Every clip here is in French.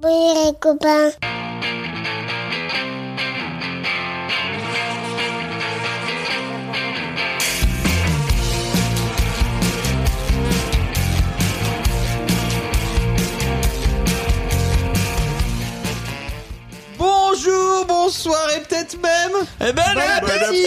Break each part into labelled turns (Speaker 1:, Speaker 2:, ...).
Speaker 1: Oui, les copains.
Speaker 2: Bonjour, bonsoir et peut-être même.
Speaker 3: Eh ben,
Speaker 2: Bon
Speaker 3: la
Speaker 2: appétit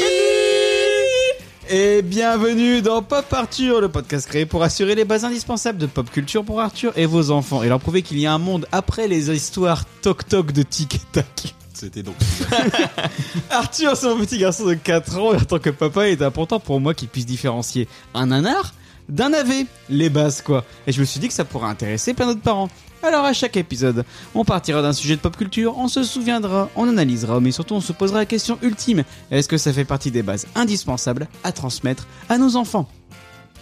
Speaker 2: Et bienvenue dans Pop Arthur, le podcast créé pour assurer les bases indispensables de pop culture pour Arthur et vos enfants et leur prouver qu'il y a un monde après les histoires toc-toc de Tic et Tac.
Speaker 3: C'était donc.
Speaker 2: Arthur, c'est mon petit garçon de 4 ans et en tant que papa, il est important pour moi qu'il puisse différencier un nanar d'un AV, les bases quoi. Et je me suis dit que ça pourrait intéresser plein d'autres parents. Alors à chaque épisode, on partira d'un sujet de pop culture, on se souviendra, on analysera, mais surtout on se posera la question ultime, est-ce que ça fait partie des bases indispensables à transmettre à nos enfants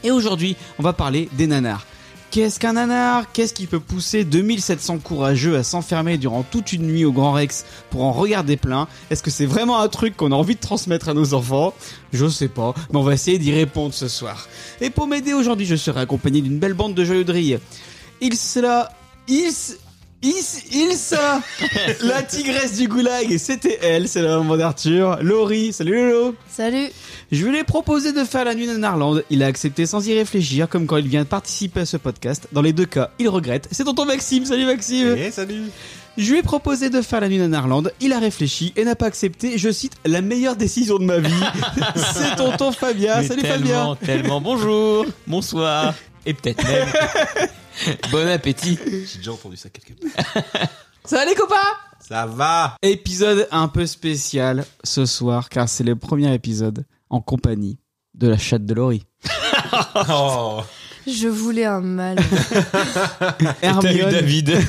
Speaker 2: Et aujourd'hui, on va parler des nanars. Qu'est-ce qu'un nanar Qu'est-ce qui peut pousser 2700 courageux à s'enfermer durant toute une nuit au Grand Rex pour en regarder plein Est-ce que c'est vraiment un truc qu'on a envie de transmettre à nos enfants Je sais pas, mais on va essayer d'y répondre ce soir. Et pour m'aider aujourd'hui, je serai accompagné d'une belle bande de joyeux drilles. Il cela... Il... Il... Il ça La tigresse du goulag, et c'était elle, c'est la maman d'Arthur. Laurie, salut Lolo
Speaker 4: Salut
Speaker 2: je lui ai proposé de faire la nuit en Irlande. Il a accepté sans y réfléchir, comme quand il vient de participer à ce podcast. Dans les deux cas, il regrette. C'est tonton Maxime. Salut Maxime.
Speaker 3: Eh, salut
Speaker 2: Je lui ai proposé de faire la nuit en Irlande. Il a réfléchi et n'a pas accepté. Je cite la meilleure décision de ma vie. C'est tonton Fabien.
Speaker 3: Mais
Speaker 2: Salut Fabien.
Speaker 3: tellement, tellement bonjour, bonsoir, et peut-être même. bon appétit J'ai déjà entendu ça quelque part.
Speaker 2: Ça les copains.
Speaker 3: Ça va
Speaker 2: Épisode un peu spécial ce soir, car c'est le premier épisode en compagnie de la chatte de Laurie.
Speaker 3: oh.
Speaker 4: Je voulais un mal.
Speaker 3: T'as eu
Speaker 2: Hermione,
Speaker 3: David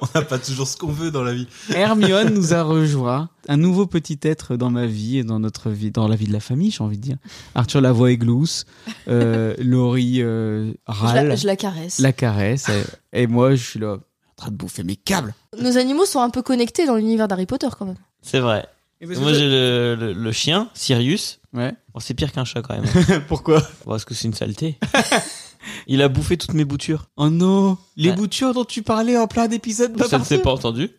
Speaker 5: On n'a pas toujours ce qu'on veut dans la vie.
Speaker 2: Hermione nous a rejoint. Un nouveau petit être dans ma vie et dans notre vie, dans la vie de la famille, j'ai envie de dire. Arthur la voix églousse, euh, Laurie euh,
Speaker 4: je,
Speaker 2: râle,
Speaker 4: la,
Speaker 2: la,
Speaker 4: je la caresse.
Speaker 2: caresse, euh, et moi je suis là en train de bouffer mes câbles.
Speaker 4: Nos animaux sont un peu connectés dans l'univers d'Harry Potter quand même.
Speaker 6: C'est vrai. Moi, j'ai le, le- le chien, Sirius.
Speaker 2: Ouais.
Speaker 6: Bon, c'est pire qu'un chat quand même.
Speaker 2: Pourquoi
Speaker 6: Parce que c'est une saleté. Il a bouffé toutes mes boutures.
Speaker 2: Oh non, les
Speaker 6: Ouais.
Speaker 2: boutures dont tu parlais en plein d'épisodes.
Speaker 6: Ça ne s'est pas entendu.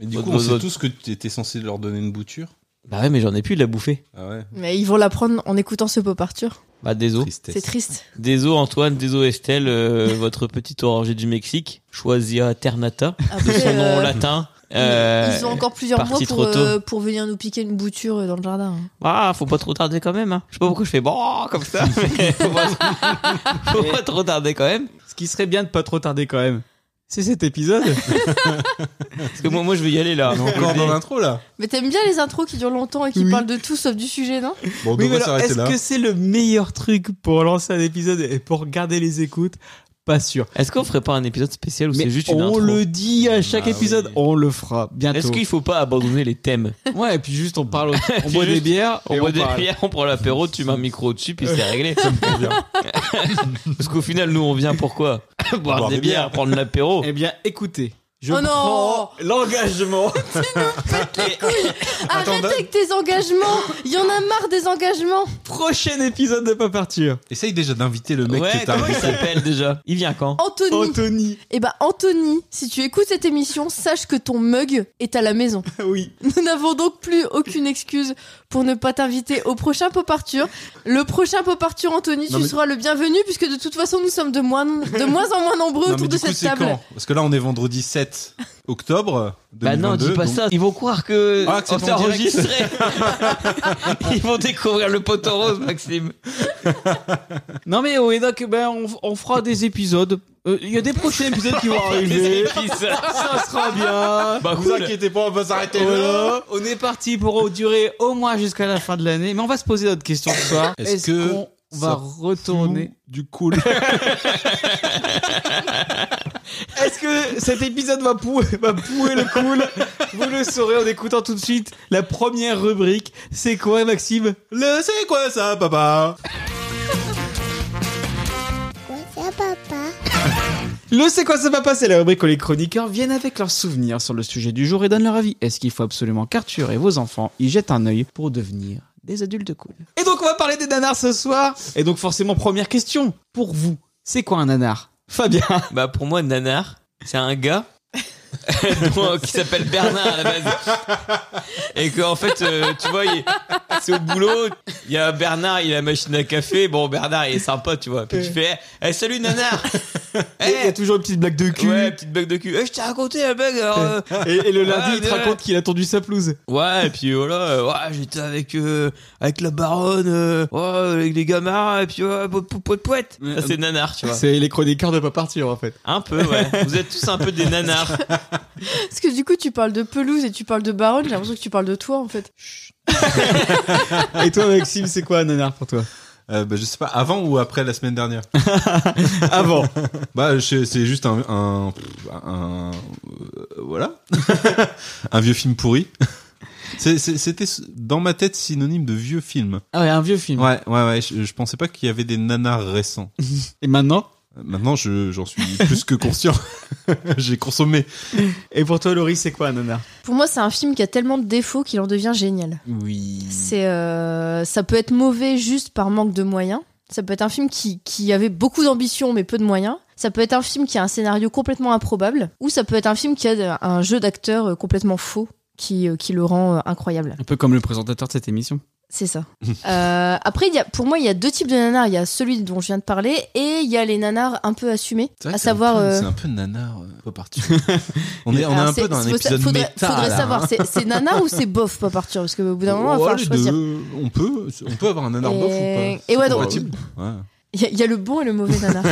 Speaker 5: Mais du
Speaker 6: Votre-
Speaker 5: coup, on
Speaker 6: votre-
Speaker 5: sait tous que tu étais censé leur donner une bouture.
Speaker 6: Bah ouais, mais j'en ai plus, il l'a bouffé.
Speaker 5: Ah ouais.
Speaker 4: Mais ils vont l'apprendre en écoutant ce pop Arthur.
Speaker 6: Bah désolé.
Speaker 5: Tristesse.
Speaker 4: C'est triste.
Speaker 6: Désolé Antoine, désolé Estelle, euh, votre petite orangée du Mexique, choisia Ternata, de
Speaker 4: Après,
Speaker 6: son nom
Speaker 4: euh,
Speaker 6: latin.
Speaker 4: ils-
Speaker 6: Euh,
Speaker 4: ils ont encore plusieurs mois
Speaker 6: parti
Speaker 4: pour,
Speaker 6: trop tôt.
Speaker 4: euh, pour venir nous piquer une bouture euh, dans le jardin. hein.
Speaker 6: Ah, faut pas trop tarder quand même. Hein. Je sais pas pourquoi je fais bon comme ça. mais faut pas, faut pas trop tarder quand même.
Speaker 2: Ce qui serait bien de pas trop tarder quand même. C'est cet épisode.
Speaker 6: Parce que moi, moi je vais y aller là.
Speaker 5: On est encore dans l'intro là.
Speaker 4: Mais t'aimes bien les intros qui durent longtemps et qui
Speaker 2: Oui.
Speaker 4: parlent de tout sauf du sujet, non
Speaker 5: Bon,
Speaker 2: Oui,
Speaker 5: on
Speaker 2: mais
Speaker 5: devrait
Speaker 2: alors,
Speaker 5: s'arrêter
Speaker 2: est-ce
Speaker 5: là.
Speaker 2: que c'est le meilleur truc pour lancer un épisode et pour garder les écoutes Pas sûr.
Speaker 6: Est-ce qu'on ferait pas un épisode spécial ou
Speaker 2: Mais
Speaker 6: c'est juste une
Speaker 2: on
Speaker 6: intro
Speaker 2: le dit à chaque
Speaker 5: Ah
Speaker 2: épisode,
Speaker 5: oui.
Speaker 2: on le fera bientôt.
Speaker 6: Est-ce qu'il faut pas abandonner les thèmes
Speaker 2: Ouais, et puis juste on parle, on boit
Speaker 6: juste,
Speaker 2: des bières,
Speaker 6: On
Speaker 2: et
Speaker 6: boit des
Speaker 2: parle.
Speaker 6: bières, on prend l'apéro, tu mets un micro au-dessus, puis c'est réglé.
Speaker 5: bien.
Speaker 6: Parce qu'au final, nous, on vient pourquoi Boire,
Speaker 5: Boire
Speaker 6: des
Speaker 5: des
Speaker 6: bières,
Speaker 5: bières.
Speaker 6: prendre l'apéro.
Speaker 2: Eh bien, écoutez, je
Speaker 4: Oh non
Speaker 2: prends l'engagement.
Speaker 4: Arrête
Speaker 5: Attends,
Speaker 4: avec tes engagements Il y en a marre des engagements
Speaker 2: Prochain épisode de Pas Partir.
Speaker 5: Essaye déjà d'inviter le mec
Speaker 6: ouais,
Speaker 5: que t'as
Speaker 6: comment il
Speaker 5: invité.
Speaker 6: s'appelle déjà Il vient quand
Speaker 4: Anthony,
Speaker 2: Oh Anthony,
Speaker 4: eh ben Anthony, si tu écoutes cette émission, sache que ton mug est à la maison.
Speaker 2: oui.
Speaker 4: Nous n'avons donc plus aucune excuse pour ne pas t'inviter au prochain Pop Arthur. Le prochain Pop Arthur, Anthony,
Speaker 5: Non,
Speaker 4: tu
Speaker 5: mais-
Speaker 4: seras le bienvenu puisque de toute façon nous sommes de moins, de moins en moins nombreux
Speaker 5: Non, mais
Speaker 4: autour de
Speaker 5: du coup,
Speaker 4: cette
Speaker 5: c'est
Speaker 4: table.
Speaker 5: quand Parce que là, on est vendredi 7 octobre. 2022,
Speaker 6: Bah non, dis pas
Speaker 5: donc-
Speaker 6: ça. Ils vont croire que
Speaker 5: Ah, que c'est
Speaker 6: on
Speaker 5: en
Speaker 6: s'est
Speaker 5: direct.
Speaker 6: enregistré. Ils vont découvrir le pot rose, Maxime.
Speaker 2: Non mais oui, donc ben, on, on fera des épisodes. Euh, Il y a des prochains épisodes qui vont arriver. Ça sera bien.
Speaker 6: Bah,
Speaker 5: Vous
Speaker 6: cool.
Speaker 5: inquiétez pas, on va s'arrêter Oh là.
Speaker 2: Voilà. On est parti pour durer au moins jusqu'à la fin de l'année, mais on va se poser d'autres questions ce soir.
Speaker 5: Est-ce que
Speaker 2: qu'on va
Speaker 5: ça
Speaker 2: retourner
Speaker 5: Du coup,
Speaker 2: Est-ce que cet épisode va pouer, va pouer le cool Vous le saurez en écoutant tout de suite la première rubrique. C'est quoi, Maxime
Speaker 5: le c'est quoi ça, papa
Speaker 1: Quoi ça, papa
Speaker 2: Le C'est quoi ça va passer La rubrique où les chroniqueurs viennent avec leurs souvenirs sur le sujet du jour et donnent leur avis. Est-ce qu'il faut absolument qu'Arthur et vos enfants y jettent un œil pour devenir des adultes cool Et donc on va parler des nanars ce soir. Et donc forcément, première question. Pour vous, c'est quoi un nanar Fabien.
Speaker 6: Bah pour moi, nanar, c'est un gars dont- qui s'appelle Bernard à la base. Et qu'en fait, euh, tu vois, il- c'est au boulot, il y a Bernard, il a la machine à café. Bon, Bernard, il est sympa, tu vois. Puis tu fais, eh, salut nanar
Speaker 2: Et Il y a
Speaker 6: Eh,
Speaker 2: toujours une petite blague de cul.
Speaker 6: Ouais, petite bug de cul. Eh, je t'ai raconté la bug, alors... euh,
Speaker 2: Et, et le lundi,
Speaker 6: Ah,
Speaker 2: il te
Speaker 6: ouais.
Speaker 2: raconte qu'il a tendu sa pelouse.
Speaker 6: Ouais, et puis voilà, euh, ouais, j'étais avec euh, avec la baronne, euh, ouais, avec les gamins, et puis ouais, po- po- poète poète. Ça, c'est nanar, tu vois.
Speaker 2: C'est les chroniqueurs de pas partir en fait.
Speaker 6: Un peu, ouais. Vous êtes tous un peu des nanars.
Speaker 4: Parce que du coup, tu parles de pelouse et tu parles de baronne, j'ai l'impression que tu parles de toi en fait.
Speaker 2: Et toi, Maxime, c'est quoi un nanar pour toi
Speaker 5: Euh, bah, je sais pas, avant ou après la semaine dernière
Speaker 2: Avant.
Speaker 5: Bah, je- c'est juste un. un, un- euh, voilà. un vieux film pourri. C'est- c'est- C'était dans ma tête synonyme de vieux film.
Speaker 2: Ah ouais, un vieux film.
Speaker 5: Ouais, ouais, ouais. Je, je pensais pas qu'il y avait des nanars récents.
Speaker 2: Et maintenant
Speaker 5: Euh, Maintenant, je- j'en suis plus que conscient. J'ai consommé.
Speaker 2: Et pour toi, Laurie, c'est quoi un nanar
Speaker 4: Pour moi, c'est un film qui a tellement de défauts qu'il en devient génial.
Speaker 5: Oui.
Speaker 4: C'est, euh, ça peut être mauvais juste par manque de moyens. Ça peut être un film qui, qui avait beaucoup d'ambition mais peu de moyens. Ça peut être un film qui a un scénario complètement improbable. Ou ça peut être un film qui a un jeu d'acteurs euh, complètement faux qui, euh, qui le rend euh, incroyable.
Speaker 2: Un peu comme le présentateur de cette émission.
Speaker 4: C'est ça. Euh, après, il y a, pour moi, il y a deux types de nanars. Il y a celui dont je viens de parler et il y a les nanars un peu assumés. À savoir. euh,
Speaker 5: C'est un peu nanar, euh, pas parti. on est, on est
Speaker 4: alors,
Speaker 5: un peu
Speaker 4: c'est-
Speaker 5: dans un
Speaker 4: faut sa-
Speaker 5: épisode
Speaker 4: faudrait,
Speaker 5: méta.
Speaker 4: faudrait
Speaker 5: là,
Speaker 4: savoir,
Speaker 5: hein.
Speaker 4: c'est- c'est nanar ou c'est bof pas partir Parce qu'au bout d'un moment, il va
Speaker 5: Ouais,
Speaker 4: falloir
Speaker 5: les
Speaker 4: choisir.
Speaker 5: deux. On peut, on peut avoir un nanar bof ou
Speaker 4: Et-
Speaker 5: pas
Speaker 4: et ouais, donc-
Speaker 5: Compatible. Ouais.
Speaker 4: Il y, a- il y a le bon et le mauvais nanar.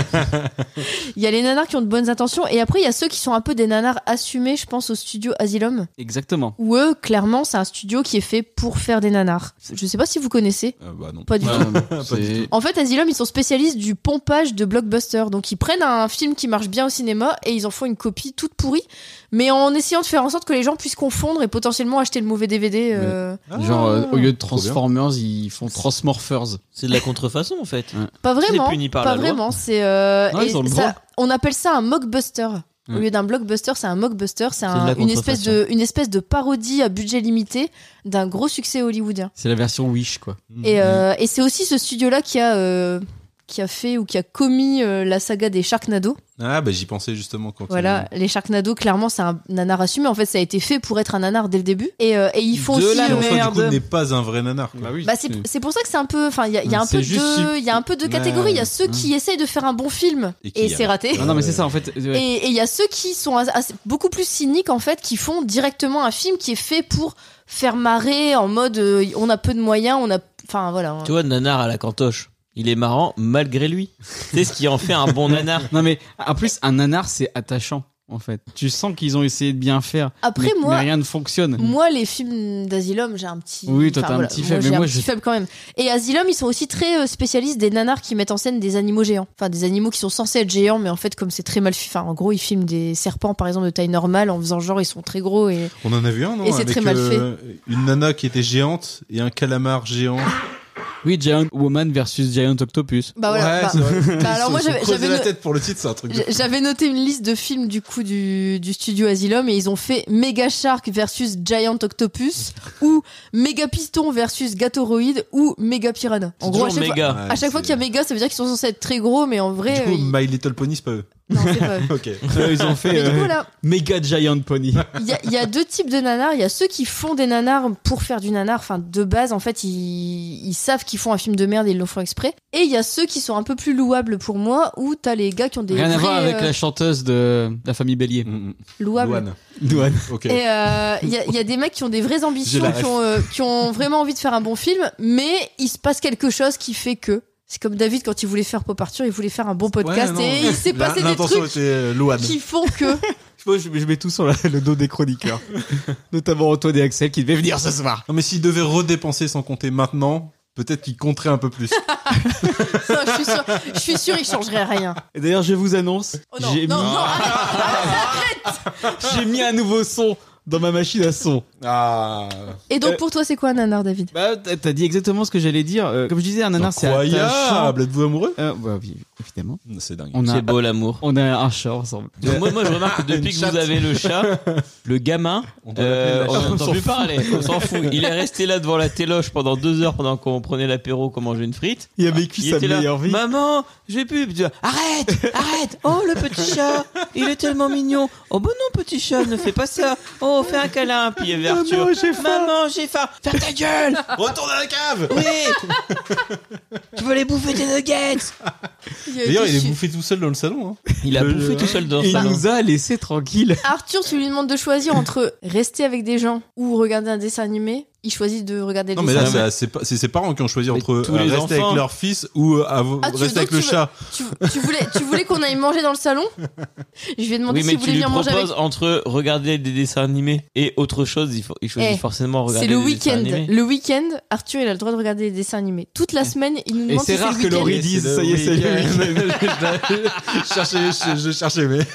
Speaker 4: Il y a les nanars qui ont de bonnes intentions et après il y a ceux qui sont un peu des nanars assumés, je pense au studio Asylum,
Speaker 2: Exactement.
Speaker 4: où eux clairement c'est un studio qui est fait pour faire des nanars. Je sais pas si vous connaissez.
Speaker 5: Euh, bah non.
Speaker 4: Pas du tout.
Speaker 2: C'est-
Speaker 4: En fait, Asylum, ils sont spécialistes du pompage de blockbusters. Donc, ils prennent un film qui marche bien au cinéma et ils en font une copie toute pourrie, mais en essayant de faire en sorte que les gens puissent confondre et potentiellement acheter le mauvais DVD. euh,
Speaker 5: Ah.
Speaker 2: Genre, euh, au lieu de
Speaker 5: Trop bien.
Speaker 2: Transformers, ils font Transmorphers.
Speaker 6: C'est de la contrefaçon, en fait.
Speaker 4: Pas vraiment.
Speaker 6: puni par
Speaker 4: pas
Speaker 6: la loi.
Speaker 4: vraiment. C'est. euh,
Speaker 2: Ouais,
Speaker 4: et
Speaker 2: ils ont le
Speaker 4: ça-
Speaker 2: droit.
Speaker 4: on appelle ça un mockbuster. Au
Speaker 2: Ouais.
Speaker 4: lieu d'un blockbuster, c'est un mockbuster, c'est
Speaker 6: de
Speaker 4: un-
Speaker 6: la
Speaker 4: une espèce
Speaker 6: contrefaçon.
Speaker 4: de une espèce de parodie à budget limité d'un gros succès hollywoodien.
Speaker 2: C'est la version Wish, quoi.
Speaker 5: Mhm.
Speaker 4: Et, euh, et c'est aussi ce studio-là qui a euh, qui a fait ou qui a commis euh, la saga des Sharknado.
Speaker 5: Ah bah j'y pensais justement quand.
Speaker 4: Voilà, les Sharknado, clairement, c'est un nanar assumé. En fait, ça a été fait pour être un nanar dès le début. Et, euh, et ils font
Speaker 6: De
Speaker 4: aussi.
Speaker 6: la
Speaker 5: Il...
Speaker 4: euh,
Speaker 5: Enfin, du coup,
Speaker 6: Merde.
Speaker 5: n'est pas un vrai nanar. quoi.
Speaker 2: oui.
Speaker 4: Bah, c'est c'est pour ça que c'est un peu. Enfin, il y a, il y a un
Speaker 2: C'est
Speaker 4: peu
Speaker 2: juste
Speaker 4: deux. Il y a un peu deux
Speaker 5: Ouais.
Speaker 4: catégories. Il y a ceux qui essayent de faire un bon film
Speaker 5: Et qui
Speaker 4: et,
Speaker 5: y
Speaker 4: c'est
Speaker 5: arrivent.
Speaker 4: raté.
Speaker 2: non, mais c'est ça, en fait.
Speaker 4: Et-
Speaker 2: ouais.
Speaker 4: Et il y a ceux qui sont as- assez- beaucoup plus cyniques en fait, qui font directement un film qui est fait pour faire marrer en mode euh, on a peu de moyens, on a. Enfin voilà.
Speaker 6: Tu vois, nanar à la cantoche. Il est marrant malgré lui. C'est ce qui en fait un bon nanar.
Speaker 2: Non, mais en plus, un nanar, c'est attachant, en fait. Tu sens qu'ils ont essayé de bien faire.
Speaker 4: Après,
Speaker 2: mais,
Speaker 4: moi-
Speaker 2: mais rien ne fonctionne.
Speaker 4: Moi, les films d'Asylum, j'ai un petit.
Speaker 2: Oui, toi,
Speaker 4: enfin,
Speaker 2: t'as un
Speaker 4: voilà,
Speaker 2: petit faible,
Speaker 4: j'ai
Speaker 2: mais
Speaker 4: un
Speaker 2: moi,
Speaker 4: petit
Speaker 2: je-
Speaker 4: faible quand même. Et Asylum, ils sont aussi très euh, spécialistes des nanars qui mettent en scène des animaux géants. Enfin, des animaux qui sont censés être géants, mais en fait, comme c'est très mal fait. Enfin, en gros, ils filment des serpents, par exemple, de taille normale, en faisant genre, ils sont très gros et.
Speaker 5: On en a vu un non
Speaker 4: Et c'est
Speaker 5: Avec,
Speaker 4: très mal
Speaker 5: euh, Une nana qui était géante et un calamar géant.
Speaker 2: Oui, Giant Woman versus Giant Octopus.
Speaker 4: Bah voilà.
Speaker 5: ouais,
Speaker 4: bah-
Speaker 5: c'est vrai.
Speaker 4: bah, alors, moi,
Speaker 5: Ils se sont
Speaker 4: j'avais-
Speaker 5: creusés
Speaker 4: j'avais
Speaker 5: la
Speaker 4: no-
Speaker 5: tête pour le titre, c'est un truc. de-
Speaker 4: J- J'avais noté une liste de films du coup du, du studio Asylum et ils ont fait Mega Shark versus Giant Octopus ou Mega Piston versus Gatoroid ou Mega Piranha. En
Speaker 6: C'est
Speaker 4: gros, à
Speaker 6: toujours
Speaker 4: chaque, fois,
Speaker 6: méga.
Speaker 5: Ouais,
Speaker 4: à chaque fois
Speaker 5: c'est-
Speaker 4: qu'il y a Mega, ça veut dire qu'ils sont censés être très gros, mais en
Speaker 5: Du
Speaker 4: vrai,
Speaker 5: coup,
Speaker 4: euh, ils-
Speaker 5: My Little Pony, c'est pas eux.
Speaker 4: non, c'est pas eux.
Speaker 5: Ok.
Speaker 2: Euh, ils ont fait
Speaker 4: Mais du coup,
Speaker 2: euh,
Speaker 4: là,
Speaker 2: Mega Giant Pony.
Speaker 4: il y, a- il y a deux types de nanars. Il y a ceux qui font des nanars pour faire du nanar. Enfin, de base, en fait, ils, ils savent qu'ils font un film de merde et ils le font exprès. Et il y a ceux qui sont un peu plus louables pour moi, où t'as les gars qui ont des
Speaker 2: Rien à
Speaker 4: vrais,
Speaker 2: voir avec
Speaker 4: euh,
Speaker 2: la chanteuse de la famille Bélier.
Speaker 5: Mm, mm.
Speaker 4: louables.
Speaker 5: Douane.
Speaker 2: Douane.
Speaker 5: Ok.
Speaker 4: Et il y, a- y a des mecs qui ont des vraies ambitions,
Speaker 5: J'ai la
Speaker 4: qui ont, euh, qui ont vraiment envie de faire un bon film, mais il se passe quelque chose qui fait que. C'est comme David quand il voulait faire Pop Arthur, il voulait faire un bon podcast
Speaker 5: Ouais, non.
Speaker 4: et il s'est
Speaker 5: La-
Speaker 4: passé des
Speaker 5: L'intention
Speaker 4: trucs
Speaker 5: était euh, louane.
Speaker 4: qui font que.
Speaker 2: Je, je mets tout sur la- le dos des chroniqueurs. Notamment Antoine et Axel qui devaient venir ce soir.
Speaker 5: Non mais s'ils devaient redépenser sans compter maintenant, peut-être qu'ils compteraient un peu plus.
Speaker 4: Non, je suis sûr, je suis sûr, il changerait rien.
Speaker 2: Et d'ailleurs, je vous annonce,
Speaker 4: Oh non,
Speaker 2: j'ai
Speaker 4: non,
Speaker 2: mis-
Speaker 4: non, arrête.
Speaker 2: j'ai mis un nouveau son dans ma machine à son.
Speaker 5: Ah.
Speaker 4: Et donc, pour toi, c'est quoi un nanar, David
Speaker 2: Bah, t'as t'as dit exactement ce que j'allais dire. Euh, comme je disais, un nanar, c'est attachant.
Speaker 5: Incroyable. Êtes-vous amoureux
Speaker 2: Euh, bah oui, évidemment.
Speaker 5: C'est dingue.
Speaker 2: On a,
Speaker 6: C'est beau l'amour.
Speaker 2: on a un chat ensemble.
Speaker 6: Donc moi, moi, je remarque que depuis que vous avez le chat, le gamin,
Speaker 5: On doit
Speaker 6: euh, on
Speaker 5: l'appeler le
Speaker 6: n'entend
Speaker 5: chat.
Speaker 6: plus parler, on s'en fout. Il est resté là devant la téloche pendant deux heures pendant qu'on prenait l'apéro, qu'on mangeait une frite.
Speaker 2: Ah, Il Bah, a vécu
Speaker 6: Il
Speaker 2: sa
Speaker 6: était là,
Speaker 2: meilleure vie.
Speaker 6: maman, j'ai pu. Puis tu vois, Arrête, arrête. Oh le petit chat, il est tellement mignon. Oh bon non petit chat, ne fais pas ça. Oh fais un câlin. Puis il y avait Arthur. Maman, j'ai faim. Ferme ta gueule.
Speaker 5: Retourne à la cave.
Speaker 6: Oui. tu veux les bouffer tes nuggets.
Speaker 5: D'ailleurs, il est bouffé tout seul dans le salon. hein.
Speaker 6: Il a
Speaker 5: Le-
Speaker 6: bouffé tout seul dans
Speaker 2: Il
Speaker 6: sa
Speaker 2: nous a laissé tranquille.
Speaker 4: Arthur, tu lui demandes de choisir entre rester avec des gens ou regarder un dessin animé. Il choisit de regarder le
Speaker 5: Non, mais
Speaker 4: dessin
Speaker 5: là,
Speaker 4: animé.
Speaker 5: c'est à ses pa- c'est ses parents qui ont choisi
Speaker 6: Mais
Speaker 5: entre euh,
Speaker 6: tous les
Speaker 5: rester
Speaker 6: enfants.
Speaker 5: avec leur fils ou euh, av-
Speaker 4: Ah, tu veux
Speaker 5: rester avec
Speaker 4: dire
Speaker 5: le
Speaker 4: que tu
Speaker 5: chat.
Speaker 4: Tu, tu voulais, tu voulais qu'on aille manger dans le salon Je lui ai demandé
Speaker 6: Oui, mais
Speaker 4: s'il
Speaker 6: tu
Speaker 4: voulait
Speaker 6: lui
Speaker 4: venir manger avec.
Speaker 6: proposes entre regarder des dessins animés et autre chose, il, faut, il choisit
Speaker 4: Eh,
Speaker 6: forcément regarder
Speaker 4: C'est le
Speaker 6: des dessins
Speaker 4: week-end.
Speaker 6: animés.
Speaker 4: Le week-end, Arthur, il a le droit de regarder des dessins animés. Toute la semaine, il nous
Speaker 2: Et
Speaker 4: demande si
Speaker 2: c'est rare
Speaker 4: le
Speaker 2: que Laurie
Speaker 4: week-end.
Speaker 2: dise
Speaker 5: C'est le
Speaker 2: ça y est, c'est le
Speaker 5: week-end.
Speaker 2: week-end.
Speaker 5: je cherchais, je, je cherchais, mais.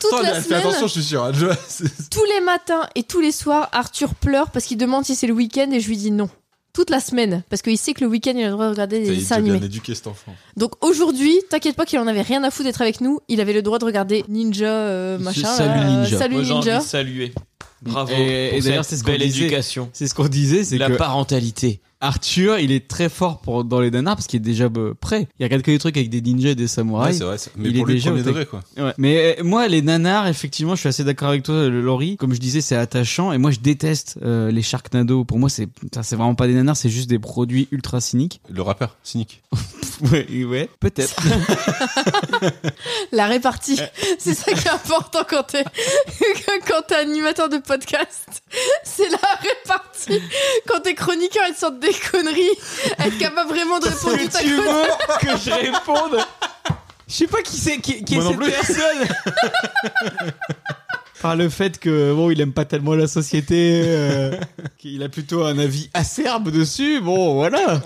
Speaker 4: Toute
Speaker 5: Attends,
Speaker 4: la
Speaker 5: fais
Speaker 4: semaine,
Speaker 5: attention, je suis sûr. hein, je- c'est-
Speaker 4: tous les matins et tous les soirs, Arthur pleure parce qu'il demande si c'est le week-end et je lui dis non. Toute la semaine, parce qu'il sait que le week-end, il a le droit de regarder des
Speaker 5: Il
Speaker 4: dessins
Speaker 5: est bien
Speaker 4: animés.
Speaker 5: éduqué cet enfant.
Speaker 4: Donc aujourd'hui, t'inquiète pas qu'il en avait rien à foutre d'être avec nous. Il avait le droit de regarder Ninja, euh, machin.
Speaker 2: Salut
Speaker 4: là, euh,
Speaker 2: Ninja.
Speaker 4: Salut
Speaker 6: Moi, j'ai envie de
Speaker 4: Ninja.
Speaker 6: saluer. Bravo.
Speaker 2: Et-
Speaker 6: pour
Speaker 2: et d'ailleurs,
Speaker 6: cette
Speaker 2: c'est ce qu'on
Speaker 6: belle
Speaker 2: disait.
Speaker 6: éducation.
Speaker 2: C'est ce qu'on disait, c'est
Speaker 6: La
Speaker 2: que
Speaker 6: parentalité.
Speaker 2: Arthur, il est très fort pour, dans les nanars parce qu'il est déjà euh, prêt. Il regarde que des trucs avec des ninjas et des
Speaker 5: Ouais,
Speaker 2: samouraïs.
Speaker 5: c'est vrai. c'est- Mais
Speaker 2: il
Speaker 5: pour
Speaker 2: est
Speaker 5: lui,
Speaker 2: déjà
Speaker 5: premier
Speaker 2: au tac-
Speaker 5: degré, quoi.
Speaker 2: Ouais. Mais euh, moi, les nanars, effectivement, je suis assez d'accord avec toi, le- Laurie. Comme je disais, c'est attachant. Et moi, je déteste euh, les Sharknado. Pour moi, c'est putain, c'est vraiment pas des nanars, c'est juste des produits ultra cyniques.
Speaker 5: Le rappeur, cynique.
Speaker 2: ouais, ouais, peut-être.
Speaker 4: La répartie. C'est ça qui est important quand t'es, quand t'es animateur de podcast. C'est la répartie. Quand t'es chroniqueur, ils te sortent des conneries. Être capable vraiment de répondre tout à
Speaker 2: tu
Speaker 4: coup.
Speaker 2: veux que je réponde Je sais pas qui c'est qui, qui est
Speaker 5: Moi non
Speaker 2: cette
Speaker 5: plus.
Speaker 2: personne. Par le fait que bon, il aime pas tellement la société, euh, qu'il a plutôt un avis acerbe dessus. Bon, voilà.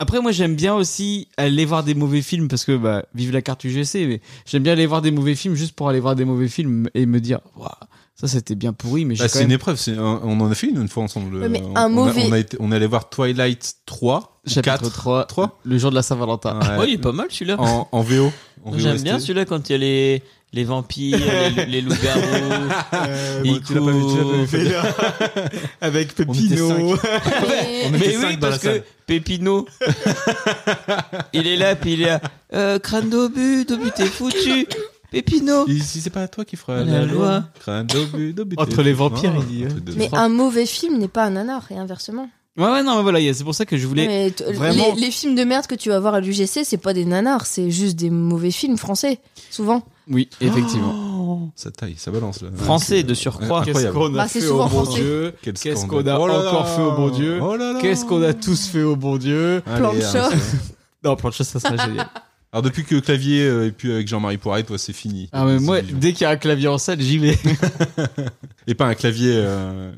Speaker 2: Après, moi, j'aime bien aussi aller voir des mauvais films parce que bah, vive la carte UGC. Mais j'aime bien aller voir des mauvais films juste pour aller voir des mauvais films et me dire, Waouh, ça c'était bien pourri, mais j'ai
Speaker 5: Bah,
Speaker 2: quand
Speaker 5: c'est une
Speaker 2: même-
Speaker 5: épreuve. c'est un- on en a fait une une fois ensemble.
Speaker 4: Ouais, mais
Speaker 5: euh, on,
Speaker 4: un
Speaker 5: on a-
Speaker 4: mauvais-
Speaker 5: On, a été- on est allé voir Twilight 3, ou
Speaker 2: Chapitre
Speaker 5: 4,
Speaker 2: 3,
Speaker 5: 3.
Speaker 2: le jour de la Saint-Valentin.
Speaker 5: Ouais.
Speaker 6: Ouais, il est pas mal celui-là.
Speaker 5: en, en VO. en
Speaker 6: J'aime
Speaker 5: VOST.
Speaker 6: bien celui-là quand il y a les, les vampires, les, les loups-garous.
Speaker 2: Euh,
Speaker 5: bon, tu l'as pas vu, tu l'as pas vu.
Speaker 2: Et là, Avec
Speaker 5: On était
Speaker 2: Pépino.
Speaker 5: On
Speaker 4: Et-
Speaker 5: était
Speaker 6: Mais
Speaker 5: cinq
Speaker 6: oui,
Speaker 5: dans la
Speaker 6: parce que
Speaker 5: salle.
Speaker 6: Pépino, il est là, puis il est là. Euh, crâne d'obus, d'obus, t'es foutu. Pépino.
Speaker 5: Et si c'est pas toi qui feras
Speaker 6: La
Speaker 5: la,
Speaker 6: loi.
Speaker 5: loi, crâne d'obus, d'obus,
Speaker 2: Entre
Speaker 5: t'es-
Speaker 2: les vampires,
Speaker 5: Ah,
Speaker 2: il dit,
Speaker 5: un
Speaker 2: hein.
Speaker 5: truc de-
Speaker 4: Mais un mauvais film n'est pas un nanar et inversement.
Speaker 2: Ouais, ouais, non, mais voilà, y a- c'est pour ça que je voulais.
Speaker 4: Mais t-
Speaker 2: vraiment-
Speaker 4: les, les films de merde que tu vas voir à l'UGC, c'est pas des nanars, c'est juste des mauvais films français, souvent.
Speaker 2: Oui, effectivement.
Speaker 5: Ça taille, ça balance là.
Speaker 6: Français de surcroît.
Speaker 2: Qu'est-ce
Speaker 5: Ah, Incroyable.
Speaker 2: qu'on a
Speaker 4: Bah, c'est
Speaker 2: fait
Speaker 4: souvent
Speaker 2: au bon
Speaker 4: français.
Speaker 2: Dieu
Speaker 5: Quel
Speaker 2: Qu'est-ce
Speaker 5: scandale.
Speaker 2: qu'on a
Speaker 5: Oh là là.
Speaker 2: encore fait au bon Dieu
Speaker 5: Oh là là.
Speaker 2: Qu'est-ce qu'on a tous fait au bon Dieu
Speaker 5: Allez,
Speaker 4: Plan de
Speaker 5: hein,
Speaker 4: chat.
Speaker 5: c'est bon.
Speaker 2: Non, plein de choses, ça serait génial.
Speaker 5: Alors depuis que Clavier euh, et puis avec Jean-Marie Poiret, toi c'est fini.
Speaker 2: Ah, mais
Speaker 5: C'est
Speaker 2: moi,
Speaker 5: illusion.
Speaker 2: dès qu'il y a un clavier en salle, j'y vais.
Speaker 5: Et pas un clavier. euh,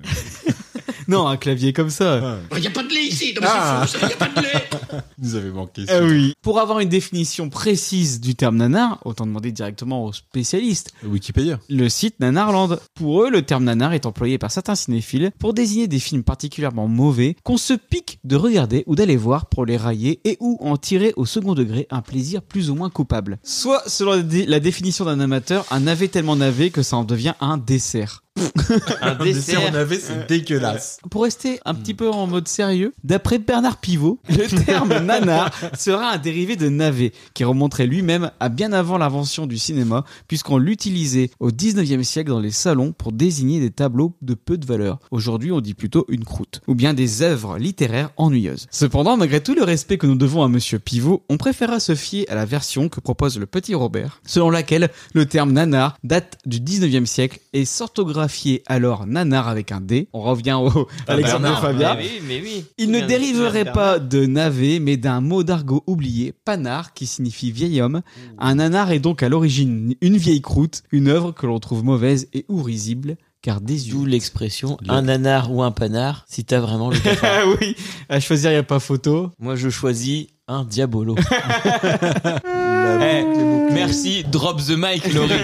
Speaker 2: non, un clavier comme ça.
Speaker 5: ah,
Speaker 7: Il n'y a pas de lait ici, non,
Speaker 5: Ah.
Speaker 7: mais c'est fou, ça, y a pas de lait.
Speaker 5: il nous avait manqué.
Speaker 2: Ah oui. Pour avoir une définition précise du terme nanar, autant demander directement aux spécialistes.
Speaker 5: Wikipédia.
Speaker 2: le site Nanarland. Pour eux, le terme nanar est employé par certains cinéphiles pour désigner des films particulièrement mauvais qu'on se pique de regarder ou d'aller voir pour les railler et ou en tirer au second degré un plaisir plus ou moins coupable. Soit, selon la, dé- la définition d'un amateur, un navet tellement navet que ça en devient un dessert.
Speaker 6: Un
Speaker 5: Dessert
Speaker 6: dessert.
Speaker 5: en avait,
Speaker 2: Euh,
Speaker 5: c'est dégueulasse.
Speaker 2: Pour rester un petit peu en mode sérieux, Hmm. d'après Bernard Pivot, le terme nanar sera un dérivé de navet, qui remonterait lui-même à bien avant l'invention du cinéma, puisqu'on l'utilisait au 19e siècle dans les salons pour désigner des tableaux de peu de valeur. Aujourd'hui, on dit plutôt une croûte, ou bien des œuvres littéraires ennuyeuses. Cependant, malgré tout le respect que nous devons à Monsieur Pivot, on préférera se fier à la version que propose le petit Robert, selon laquelle le terme nanar date du 19e siècle et s'orthographiait alors nanar avec un D. On revient au Alexandre
Speaker 5: Bernard,
Speaker 2: Fabien.
Speaker 6: Mais Ah, oui, mais oui.
Speaker 2: Il ne
Speaker 6: Un
Speaker 2: dériverait
Speaker 6: dessert
Speaker 2: pas de navet, mais d'un mot d'argot oublié, panard, qui signifie vieil homme. Un nanar est donc à l'origine une vieille croûte, une œuvre que l'on trouve mauvaise et ou risible, car des
Speaker 6: D'où
Speaker 2: yeux.
Speaker 6: l'expression un nanar ou un panard, si t'as vraiment le cafard.
Speaker 2: Ah oui, à choisir, il n'y a pas photo.
Speaker 6: Moi, je choisis un diabolo. Bah, Eh, merci, drop the mic, Laurie.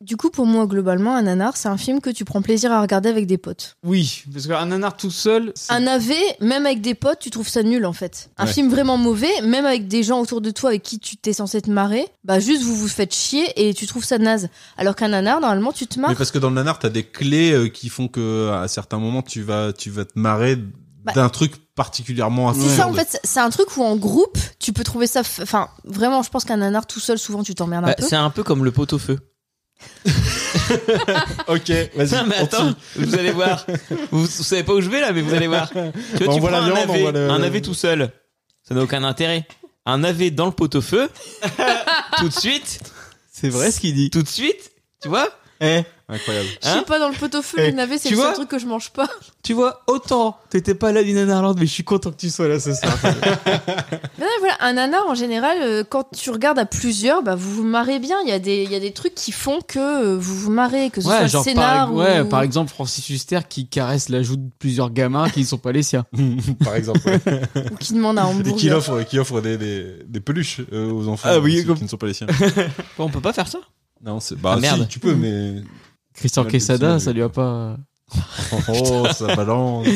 Speaker 4: Du coup, pour moi, globalement, un nanar, c'est un film que tu prends plaisir à regarder avec des potes.
Speaker 2: Oui, parce qu'un nanar tout seul, c'est-
Speaker 4: Un AV, même avec des potes, tu trouves ça nul en fait. Un
Speaker 5: Ouais.
Speaker 4: film vraiment mauvais, même avec des gens autour de toi avec qui tu t'es censé te marrer, bah juste vous vous faites chier et tu trouves ça naze. Alors qu'un nanar, normalement, tu te marres.
Speaker 5: Mais parce que dans le nanar, t'as des clés euh, qui font que à certains moments, tu vas, tu vas te marrer
Speaker 4: Bah.
Speaker 5: d'un truc particulièrement
Speaker 4: C'est
Speaker 5: absurde.
Speaker 4: ça en fait, c'est- c'est un truc où en groupe, tu peux trouver ça. f- Enfin, vraiment, je pense qu'un nanar tout seul, souvent, tu t'emmerdes
Speaker 6: Bah,
Speaker 4: un peu.
Speaker 6: c'est un peu comme le pot au feu.
Speaker 5: Ok, vas-y.
Speaker 6: Non, mais attends, vous allez voir. Vous, vous savez pas où je vais là, mais vous allez voir. Tu
Speaker 5: Bah,
Speaker 6: vois,
Speaker 5: On
Speaker 6: tu
Speaker 5: voit la
Speaker 6: prends
Speaker 5: viande, on
Speaker 6: un AV,
Speaker 5: voit le-
Speaker 6: un AV tout seul. Ça n'a aucun intérêt. Un AV dans le pot-au-feu, tout de suite,
Speaker 2: c'est vrai ce qu'il dit.
Speaker 6: tout de suite, tu vois hein
Speaker 2: Eh,
Speaker 5: Incroyable.
Speaker 4: Je sais pas, dans le pot-au-feu,
Speaker 2: Eh,
Speaker 4: le navet, c'est
Speaker 2: tu
Speaker 4: le
Speaker 2: vois
Speaker 4: seul truc que je mange pas.
Speaker 2: tu vois, autant t'étais pas là du nanarland, mais je suis content que tu sois là ce soir.
Speaker 4: Mais non, voilà, un nanar, en général, euh, quand tu regardes à plusieurs, bah, vous vous marrez bien. Il y, a des- il y a des trucs qui font que euh, vous vous marrez, que ce soit
Speaker 2: Ouais,
Speaker 4: le
Speaker 2: genre
Speaker 4: scénar
Speaker 2: par, ouais,
Speaker 4: ou...
Speaker 2: par exemple Francis Huster qui caresse la joue de plusieurs gamins qui ne sont pas les siens.
Speaker 5: Par exemple. ouais.
Speaker 4: ou qui demande un
Speaker 5: Et qui
Speaker 4: hamburger.
Speaker 5: offre, qui offre des, des, des peluches euh, aux enfants
Speaker 2: Ah oui,
Speaker 5: aussi,
Speaker 2: comme-
Speaker 5: qui ne sont pas les siens.
Speaker 6: On peut pas faire ça
Speaker 5: Non, c'est. Bah,
Speaker 6: Ah, merde.
Speaker 5: si, tu peux, mais.
Speaker 2: Christian
Speaker 5: Ouais,
Speaker 2: Quesada,
Speaker 5: le
Speaker 2: ça lui a pas.
Speaker 5: Oh, ça balance.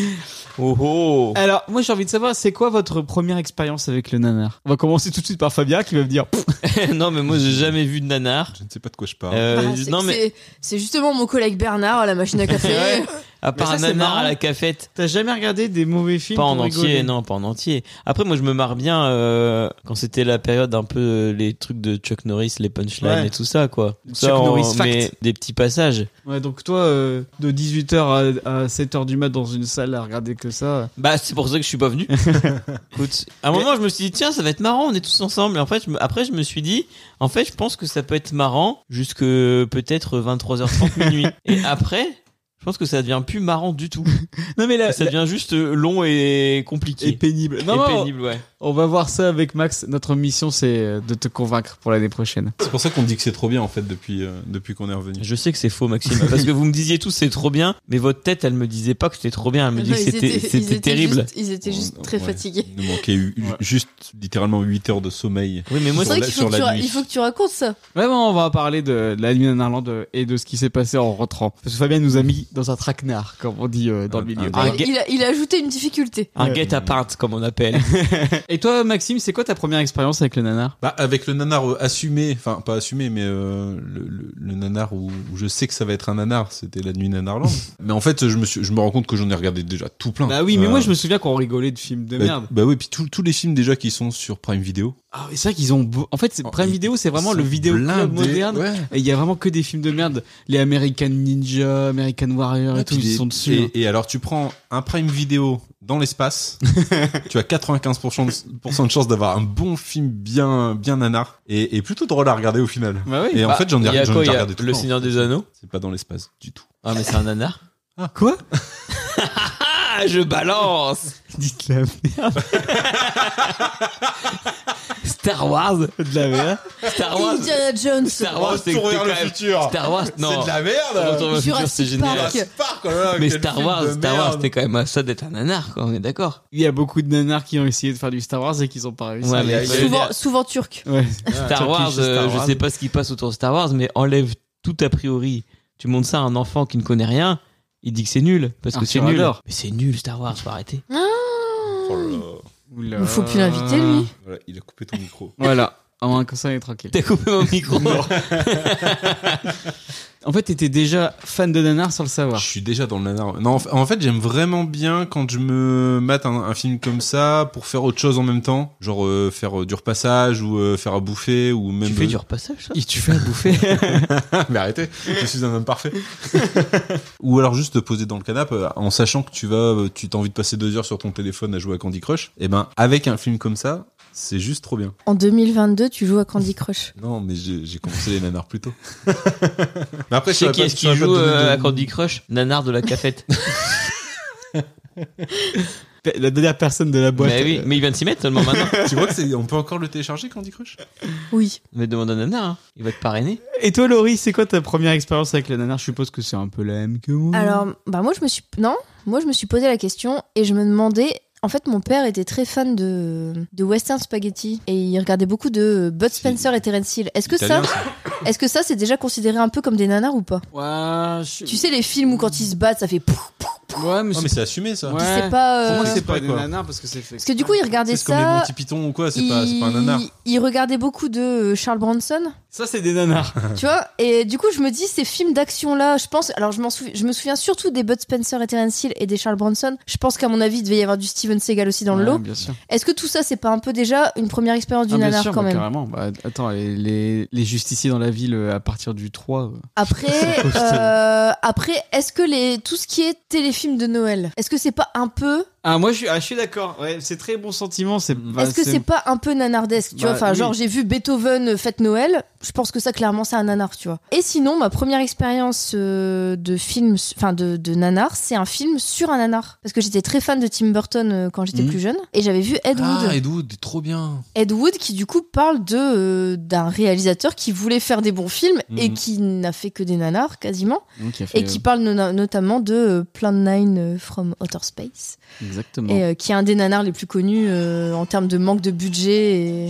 Speaker 6: Oh oh
Speaker 2: Alors, moi j'ai envie de savoir, c'est quoi votre première expérience avec le nanar On va commencer tout de suite par Fabien qui va me dire. Pff,
Speaker 6: Non, mais moi j'ai jamais vu de nanar.
Speaker 5: Je ne sais pas de quoi je parle.
Speaker 6: Euh,
Speaker 4: Ah, c'est-
Speaker 6: non, mais
Speaker 4: c'est- C'est justement mon collègue Bernard à la machine à café.
Speaker 6: Ouais. à
Speaker 2: Mais
Speaker 6: part
Speaker 2: ça,
Speaker 6: un
Speaker 2: c'est
Speaker 6: nanar
Speaker 2: marrant.
Speaker 6: à la cafette.
Speaker 2: T'as jamais regardé des mauvais films
Speaker 6: Pas en
Speaker 2: pour
Speaker 6: entier,
Speaker 2: rigoler
Speaker 6: non, pas en entier. Après, moi, je me marre bien euh, quand c'était la période un peu euh, les trucs de Chuck Norris, les punchlines
Speaker 2: Ouais.
Speaker 6: et tout ça, quoi.
Speaker 2: Chuck
Speaker 6: Ça,
Speaker 2: Norris fact.
Speaker 6: met des petits passages.
Speaker 2: Ouais, donc toi, euh, de 18h à, 7h du mat dans une salle à regarder que ça.
Speaker 6: Bah, c'est pour ça que je suis pas venu. Écoute, à un moment, je me suis dit, tiens, ça va être marrant, on est tous ensemble. Et en fait, je me- après, je me suis dit, en fait, je pense que ça peut être marrant jusque peut-être 23h30 minuit. Et après, je pense que ça devient plus marrant du tout.
Speaker 2: Non mais là,
Speaker 6: Ça devient juste euh, long et compliqué.
Speaker 2: est pénible.
Speaker 6: Et
Speaker 2: Non, non,
Speaker 6: pénible, ouais.
Speaker 2: on va voir ça avec Max. Notre mission, c'est euh, de te convaincre pour l'année prochaine.
Speaker 5: C'est pour ça qu'on dit que c'est trop bien, en fait, depuis, euh, depuis qu'on est revenu.
Speaker 6: Je sais que c'est faux, Maxime, parce que vous me disiez tous c'est trop bien, mais votre tête, elle me disait pas que c'était trop bien, elle me
Speaker 4: Non,
Speaker 6: disait que
Speaker 4: ils
Speaker 6: c'était
Speaker 4: étaient- ils
Speaker 6: c'était
Speaker 4: étaient
Speaker 6: terrible.
Speaker 4: juste- ils étaient juste
Speaker 5: On-
Speaker 4: très
Speaker 5: ouais.
Speaker 4: fatigués.
Speaker 5: Il nous manquait eu-
Speaker 2: Ouais.
Speaker 5: juste littéralement 8 heures de sommeil.
Speaker 6: Oui, mais moi,
Speaker 4: C'est vrai
Speaker 5: la-
Speaker 4: qu'il faut,
Speaker 5: sur
Speaker 4: que
Speaker 5: la
Speaker 4: tu ra-
Speaker 5: nuit.
Speaker 4: il faut que tu racontes ça.
Speaker 2: Ouais, bon, on va parler de, de la nuit en Irlande et de ce qui s'est passé en rentrant. Parce que Fabien nous a mis dans un traquenard, comme on dit euh, dans le
Speaker 5: Un-
Speaker 2: milieu.
Speaker 6: un-
Speaker 4: Il-
Speaker 6: Ah, ga-
Speaker 4: il, a, il a ajouté une difficulté.
Speaker 6: un
Speaker 2: Ouais.
Speaker 6: guet à peinte, comme on appelle.
Speaker 2: Et toi, Maxime, c'est quoi ta première expérience avec le nanar
Speaker 5: Bah, avec le nanar euh, assumé, enfin pas assumé, mais euh, le, le- le nanar où, où je sais que ça va être un nanar, c'était la nuit nanarland. mais en fait, je me, suis- je me rends compte que j'en ai regardé déjà tout plein.
Speaker 2: Bah oui, mais
Speaker 5: Euh,
Speaker 2: moi je me souviens qu'on rigolait de films de
Speaker 5: bah,
Speaker 2: merde.
Speaker 5: Bah oui, puis tous tous les films déjà qui sont sur Prime Video.
Speaker 2: Ah, mais c'est vrai qu'ils ont. beau- En fait, c'est-
Speaker 5: Oh,
Speaker 2: Prime
Speaker 5: ils
Speaker 2: Video, c'est vraiment
Speaker 5: sont
Speaker 2: le vidéo club
Speaker 5: blindés,
Speaker 2: moderne.
Speaker 5: ouais.
Speaker 2: Et il y a vraiment que des films de merde. Les American Ninja, American Warrior et
Speaker 5: Ouais,
Speaker 2: tout,
Speaker 5: puis
Speaker 2: ils
Speaker 5: des-
Speaker 2: sont dessus. hein.
Speaker 5: Et, et alors tu prends un Prime Video dans l'espace, tu as 95% de, pourcent de chance d'avoir un bon film bien bien nanar et, et plutôt drôle à regarder au final.
Speaker 2: Bah oui.
Speaker 5: Et en
Speaker 6: Bah,
Speaker 5: fait, j'en ai,
Speaker 6: il y a
Speaker 5: j'en ai
Speaker 6: quoi, il y a
Speaker 5: regardé tout
Speaker 6: Le
Speaker 5: plein.
Speaker 6: Seigneur des Anneaux.
Speaker 5: C'est pas dans l'espace du tout.
Speaker 6: Ah, mais c'est un nanar.
Speaker 2: Quoi
Speaker 6: Ah, je balance
Speaker 2: Dites la
Speaker 6: Star Wars
Speaker 2: de la merde.
Speaker 6: Star Wars
Speaker 4: Indiana Jones.
Speaker 6: Ah, Star Wars, c'est
Speaker 5: Retour Oh,
Speaker 6: t'es
Speaker 5: vers
Speaker 6: quand
Speaker 5: le
Speaker 6: même-
Speaker 5: futur.
Speaker 6: Star Wars, non.
Speaker 5: C'est de la merde.
Speaker 6: Retour vers le futur, c'est
Speaker 4: Jurassic
Speaker 6: génial.
Speaker 4: Park.
Speaker 5: Parc, oh là là,
Speaker 6: Mais
Speaker 5: quel
Speaker 6: Star
Speaker 5: film
Speaker 6: Wars,
Speaker 5: de
Speaker 6: Star Wars,
Speaker 5: merde.
Speaker 6: c'était quand même à ça d'être un nanar, quoi, on est d'accord.
Speaker 2: Il y a beaucoup de nanars qui ont essayé de faire du Star Wars et qui n'ont pas réussi.
Speaker 6: Ouais, mais-
Speaker 5: mais-
Speaker 4: Souvent, souvent turc.
Speaker 2: Ouais.
Speaker 6: Star Wars, euh, je sais pas ce qui passe autour de Star Wars, mais enlève tout a priori. Tu montes ça à un enfant qui ne connaît rien, il dit que c'est nul, parce que
Speaker 2: Arthur
Speaker 6: c'est nul.
Speaker 2: adore.
Speaker 6: Mais c'est nul Star Wars, faut arrêter.
Speaker 5: Oh là là.
Speaker 2: Il
Speaker 4: Faut plus l'inviter, lui.
Speaker 5: Voilà, il a coupé ton micro.
Speaker 2: Voilà. En moins, comme ça, on est tranquille.
Speaker 6: T'as coupé mon micro.
Speaker 2: En fait, t'étais déjà fan de nanar sans le
Speaker 5: Je
Speaker 2: savoir.
Speaker 5: suis déjà dans le nanar. Non, en fait- en fait, j'aime vraiment bien quand je me mate un, un film comme ça pour faire autre chose en même temps, genre euh, faire euh, du repassage ou euh, faire à bouffer ou même. euh,
Speaker 6: tu fais du repassage, ça
Speaker 2: Et tu fais à bouffer.
Speaker 5: Mais arrêtez, je suis un homme parfait. Ou alors juste te poser dans le canapé euh, en sachant que tu vas, euh, tu t'as envie de passer deux heures sur ton téléphone à jouer à Candy Crush. Et ben, avec un film comme ça, c'est juste trop bien.
Speaker 4: En 2022, tu joues à Candy Crush.
Speaker 5: Non, mais j'ai j'ai commencé les nanars plus tôt. mais après,
Speaker 6: Tu sais
Speaker 5: je saurais
Speaker 6: qui
Speaker 5: pas-
Speaker 6: est-ce
Speaker 5: je
Speaker 6: qui
Speaker 5: saurais pas
Speaker 6: joue
Speaker 5: te donner
Speaker 6: euh,
Speaker 5: de-
Speaker 6: à Candy Crush Nanar de la cafette.
Speaker 2: La dernière personne de la boîte.
Speaker 6: mais oui, mais il vient de s'y mettre seulement maintenant.
Speaker 5: Tu vois que c'est, on peut encore le télécharger Candy Crush
Speaker 4: Oui.
Speaker 6: Mais demande à Nanar, hein. il va te parrainer.
Speaker 2: Et toi, Laurie, c'est quoi ta première expérience avec le nanar Je suppose que c'est un peu la même que moi.
Speaker 4: Alors, bah moi je me suis non, moi je me suis posé la question et je me demandais. En fait, mon père était très fan de, de western spaghetti euh, et il regardait beaucoup de Bud Spencer et Terence Hill. Est-ce que
Speaker 5: Italien,
Speaker 4: ça, Est-ce que ça, c'est déjà considéré un peu comme des nanars ou pas
Speaker 2: Ouais, je-
Speaker 4: Tu sais, les films où quand ils se battent, ça fait pouf, pouf.
Speaker 2: ouais, mais
Speaker 5: Oh,
Speaker 2: c'est
Speaker 5: mais c'est assumé ça.
Speaker 2: Ouais.
Speaker 4: C'est pas.
Speaker 2: Pour
Speaker 4: euh,
Speaker 2: moi,
Speaker 5: c'est
Speaker 2: c'est
Speaker 5: pas
Speaker 2: pas des
Speaker 5: quoi.
Speaker 2: nanars parce que c'est fait.
Speaker 4: Parce que du coup, ils regardaient
Speaker 5: C'est comme les
Speaker 4: ça.
Speaker 5: Monty Python ou quoi, c'est
Speaker 4: ils
Speaker 5: pas, c'est pas un nanar.
Speaker 4: ils regardaient beaucoup de euh, Charles Bronson,
Speaker 2: Ça, c'est des nanars.
Speaker 4: tu vois. Et du coup, je me dis, ces films d'action-là, je pense. Alors, je, m'en souvi- je me souviens surtout des Bud Spencer et Terence Hill et des Charles Bronson. Je pense qu'à mon avis, il devait y avoir du Steven Seagal aussi dans le lot.
Speaker 2: Ouais, Bien sûr.
Speaker 4: Est-ce que tout ça, c'est pas un peu déjà une première expérience du
Speaker 2: Ah, bien
Speaker 4: nanar
Speaker 2: sûr,
Speaker 4: quand
Speaker 2: bah,
Speaker 4: même
Speaker 2: Carrément. Bah, attends, les, les, les justiciers dans la ville euh, à partir du 3. euh.
Speaker 4: Après, euh, après, est-ce que les tout ce qui est téléfilm de Noël, est-ce que c'est pas un peu,
Speaker 2: Ah, moi, je suis, ah, je suis d'accord. Ouais, c'est très bon sentiment. C'est, bah,
Speaker 4: est-ce que c'est pas un peu nanardesque, tu
Speaker 2: Bah,
Speaker 4: vois Enfin,
Speaker 2: oui.
Speaker 4: genre j'ai vu Beethoven euh, fête Noël, je pense que ça clairement c'est un nanar, tu vois. Et sinon, ma première expérience euh, de film, su- enfin de, de nanar, c'est un film sur un nanar, parce que j'étais très fan de Tim Burton euh, quand j'étais
Speaker 2: Hmm.
Speaker 5: Mhm.
Speaker 4: plus jeune, et j'avais vu Ed Wood.
Speaker 5: Ah, Ed Wood, trop bien.
Speaker 4: Ed Wood qui du coup parle de euh, d'un réalisateur qui voulait faire des bons films et
Speaker 2: Hmm.
Speaker 5: Mhm.
Speaker 4: qui n'a fait que des nanars quasiment.
Speaker 2: Donc, il a fait,
Speaker 4: Et qui parle no- notamment de euh, Plan 9 euh, from Outer Space,
Speaker 2: euh, Exactement.
Speaker 4: et euh, qui est un des nanars les plus connus euh, en termes de manque de budget. et-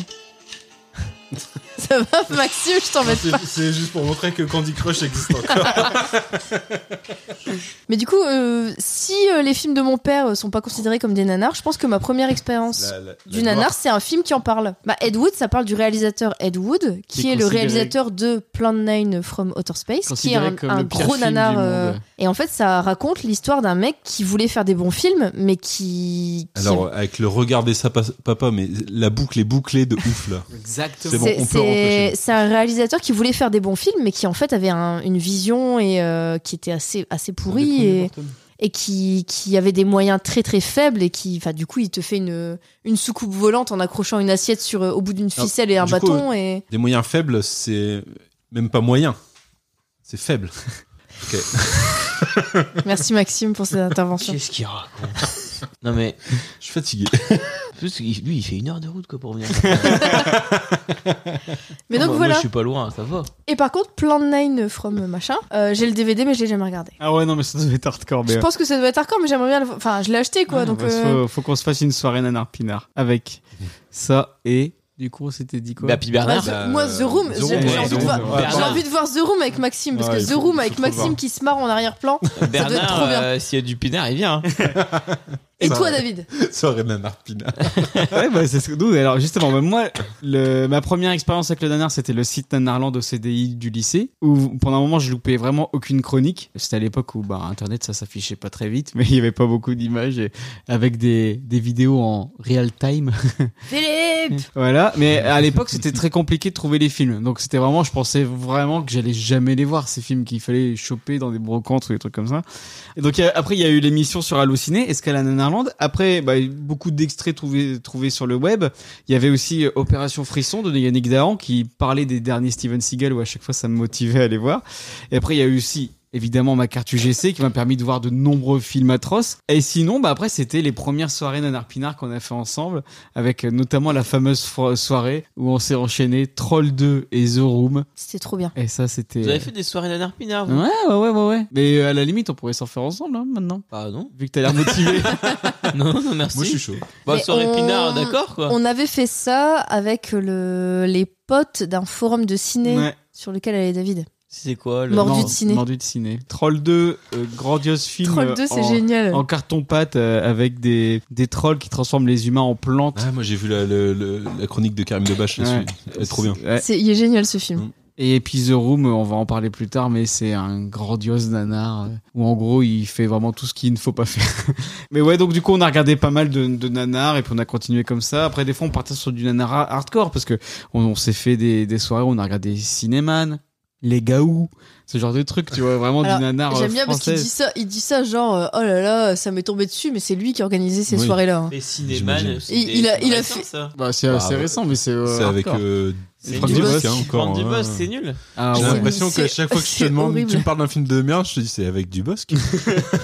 Speaker 4: Ça va, Maxime, je t'embête pas.
Speaker 5: C'est juste pour montrer que Candy Crush existe encore.
Speaker 4: Mais du coup, euh, si euh, les films de mon père euh, sont pas considérés comme des nanars, je pense que ma première expérience du nanar, c'est un film qui en parle. Bah, Ed Wood, ça parle du réalisateur Ed Wood, qui
Speaker 2: Qui est
Speaker 4: est le
Speaker 2: considéré-
Speaker 4: réalisateur de Plan 9 from Outer Space, qui est
Speaker 2: Considéré
Speaker 4: un,
Speaker 2: comme
Speaker 4: un
Speaker 2: le pire
Speaker 4: gros
Speaker 2: film du
Speaker 4: nanar.
Speaker 2: monde.
Speaker 4: euh, Et en fait, ça raconte l'histoire d'un mec qui voulait faire des bons films, mais qui. qui-
Speaker 5: Alors, avec le regard des sapa- papa, mais la boucle est bouclée de ouf là.
Speaker 2: Exactement.
Speaker 5: C'est bon,
Speaker 4: C'est-
Speaker 5: on peut rentrer chez
Speaker 4: c'est- c'est un réalisateur qui voulait faire des bons films, mais qui en fait avait un- une vision et euh, qui était assez, assez pourrie et, et qui, qui avait des moyens très très faibles et qui, enfin, du coup, il te fait une, une soucoupe volante en accrochant une assiette sur, euh, au bout d'une
Speaker 5: Alors,
Speaker 4: ficelle et un
Speaker 5: Ah, du euh,
Speaker 4: bâton et
Speaker 5: Des moyens faibles, c'est même pas moyen. C'est faible.
Speaker 4: merci Maxime pour cette intervention.
Speaker 6: Qu'est-ce qu'il raconte Non mais
Speaker 5: Je suis fatigué.
Speaker 6: parce que lui il fait une heure de route quoi pour venir.
Speaker 4: Mais
Speaker 6: Moi,
Speaker 4: donc
Speaker 6: Moi
Speaker 4: voilà.
Speaker 6: je suis pas loin, ça va.
Speaker 4: Et par contre, Plan 9 from machin, euh, j'ai le DVD mais je l'ai jamais regardé.
Speaker 2: Ah ouais, non, mais ça devait être hardcore. Mais...
Speaker 4: Je pense que ça doit être hardcore, mais j'aimerais bien. le- Enfin, je l'ai acheté quoi,
Speaker 2: Ah,
Speaker 4: donc.
Speaker 2: bah,
Speaker 4: euh,
Speaker 2: faut, faut qu'on se fasse une soirée nanar pinard avec ça et du coup on s'était dit quoi
Speaker 6: Papy Bernard.
Speaker 5: Bah,
Speaker 4: Moi, The Room,
Speaker 5: The
Speaker 4: j'ai
Speaker 5: Room,
Speaker 4: j'ai
Speaker 6: ouais,
Speaker 4: envie,
Speaker 6: The
Speaker 4: de
Speaker 6: Room,
Speaker 4: voir-
Speaker 6: ouais.
Speaker 4: j'ai
Speaker 6: Bernard.
Speaker 4: envie de voir The Room avec Maxime, parce
Speaker 5: Ah, Ouais,
Speaker 4: que
Speaker 5: il
Speaker 4: The
Speaker 5: faut-
Speaker 4: Room
Speaker 5: il
Speaker 4: avec
Speaker 5: faut
Speaker 4: Maxime
Speaker 5: voir.
Speaker 4: qui se marre en arrière-plan. être
Speaker 6: Bernard,
Speaker 4: trop bien.
Speaker 6: euh, s'il y a du pinard, il vient.
Speaker 4: Et
Speaker 5: Ça,
Speaker 4: toi,
Speaker 5: ouais.
Speaker 4: David
Speaker 5: Soirée nanar pina.
Speaker 2: Ouais, bah, c'est ce que nous. Alors, justement, bah, moi, le, ma première expérience avec le nanar, c'était le site Nanarland au CDI du lycée, où pendant un moment, je loupais vraiment aucune chronique. C'était à l'époque où bah, Internet, ça s'affichait pas très vite, mais il y avait pas beaucoup d'images, et avec des, des vidéos en real time. Mmh.
Speaker 4: Philippe
Speaker 2: voilà, mais à l'époque, c'était très compliqué de trouver les films. Donc, c'était vraiment, je pensais vraiment que j'allais jamais les voir, ces films qu'il fallait choper dans des brocantes ou des trucs comme ça. Et donc, il y a- après, il y a eu l'émission sur Allociné, Escale à Nanarland. Après, bah, beaucoup d'extraits trouvés, trouvés sur le web. Il y avait aussi euh, Opération Frisson de Yannick Dahan qui parlait des derniers Steven Seagal où à chaque fois ça me motivait à aller voir. Et après, il y a eu aussi évidemment ma carte UGC qui m'a permis de voir de nombreux films atroces. Et sinon, bah après, c'était les premières soirées nanarpinard qu'on a fait ensemble avec euh, notamment la fameuse fro- soirée où on s'est enchaîné Troll 2 et The Room.
Speaker 4: C'était trop bien.
Speaker 2: Et ça, c'était...
Speaker 6: Vous avez fait des soirées nanar pinard
Speaker 2: Ouais,
Speaker 6: vous
Speaker 2: ouais, ouais, ouais, ouais. Mais euh, à la limite, on pourrait s'en faire ensemble hein, maintenant.
Speaker 6: Ah non.
Speaker 2: Vu que t'as l'air motivé.
Speaker 6: Non, non, merci.
Speaker 5: Moi, je suis chaud.
Speaker 6: Bah,
Speaker 4: Mais
Speaker 6: soirée
Speaker 4: on-
Speaker 6: pinard, d'accord
Speaker 2: Ah.
Speaker 6: quoi.
Speaker 4: On avait fait ça avec le... les potes d'un forum de ciné
Speaker 2: Ouais.
Speaker 4: sur lequel allait David.
Speaker 6: C'est quoi le.
Speaker 4: Mordu
Speaker 2: Non,
Speaker 4: de ciné.
Speaker 2: Mordu de ciné. Troll 2, euh, grandiose film.
Speaker 4: Troll
Speaker 2: euh,
Speaker 4: 2, c'est
Speaker 2: en-
Speaker 4: génial.
Speaker 2: en carton-pâte euh, avec des, des trolls qui transforment les humains en plantes.
Speaker 5: Ah, moi j'ai vu la, le- le- la chronique de Karim Debache
Speaker 2: Ouais.
Speaker 5: là-dessus. Elle est trop bien.
Speaker 2: Ouais.
Speaker 4: C'est... Il est génial ce film.
Speaker 5: Mm.
Speaker 2: Et puis The Room, on va en parler plus tard, mais c'est un grandiose nanar euh, où en gros il fait vraiment tout ce qu'il ne faut pas faire. mais ouais, donc du coup on a regardé pas mal de, de nanars et puis on a continué comme ça. Après des fois on partait sur du nanar ha- hardcore parce que on, on s'est fait des, des soirées où on a regardé Cinéman, Les Gaou, ce genre de truc, tu vois, vraiment
Speaker 4: Alors,
Speaker 2: du nanar. euh,
Speaker 4: J'aime bien parce qu'il
Speaker 2: français.
Speaker 4: dit ça, il dit ça genre euh, oh là là, ça m'est tombé dessus, mais c'est lui qui organisait ces
Speaker 5: Oui.
Speaker 4: soirées-là. hein.
Speaker 6: Les cinéman.
Speaker 5: J'imagine.
Speaker 6: c'est
Speaker 4: Il-
Speaker 6: des-
Speaker 4: il a-
Speaker 6: c'est
Speaker 4: il a
Speaker 6: récent,
Speaker 4: fait-
Speaker 6: ça.
Speaker 2: Bah, c'est assez
Speaker 5: Bah,
Speaker 2: récent, mais c'est. euh,
Speaker 5: C'est avec
Speaker 2: hardcore.
Speaker 5: euh,
Speaker 6: C'est
Speaker 5: Franck
Speaker 6: du
Speaker 5: Dubosc,
Speaker 4: Dubosc.
Speaker 5: hein, encore.
Speaker 6: Franck
Speaker 5: hein.
Speaker 6: Dubosc, c'est nul.
Speaker 2: Ah,
Speaker 5: J'ai
Speaker 2: ouais.
Speaker 5: l'impression
Speaker 4: C'est-
Speaker 5: qu'à chaque fois que je te
Speaker 4: c'est
Speaker 5: demande,
Speaker 4: horrible.
Speaker 5: tu me parles d'un film de merde, je te dis c'est avec Dubosc.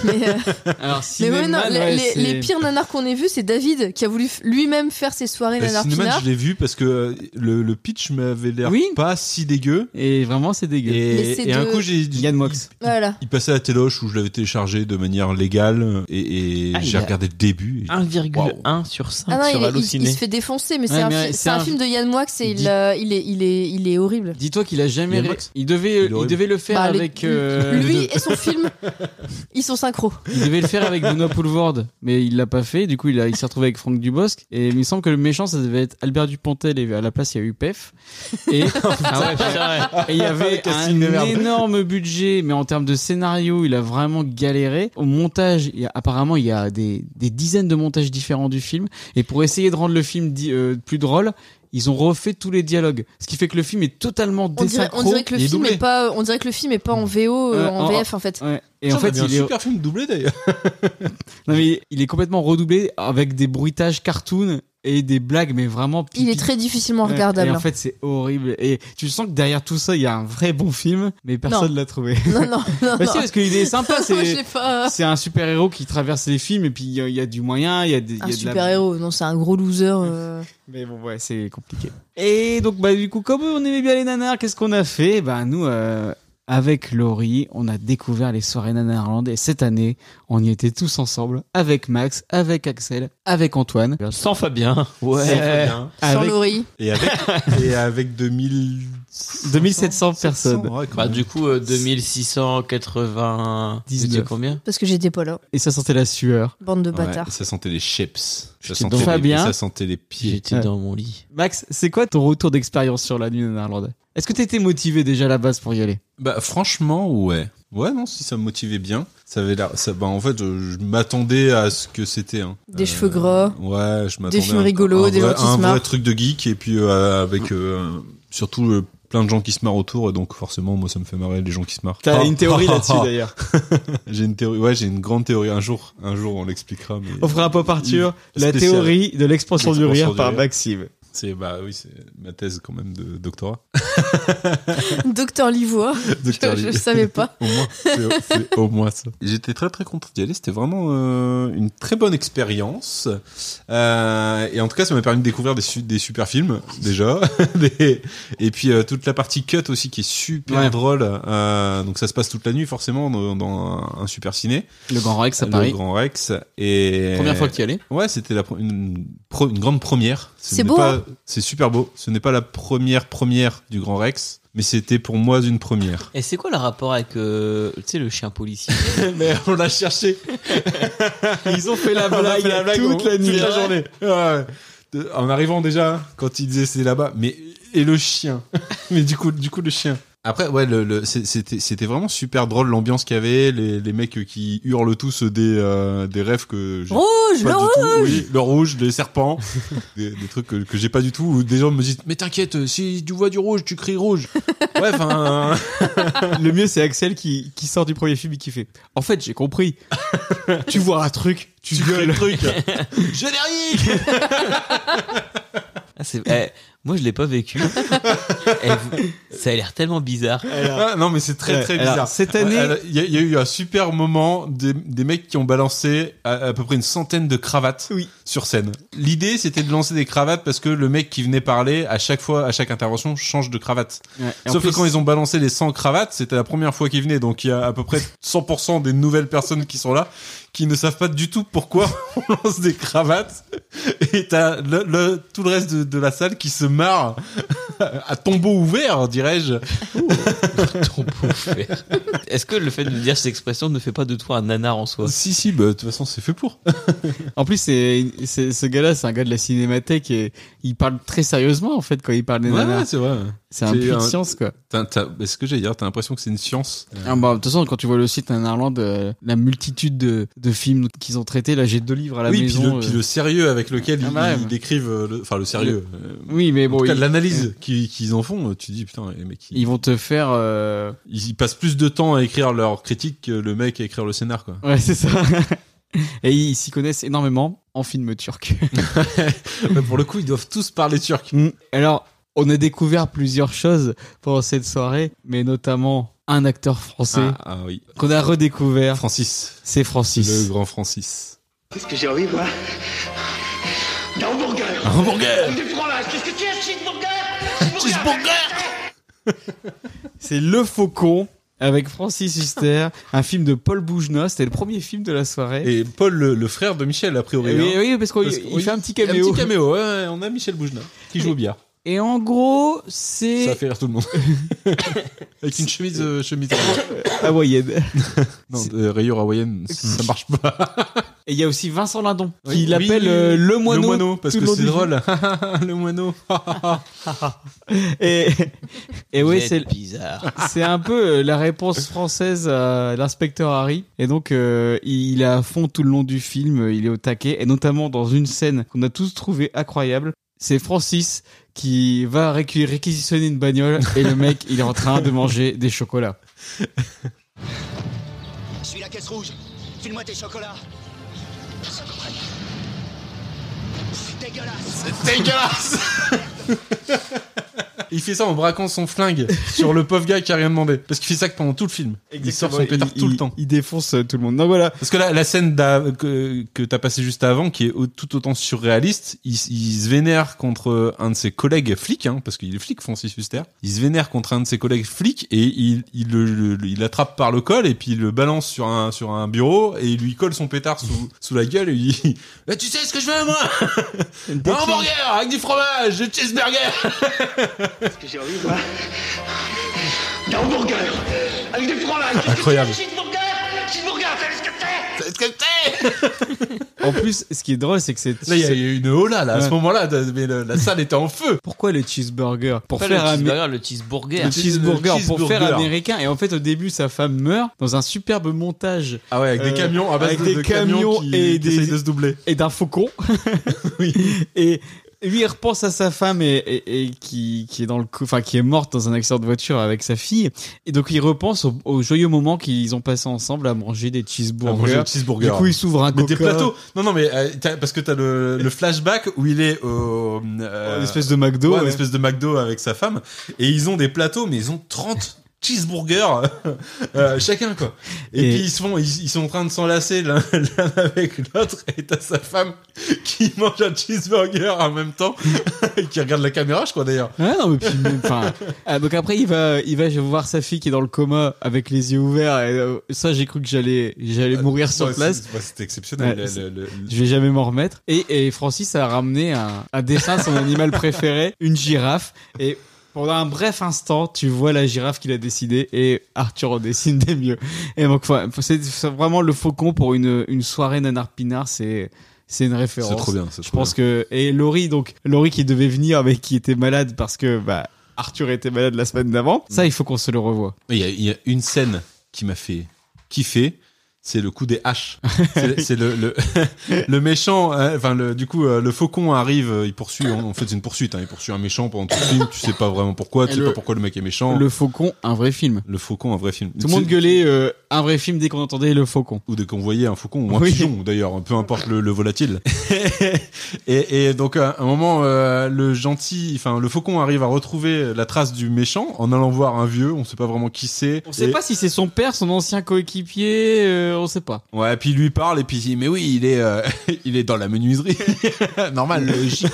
Speaker 4: Mais, euh,
Speaker 2: Alors,
Speaker 4: mais ouais,
Speaker 2: Cinéman,
Speaker 4: non, les-
Speaker 2: ouais,
Speaker 4: les,
Speaker 2: c'est-
Speaker 4: les pires nanars qu'on ait vus, c'est David qui a voulu f- lui-même faire ses soirées
Speaker 5: Le
Speaker 4: nanar
Speaker 5: cinéma,
Speaker 4: pinard.
Speaker 5: je l'ai vu parce que euh, le, le pitch m'avait l'air
Speaker 2: Oui.
Speaker 5: pas si dégueu.
Speaker 2: Et vraiment, c'est dégueu.
Speaker 4: Mais c'est
Speaker 5: Et, et un
Speaker 4: de-
Speaker 5: coup, j'ai
Speaker 2: Yann Moix.
Speaker 5: il-
Speaker 4: Voilà.
Speaker 5: Il passait à Téloche où je l'avais téléchargé de manière légale et, et
Speaker 6: Ah, il
Speaker 5: j'ai
Speaker 6: a-
Speaker 5: regardé le début. et-
Speaker 6: 1,1 sur 5
Speaker 4: Ah non,
Speaker 6: sur
Speaker 4: il, il- il
Speaker 6: Allociné.
Speaker 4: se fait défoncer, mais
Speaker 2: Ouais,
Speaker 4: c'est un,
Speaker 2: mais
Speaker 4: fi-
Speaker 2: c'est
Speaker 4: c'est un
Speaker 2: un-
Speaker 4: film de Yann Moix et
Speaker 2: dit-
Speaker 4: il, euh, il il est, il est, il est horrible.
Speaker 2: Dis-toi qu'il a jamais.
Speaker 5: Il y a
Speaker 2: ré-
Speaker 5: Max.
Speaker 2: Il devait,
Speaker 5: Il
Speaker 2: il,
Speaker 5: aurait-
Speaker 2: devait le faire
Speaker 4: Bah, les-
Speaker 2: avec. euh,
Speaker 4: lui
Speaker 2: les deux.
Speaker 4: et son film, ils sont synchro.
Speaker 2: Il devait le faire avec Benoît Poulvord, mais il l'a pas fait. Du coup, il, a- il s'est retrouvé avec Franck Dubosc. Et il me semble que le méchant, ça devait être Albert Dupontel. Et à la place, il y a eu PEF. Et
Speaker 6: Ah ouais, putain, ouais.
Speaker 2: Et il y avait
Speaker 5: Ah, Casting de
Speaker 2: un
Speaker 5: merde.
Speaker 2: énorme budget, mais en termes de scénario, il a vraiment galéré. Au montage, il y a- apparemment, il y a des, des dizaines de montages différents du film. Et pour essayer de rendre le film di- euh, plus drôle, ils ont refait tous les dialogues. Ce qui fait que le film est totalement
Speaker 4: On dirait,
Speaker 2: désynchro.
Speaker 4: on dirait que le
Speaker 5: il est
Speaker 4: film
Speaker 5: doublé.
Speaker 4: est pas, on dirait que le film est pas en VO, euh,
Speaker 2: Euh,
Speaker 4: en
Speaker 2: en-
Speaker 4: VF en fait.
Speaker 2: Ouais. Et en fait,
Speaker 5: il
Speaker 2: il est,
Speaker 5: un super film doublé d'ailleurs.
Speaker 2: non, mais il est complètement redoublé avec des bruitages cartoon et des blagues, mais vraiment.
Speaker 4: Il est
Speaker 2: pipi-
Speaker 4: très difficilement
Speaker 2: Ouais.
Speaker 4: regardable.
Speaker 2: Et en fait, c'est horrible. Et tu sens que derrière tout ça, il y a un vrai bon film, mais personne l'a trouvé.
Speaker 4: Non, non, non.
Speaker 2: Bah
Speaker 4: non.
Speaker 2: si, parce que l'idée est sympa,
Speaker 4: Moi,
Speaker 2: c'est.
Speaker 4: j'ai pas.
Speaker 2: C'est un super héros qui traverse les films et puis il y, a- il y a du moyen, il y a des. il y a
Speaker 4: Un
Speaker 2: de la-
Speaker 4: super héros, non, c'est un gros loser. euh.
Speaker 2: Mais bon, ouais, c'est compliqué. Et donc, bah, du coup, comme on aimait bien les nanars, qu'est-ce qu'on a fait Bah, nous, euh, avec Laurie, on a découvert les soirées nanarland et cette année, on y était tous ensemble avec Max, avec Axel, avec Antoine, Euh,
Speaker 6: Sans Fabien.
Speaker 5: C'est bien.
Speaker 4: Sans
Speaker 2: avec
Speaker 4: Laurie.
Speaker 5: Et avec, et avec 2000.
Speaker 2: 2700 personnes.
Speaker 5: Ouais, quand
Speaker 6: Bah,
Speaker 5: même.
Speaker 6: du coup, euh, 2680.
Speaker 2: Dix-neuf.
Speaker 6: C'était combien
Speaker 4: Parce que j'étais pas là.
Speaker 2: Et ça sentait la sueur.
Speaker 4: Bande de
Speaker 5: Ouais,
Speaker 4: bâtards.
Speaker 5: ça sentait les chips. Ça
Speaker 2: J'étais
Speaker 5: sentait,
Speaker 2: dans-
Speaker 5: les,
Speaker 2: Fabien.
Speaker 5: ça sentait les pieds.
Speaker 6: J'étais
Speaker 2: Ouais.
Speaker 6: dans mon lit.
Speaker 2: Max, c'est quoi ton retour d'expérience sur la nuit nanarland Est-ce que t'étais motivé déjà à la base pour y aller
Speaker 5: Bah, franchement, ouais. Ouais, non, si ça me motivait bien. Ça avait l'air. Ça, bah, en fait, je, je m'attendais à ce que c'était. hein.
Speaker 2: euh,
Speaker 5: Euh,
Speaker 4: Des cheveux gras.
Speaker 5: Ouais, je m'attendais.
Speaker 4: Des films
Speaker 5: à un-
Speaker 4: rigolos,
Speaker 5: un
Speaker 4: des
Speaker 5: vrai,
Speaker 4: gens qui se
Speaker 5: Un vrai
Speaker 4: marrent.
Speaker 5: truc de geek, et puis euh, avec euh, surtout euh, plein de gens qui se marrent autour, et donc forcément, moi, ça me fait marrer les gens qui se marrent.
Speaker 2: T'as
Speaker 5: Ah,
Speaker 2: une
Speaker 5: ah,
Speaker 2: théorie
Speaker 5: ah,
Speaker 2: là-dessus
Speaker 5: ah.
Speaker 2: d'ailleurs.
Speaker 5: J'ai une théorie. Ouais, j'ai une grande théorie. Un jour, un jour, on l'expliquera. Mais
Speaker 2: On fera un pop Arthur, la
Speaker 5: Spécial.
Speaker 2: théorie de l'expansion du
Speaker 5: L'expansion
Speaker 2: rire
Speaker 5: du
Speaker 2: par
Speaker 5: rire.
Speaker 2: Maxime.
Speaker 5: c'est bah oui, c'est ma thèse quand même de doctorat.
Speaker 4: Docteur Livois.
Speaker 5: Docteur
Speaker 4: je
Speaker 5: Lee.
Speaker 4: savais pas.
Speaker 5: au moins, c'est- c'est au moins ça. J'étais très très content d'y aller. C'était vraiment euh, une très bonne expérience. Euh, et en tout cas, ça m'a permis de découvrir des, su- des super films déjà. Des- et puis euh, toute la partie cut aussi qui est super
Speaker 2: Ouais.
Speaker 5: drôle. Euh, donc ça se passe toute la nuit forcément dans, dans un, un super ciné,
Speaker 2: Le Grand Rex à
Speaker 5: le
Speaker 2: Paris.
Speaker 5: Grand Rex. Et
Speaker 2: Première fois que tu y allais.
Speaker 5: Ouais, c'était la pro- une, pro- une grande première. Ce
Speaker 4: C'est
Speaker 5: n'est
Speaker 4: beau,
Speaker 5: pas-
Speaker 4: hein
Speaker 5: C'est super beau. Ce n'est pas la première première du Grand Rex, mais c'était pour moi une première.
Speaker 6: Et c'est quoi le rapport avec, euh, tu sais, le chien policier
Speaker 5: mais on l'a cherché.
Speaker 2: Ils ont fait la
Speaker 5: On a fait la blague
Speaker 2: toute
Speaker 5: on-
Speaker 2: la nuit.
Speaker 5: journée. Ouais. De- En arrivant déjà, quand il disait c'est là-bas, mais et le chien. mais du coup, du coup le chien. Après, ouais, le, le- c'est- c'était c'était vraiment super drôle l'ambiance qu'il y avait, les, les mecs qui hurlent tous des euh, des rêves que j'ai
Speaker 4: Rouge,
Speaker 5: pas du
Speaker 4: le rouge.
Speaker 5: tout. Oui, le rouge, les serpents, des, des trucs que, que j'ai pas du tout. Où des gens me disent mais t'inquiète, euh, si tu vois du rouge, tu cries rouge. ouais, enfin.
Speaker 2: Le mieux, c'est Axel qui, qui sort du premier film et qui fait En fait, j'ai compris. tu vois un truc, tu, gueules.
Speaker 5: truc.
Speaker 6: Générique Ah, c'est- eh, Moi, je l'ai pas vécu. Eh, vous- Ça a l'air tellement bizarre.
Speaker 5: Ah, non, mais c'est très
Speaker 2: Ouais,
Speaker 5: très
Speaker 2: alors,
Speaker 5: bizarre.
Speaker 2: cette
Speaker 5: Ouais,
Speaker 2: année-
Speaker 5: alors, il y, a- il y a eu un super moment des, des mecs qui ont balancé à, à peu près une centaine de cravates
Speaker 2: Oui.
Speaker 5: sur scène. L'idée, c'était de lancer des cravates parce que le mec qui venait parler à chaque fois, à chaque intervention, change de cravate. Sauf que quand ils ont balancé les 100 cravates, c'était la première fois qu'ils venaient, donc il y a à peu près 100% des nouvelles personnes qui sont là qui ne savent pas du tout pourquoi on lance des cravates. Et t'as le, le- tout le reste de, de la salle qui se marre à tombeau ouvert, dirais-je.
Speaker 6: Ton pauvre frère. Est-ce que le fait de dire cette expression ne fait pas de toi un nanar en soi
Speaker 5: Si, si, bah, de toute façon, c'est fait pour.
Speaker 2: En plus, c'est c'est- ce gars-là, c'est un gars de la cinémathèque et il parle très sérieusement en fait quand il parle des nanas.
Speaker 5: c'est vrai.
Speaker 2: C'est un
Speaker 5: c'est
Speaker 2: puits de
Speaker 5: un-
Speaker 2: science quoi.
Speaker 5: T'as, t'as, mais ce que j'allais dire, t'as l'impression que c'est une science.
Speaker 2: Ah, bah, de toute façon, quand tu vois le site Nanarland, euh, la multitude de, de films qu'ils ont traités, là j'ai deux livres à la
Speaker 5: oui, puis le,
Speaker 2: maison.
Speaker 5: puis
Speaker 2: euh.
Speaker 5: le sérieux avec lequel
Speaker 2: Ah,
Speaker 5: ils,
Speaker 2: bah,
Speaker 5: ils
Speaker 2: ouais.
Speaker 5: décrivent, euh, le- enfin, le sérieux. euh,
Speaker 2: Oui, mais
Speaker 5: en
Speaker 2: bon,
Speaker 5: tout cas,
Speaker 2: ils,
Speaker 5: l'analyse qu'ils, qu'ils en font, euh, tu dis, putain, les mecs, ils,
Speaker 2: ils vont te faire. euh,
Speaker 5: ils y passent plus de temps à écrire leur critique que le mec à écrire le scénar, quoi.
Speaker 2: Ouais, c'est ça. Et ils s'y connaissent énormément en film turc.
Speaker 5: Mais pour le coup, ils doivent tous parler turc.
Speaker 2: Mm. Alors, on a découvert plusieurs choses pendant cette soirée, mais notamment un acteur français
Speaker 5: Ah, ah oui.
Speaker 2: qu'on a redécouvert,
Speaker 5: Francis.
Speaker 2: c'est
Speaker 5: Le
Speaker 2: Francis.
Speaker 5: grand Francis.
Speaker 7: Qu'est-ce que j'ai envie, moi D'un hamburger
Speaker 5: Un hamburger!
Speaker 7: Avec du fromage Qu'est-ce que tu as, cheeseburger
Speaker 2: C'est Le Faucon avec Francis Huster, un film de Paul Bougenot, c'était le premier film de la soirée.
Speaker 5: Et Paul, le, le frère de Michel, a priori.
Speaker 2: Et Eh oui,
Speaker 5: hein.
Speaker 2: oui, parce qu'il
Speaker 5: Parce que-
Speaker 2: il
Speaker 5: oui,
Speaker 2: fait un petit
Speaker 5: Un
Speaker 2: caméo.
Speaker 5: petit caméo, ouais, ouais, on a Michel Boujna, qui joue bien.
Speaker 2: Et en gros, c'est
Speaker 5: Ça fait rire tout le monde. Avec une chemise, euh, chemise
Speaker 2: hawaïenne.
Speaker 5: non, euh, rayure hawaïenne, ça marche pas.
Speaker 2: Et il y a aussi Vincent Lindon qui
Speaker 5: Oui.
Speaker 2: l'appelle
Speaker 5: Oui.
Speaker 2: euh, le
Speaker 5: le
Speaker 2: moineau.
Speaker 5: moineau, parce
Speaker 2: tout
Speaker 5: que
Speaker 2: le long
Speaker 5: c'est
Speaker 2: du film.
Speaker 5: drôle. le moineau.
Speaker 2: Et, et Eh oui, c'est
Speaker 6: bizarre.
Speaker 2: c'est un peu euh, la réponse française à l'inspecteur Harry. Et donc, euh, il est à fond tout le long du film, euh, il est au taquet. Et notamment dans une scène qu'on a tous trouvé incroyable. C'est Francis qui va récu- réquisitionner une bagnole et le mec, il est en train de manger des chocolats.
Speaker 7: Je suis la caisse rouge. File-moi tes chocolats. Personne comprenne. C'est dégueulasse.
Speaker 5: Il fait ça en braquant son flingue sur le pauvre gars qui a rien demandé. Parce qu'il fait ça que pendant tout le film. Il sort son pétard tout le temps.
Speaker 2: Il défonce euh, tout le monde. Donc voilà.
Speaker 5: Parce que là, la scène d'a- que, que t'as passée juste avant, qui est au- tout autant surréaliste, il, s- il se vénère contre un de ses collègues flics, hein, parce qu'il est flic, Francis Huster. Il se vénère contre un de ses collègues flics et il, il le, le- il l'attrape par le col et puis il le balance sur un, sur un bureau et il lui colle son pétard sous, sous la gueule et il dit Eh, Tu sais ce que je veux, moi Un hamburger avec du fromage, du cheeseburger
Speaker 7: Ce que j'ai envie, moi. D'un hamburger. Avec des fromage.
Speaker 5: Incroyable.
Speaker 7: Cheeseburger. Cheeseburger, t'as vu ce que c'est
Speaker 2: En plus, ce qui est drôle, c'est que c'est.
Speaker 5: Là, il y a eu une hola, là, à
Speaker 2: Ouais.
Speaker 5: ce moment-là, t'as- mais le- la salle était en feu.
Speaker 2: Pourquoi le cheeseburger Pour
Speaker 6: Pas le
Speaker 2: faire un
Speaker 6: cheeseburger, le cheeseburger.
Speaker 2: le cheeseburger
Speaker 5: Le
Speaker 2: pour faire
Speaker 5: cheeseburger.
Speaker 2: américain et en fait au début sa femme meurt dans un superbe montage
Speaker 5: Ah ouais, avec
Speaker 2: Euh,
Speaker 5: des camions, à base
Speaker 2: avec
Speaker 5: de,
Speaker 2: des
Speaker 5: de camions,
Speaker 2: camions
Speaker 5: qui,
Speaker 2: et
Speaker 5: qui
Speaker 2: des-
Speaker 5: essayent de se doubler.
Speaker 2: et d'un faucon. oui. Et lui, il repense à sa femme et, et, et qui, qui est dans le coup, enfin, qui est morte dans un accident de voiture avec sa fille. Et donc, il repense au, au joyeux moment qu'ils ont passé ensemble à manger des
Speaker 5: Ah, manger
Speaker 2: cheeseburgers.
Speaker 5: le cheeseburger.
Speaker 2: Du coup, il s'ouvre un
Speaker 5: mais
Speaker 2: coca,
Speaker 5: des plateaux. Non, non, mais euh, t'as- parce que t'as le, le flashback où il est au. euh,
Speaker 2: une espèce de McDo.
Speaker 5: ouais, une
Speaker 2: ouais.
Speaker 5: espèce de McDo avec sa femme. Et ils ont des plateaux, mais ils ont 30 cheeseburgers euh, chacun, quoi. Et,
Speaker 2: Et-
Speaker 5: puis ils, se font, ils, ils sont en train de s'enlacer l'un l'un avec l'autre. Et t'as sa femme qui mange un cheeseburger en même temps. et qui regarde la caméra, je crois d'ailleurs.
Speaker 2: Ouais, non, mais puis, mais, enfin, ah, donc après, il va, il va voir sa fille qui est dans le coma avec les yeux ouverts. Et euh, ça, j'ai cru que j'allais, j'allais
Speaker 5: Euh,
Speaker 2: mourir sur
Speaker 5: Ouais,
Speaker 2: place.
Speaker 5: c'est- ouais, C'était exceptionnel.
Speaker 2: Ouais,
Speaker 5: le-
Speaker 2: c'est-
Speaker 5: le- le-
Speaker 2: Je vais jamais m'en remettre. Et, et Francis a ramené un, un dessin de son animal préféré, une girafe. Et pendant un bref instant, tu vois la girafe qu'il a décidée et Arthur en dessine des mieux. Et donc, voilà, c'est c'est vraiment le faucon pour une, une soirée nanar pinard. C'est c'est une référence.
Speaker 5: C'est trop bien.
Speaker 2: Je pense que et Laurie donc Laurie qui devait venir mais qui était malade parce que bah Arthur était malade la semaine d'avant. Ça, il faut qu'on se le revoie.
Speaker 5: Il y, a, il y a une scène qui m'a fait kiffer. C'est le coup des haches. C'est c'est le, le, le méchant. hein, Enfin, le- du coup, euh, le faucon arrive. euh, Il poursuit. En en fait, c'est une poursuite. hein, il poursuit un méchant pendant tout le film. Tu sais pas vraiment pourquoi. Tu sais
Speaker 2: Le-
Speaker 5: pas pourquoi le mec est méchant. Le,
Speaker 2: Le faucon, un vrai film.
Speaker 5: faucon, un vrai film.
Speaker 2: Tout le monde
Speaker 5: C'est-
Speaker 2: gueulait euh, un vrai film dès qu'on entendait le faucon.
Speaker 5: ou de qu'on voyait un faucon ou un
Speaker 2: Oui.
Speaker 5: pigeon d'ailleurs, hein, peu importe le, le volatile. et, et donc à un moment, euh, le gentil, enfin le faucon arrive à retrouver la trace du méchant en allant voir un vieux. On sait pas vraiment qui c'est.
Speaker 2: On sait
Speaker 5: Et-
Speaker 2: pas si c'est son père, son ancien coéquipier, euh, on sait pas.
Speaker 5: Ouais, puis il lui parle et puis il dit mais oui, il est euh, il est dans la menuiserie. Normal, logique.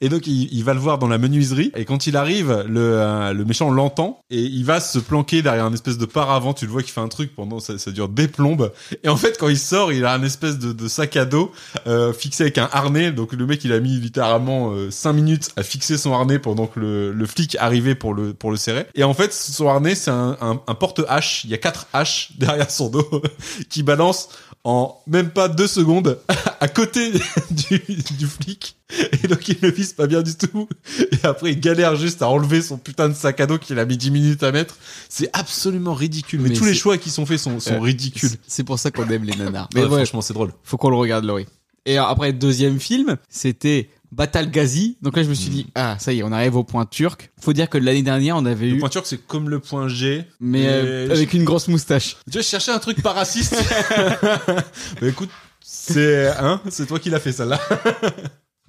Speaker 5: et donc il, il va le voir dans la menuiserie et quand il arrive, le euh, le méchant l'entend et il va se planquer derrière un espèce de paravent, tu le vois qui fait un truc pendant ça, ça dure des plombes et en fait quand il sort, il a un espèce de, de sac à dos euh, fixé avec un harnais. Donc le mec, il a mis littéralement 5 minutes à fixer son harnais pendant que le, le flic arrivait pour le pour le serrer. Et en fait, son harnais, c'est un, un, un porte-hache. Il y a quatre haches derrière son dos qui balance en même pas deux secondes à côté du, du flic. Et donc il ne vise pas bien du tout. Et après il galère juste à enlever son putain de sac à dos qu'il a mis 10 minutes à mettre. C'est absolument ridicule. Mais,
Speaker 2: Mais
Speaker 5: tous les
Speaker 2: c'est-
Speaker 5: choix qui sont faits sont, sont
Speaker 2: Euh,
Speaker 5: ridicules.
Speaker 2: C'est- C'est pour ça qu'on aime les nanars.
Speaker 5: Mais
Speaker 2: Mais ouais,
Speaker 5: franchement c'est drôle.
Speaker 2: faut qu'on le regarde, Laurie. Et après, deuxième film, c'était Battle Gazi. Donc là, je me
Speaker 5: Mm.
Speaker 2: suis dit, ah, ça y est, on arrive au point turc. Faut dire que l'année dernière, on avait
Speaker 5: Le
Speaker 2: eu,
Speaker 5: point turc c'est comme le point G.
Speaker 2: mais euh,
Speaker 5: mais-
Speaker 2: avec une grosse moustache.
Speaker 5: Tu vois, je cherchais un truc pas raciste. bah écoute, c'est hein, c'est toi qui l'as fait celle-là.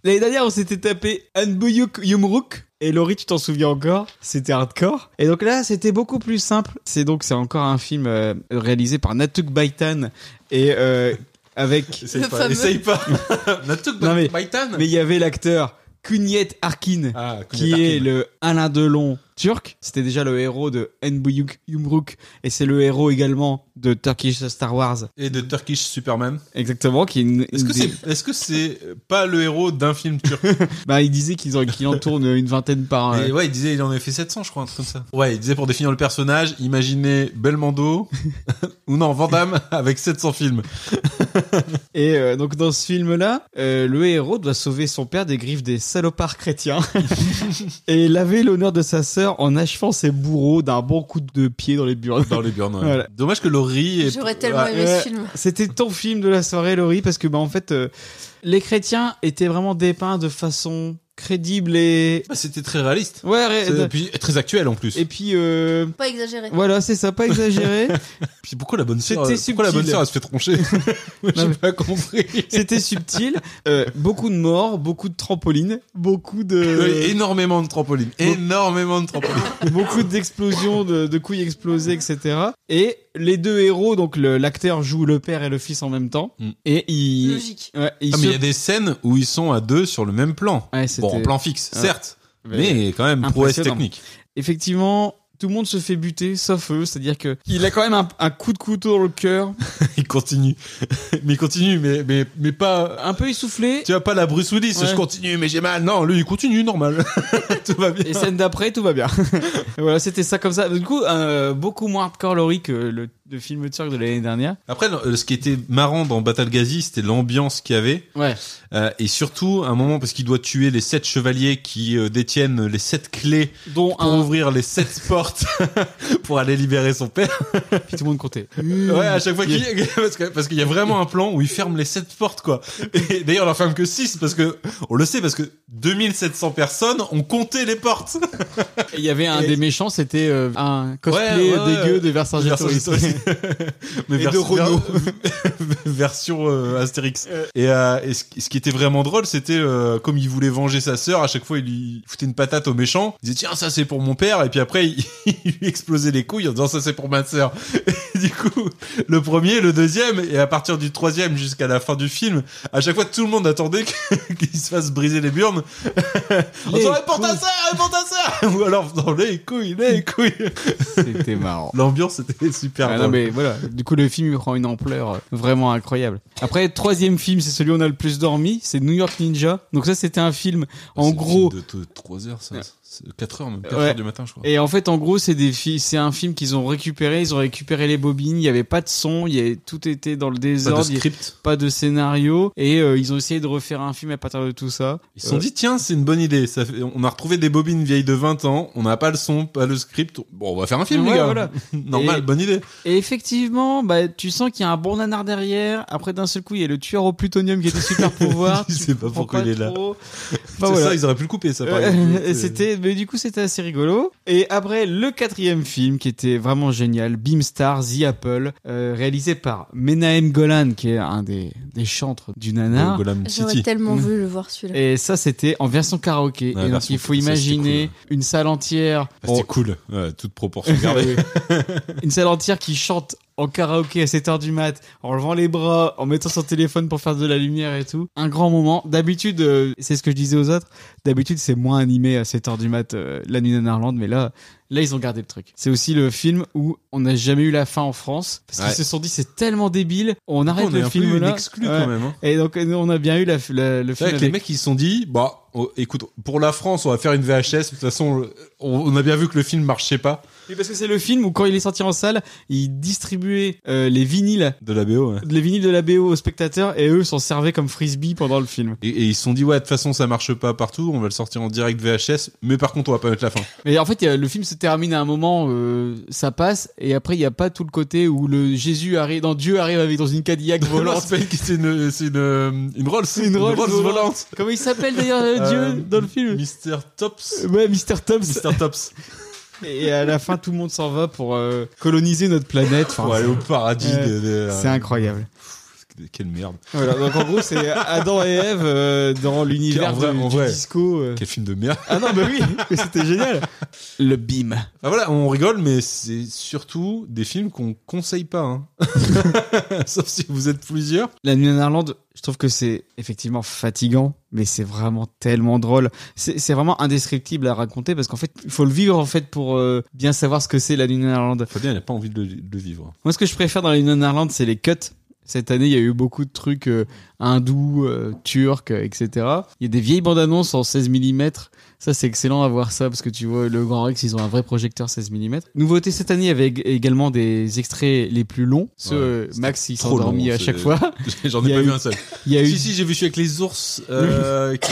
Speaker 2: L'année dernière, on s'était tapé Anbuyuk Yumruk. Et Laurie, tu t'en souviens encore C'était hardcore. Et donc là, c'était beaucoup plus simple. C'est donc, c'est encore un film euh, réalisé par Natuk Baitan et euh, avec
Speaker 5: Essaye
Speaker 4: Le
Speaker 5: pas.
Speaker 4: fameux.
Speaker 5: Essaye pas. Natuk
Speaker 2: Non, mais-
Speaker 5: Baitan.
Speaker 2: Mais il y avait l'acteur Kunyet Arkin,
Speaker 5: Ah,
Speaker 2: qui est le Alain Delon turc. C'était déjà le héros de Nbuyuk Yumruk, et c'est le héros également de Turkish Star Wars.
Speaker 5: Et de Turkish Superman.
Speaker 2: Exactement, qui est une-
Speaker 5: Est-ce
Speaker 2: une
Speaker 5: que
Speaker 2: des-
Speaker 5: c'est est-ce que c'est pas le héros d'un film turc
Speaker 2: Bah, il disait qu'ils en- qu'il en tourne une vingtaine par.
Speaker 5: Et ouais, il disait il en avait fait 700, je crois, un truc comme ça. Ouais, il disait pour définir le personnage, imaginez Belmondo ou non, Vandamme avec 700 films.
Speaker 2: Et euh, donc dans ce film-là, euh, le héros doit sauver son père des griffes des salopards chrétiens et laver l'honneur de sa sœur en achevant ses bourreaux d'un bon coup de pied dans les burnes.
Speaker 5: Dans les burnes. ouais.
Speaker 2: Voilà.
Speaker 5: Dommage que Laurie Ah, est
Speaker 4: J'aurais tellement
Speaker 5: Ouais.
Speaker 4: aimé
Speaker 2: ouais.
Speaker 4: ce film.
Speaker 2: C'était ton film de la soirée, Laurie, parce que bah en fait, euh, les chrétiens étaient vraiment dépeints de façon crédible et
Speaker 5: Bah, c'était très réaliste.
Speaker 2: ouais.
Speaker 5: C'est- Et
Speaker 2: ré-
Speaker 5: puis très actuel en plus.
Speaker 2: Et puis euh,
Speaker 4: Pas exagéré.
Speaker 2: voilà, c'est ça, pas exagéré.
Speaker 5: Puis pourquoi la bonne sœur euh,
Speaker 2: C'était
Speaker 5: Pourquoi la
Speaker 2: subtil.
Speaker 5: bonne sœur elle se fait troncher Moi,
Speaker 2: Non,
Speaker 5: J'ai
Speaker 2: mais-
Speaker 5: pas compris.
Speaker 2: C'était subtil, euh, beaucoup de morts, beaucoup de trampolines, beaucoup de
Speaker 5: Oui, Euh, énormément de trampolines, énormément de trampolines.
Speaker 2: beaucoup d'explosions, de, de couilles explosées, etc. Et les deux héros, donc le- l'acteur joue le père et le fils en même temps,
Speaker 5: Mm.
Speaker 2: et ils,
Speaker 4: Logique.
Speaker 2: ouais, ils
Speaker 5: Ah, mais
Speaker 2: se-
Speaker 5: il y a des scènes où ils sont à deux sur le même plan.
Speaker 2: Ouais, c'était-
Speaker 5: Bon, en plan fixe,
Speaker 2: Ouais.
Speaker 5: certes, mais quand même prouesse
Speaker 2: Impressionnant.
Speaker 5: technique.
Speaker 2: effectivement. Tout le monde se fait buter, sauf eux. C'est-à-dire que il a quand même un, un coup de couteau dans le cœur,
Speaker 5: Il continue, mais il continue, mais mais mais pas.
Speaker 2: un peu essoufflé.
Speaker 5: Tu vois pas la Bruce Willis,
Speaker 2: Ouais.
Speaker 5: je continue, mais j'ai mal. Non, lui il continue normal, tout va bien.
Speaker 2: Et scène d'après, tout va bien. Et voilà, c'était ça comme ça. Du coup, euh, beaucoup moins hardcore Laurie que le, le film turc de l'année dernière.
Speaker 5: Après, le- ce qui était marrant dans Battle Gazi, c'était l'ambiance qu'il y avait.
Speaker 2: Ouais.
Speaker 5: Euh, et surtout, à un moment, parce qu'il doit tuer les sept chevaliers qui euh, détiennent les sept clés
Speaker 2: Dont
Speaker 5: pour
Speaker 2: un.
Speaker 5: ouvrir les sept portes pour aller libérer son père.
Speaker 2: Puis tout le monde comptait.
Speaker 5: Ouais,
Speaker 2: ah,
Speaker 5: à chaque fois qu'il parce que- parce qu'il y a vraiment un plan où il ferme les sept portes quoi. Et d'ailleurs, il en ferme que 6 parce que on le sait parce que 2700 personnes ont compté les portes.
Speaker 2: Et Il y avait un des méchants, c'était euh, un cosplay
Speaker 5: Ouais, ouais, ouais.
Speaker 2: dégueu de Vercingétorix.
Speaker 5: Mais
Speaker 2: Et de Renault.
Speaker 5: version euh, Astérix. Et, euh, et ce, qui- ce qui était vraiment drôle, c'était euh, comme il voulait venger sa sœur, à chaque fois il lui foutait une patate au méchant. Il disait tiens ça c'est pour mon père et puis après il, il lui explosait les couilles en disant ça c'est pour ma sœur. Et du coup le premier, le deuxième et à partir du troisième jusqu'à la fin du film, à chaque fois tout le monde attendait que- qu'il se fasse briser les burnes. En
Speaker 2: Les
Speaker 5: disant Eh, pour ta sœur, eh, pour ta sœur ou alors dans les couilles, les couilles.
Speaker 2: C'était marrant.
Speaker 5: L'ambiance était super
Speaker 2: Ah non,
Speaker 5: drôle.
Speaker 2: mais voilà. Du coup, le film il prend une ampleur euh, vraiment incroyable. Après, troisième film, c'est celui où on a le plus dormi, c'est New York Ninja. Donc ça, c'était un film, en gros,
Speaker 5: de 3 heures, ça. 4 heures, même 4
Speaker 2: quatre Ouais. heures
Speaker 5: du matin, je crois.
Speaker 2: Et en fait, en gros, c'est des fi- c'est un film qu'ils ont récupéré. Ils ont récupéré les bobines. Il y avait pas de son. Il y avait, tout était dans le désordre. il y avait
Speaker 5: script.
Speaker 2: pas de scénario. Et euh, ils ont essayé de refaire un film à partir de tout ça.
Speaker 5: Ils se sont dit, tiens, c'est une bonne idée. Ça fait- On a retrouvé des bobines vieilles de 20 ans. On n'a pas le son, pas le script. Bon, on va faire un film,
Speaker 2: Ouais,
Speaker 5: les gars.
Speaker 2: voilà.
Speaker 5: Normal,
Speaker 2: Et-
Speaker 5: bonne idée.
Speaker 2: Et effectivement, bah, tu sens qu'il y a un bon nanar derrière. Après, d'un seul coup, il y a le tueur au plutonium qui était super pouvoir.
Speaker 5: Je
Speaker 2: Tu
Speaker 5: sais pas
Speaker 2: comprends
Speaker 5: pourquoi il est là.
Speaker 2: trop.
Speaker 5: c'est
Speaker 2: Bah, voilà.
Speaker 5: ça, ils auraient pu le couper, ça. par
Speaker 2: Euh,
Speaker 5: exemple.
Speaker 2: et c'était, mais du coup, c'était assez rigolo. Et après, le quatrième film qui était vraiment génial, Beamstar, The Apple, euh, réalisé par Menahem Golan, qui est un des, des chantres du
Speaker 5: Le
Speaker 2: nanar.
Speaker 5: Golem
Speaker 4: J'aurais
Speaker 5: City.
Speaker 4: tellement
Speaker 2: Mm.
Speaker 4: voulu le voir celui-là.
Speaker 2: Et ça, c'était en version karaoké.
Speaker 5: Ouais,
Speaker 2: et donc,
Speaker 5: version-
Speaker 2: il faut
Speaker 5: ça, c'était
Speaker 2: imaginer une salle entière.
Speaker 5: Ah,
Speaker 2: Bon,
Speaker 5: C'était cool. Ouais, toute proportion gardée.
Speaker 2: une salle entière qui chante en karaoké à 7h du mat, en levant les bras, en mettant son téléphone pour faire de la lumière et tout. Un grand moment. D'habitude, euh, c'est ce que je disais aux autres, d'habitude c'est moins animé à 7h du mat euh, la nuit en Irlande, mais là, là ils ont gardé le truc. C'est aussi le film où on n'a jamais eu la fin en France, parce
Speaker 5: Ouais.
Speaker 2: qu'ils se sont dit c'est tellement débile, on arrête
Speaker 5: on est
Speaker 2: le
Speaker 5: un
Speaker 2: film
Speaker 5: peu une
Speaker 2: là.
Speaker 5: exclue
Speaker 2: Ouais.
Speaker 5: quand même. hein.
Speaker 2: Et donc nous, on a bien eu la, la- le
Speaker 5: C'est
Speaker 2: film
Speaker 5: vrai que les
Speaker 2: avec-
Speaker 5: mecs, ils se sont dit, bah, oh, écoute, pour la France, on va faire une VHS. De toute façon, on, on a bien vu que le film marchait pas
Speaker 2: Oui, parce que c'est le film où quand il est sorti en salle, ils distribuaient euh, les vinyles
Speaker 5: de la hein. BO. ouais.
Speaker 2: les vinyles de la BO aux spectateurs et eux s'en servaient comme frisbee pendant le film.
Speaker 5: Et, et ils se sont dit, ouais, de toute façon, ça marche pas partout, on va le sortir en direct VHS, mais par contre, on va pas mettre la fin.
Speaker 2: Mais en fait, il y a- le film se termine à un moment, euh, ça passe, et après, il n'y a pas tout le côté où le Jésus arrive, dans Dieu arrive avec dans une Cadillac
Speaker 5: Voilà, on
Speaker 2: volante.
Speaker 5: rappelle que c'est une, c'est une, une Rolls.
Speaker 2: C'est une Rolls volante. Comment il s'appelle d'ailleurs euh,
Speaker 5: Euh,
Speaker 2: Dieu dans le film Euh,
Speaker 5: Mr. Tops.
Speaker 2: Ouais, Mr. Tops.
Speaker 5: Mr. Tops.
Speaker 2: Et à la fin, tout le monde s'en va pour euh, coloniser notre planète. Enfin,
Speaker 5: Pour aller au paradis
Speaker 2: Ouais.
Speaker 5: de, de-
Speaker 2: c'est incroyable.
Speaker 5: quelle merde.
Speaker 2: Voilà, donc en gros, c'est Adam et Ève euh, dans l'univers
Speaker 5: En vrai,
Speaker 2: du,
Speaker 5: en
Speaker 2: du
Speaker 5: vrai.
Speaker 2: disco. euh.
Speaker 5: Quel film de merde.
Speaker 2: Ah non, bah oui, mais c'était génial. Le bim.
Speaker 5: Bah voilà, on rigole, mais c'est surtout des films qu'on conseille pas. hein. Sauf si vous êtes plusieurs.
Speaker 2: La nuit en Irlande, je trouve que c'est effectivement fatigant, mais c'est vraiment tellement drôle. C'est c'est vraiment indescriptible à raconter parce qu'en fait, il faut le vivre en fait pour euh, bien savoir ce que c'est la nuit en Irlande.
Speaker 5: Fabien, il n'a pas envie de le, de le vivre.
Speaker 2: Moi, ce que je préfère dans la nuit en Irlande, c'est les cuts. Cette année, il y a eu beaucoup de trucs euh, hindous, euh, turcs, euh, etc. Il y a des vieilles bandes annonces en 16 mm. Ça, c'est excellent à voir ça parce que tu vois, le Grand Rex, ils ont un vrai projecteur 16 mm. Nouveauté cette année, il y avait ég- également des extraits les plus longs. Ceux,
Speaker 5: Ouais,
Speaker 2: euh,
Speaker 5: c'était
Speaker 2: Max, il
Speaker 5: trop
Speaker 2: s'endormit
Speaker 5: long,
Speaker 2: à
Speaker 5: c'est-
Speaker 2: chaque fois.
Speaker 5: J'en
Speaker 2: Il y
Speaker 5: ai
Speaker 2: a
Speaker 5: pas
Speaker 2: eu-
Speaker 5: vu un seul.
Speaker 2: Il y a eu
Speaker 5: Si, si, j'ai vu celui avec les ours euh, qui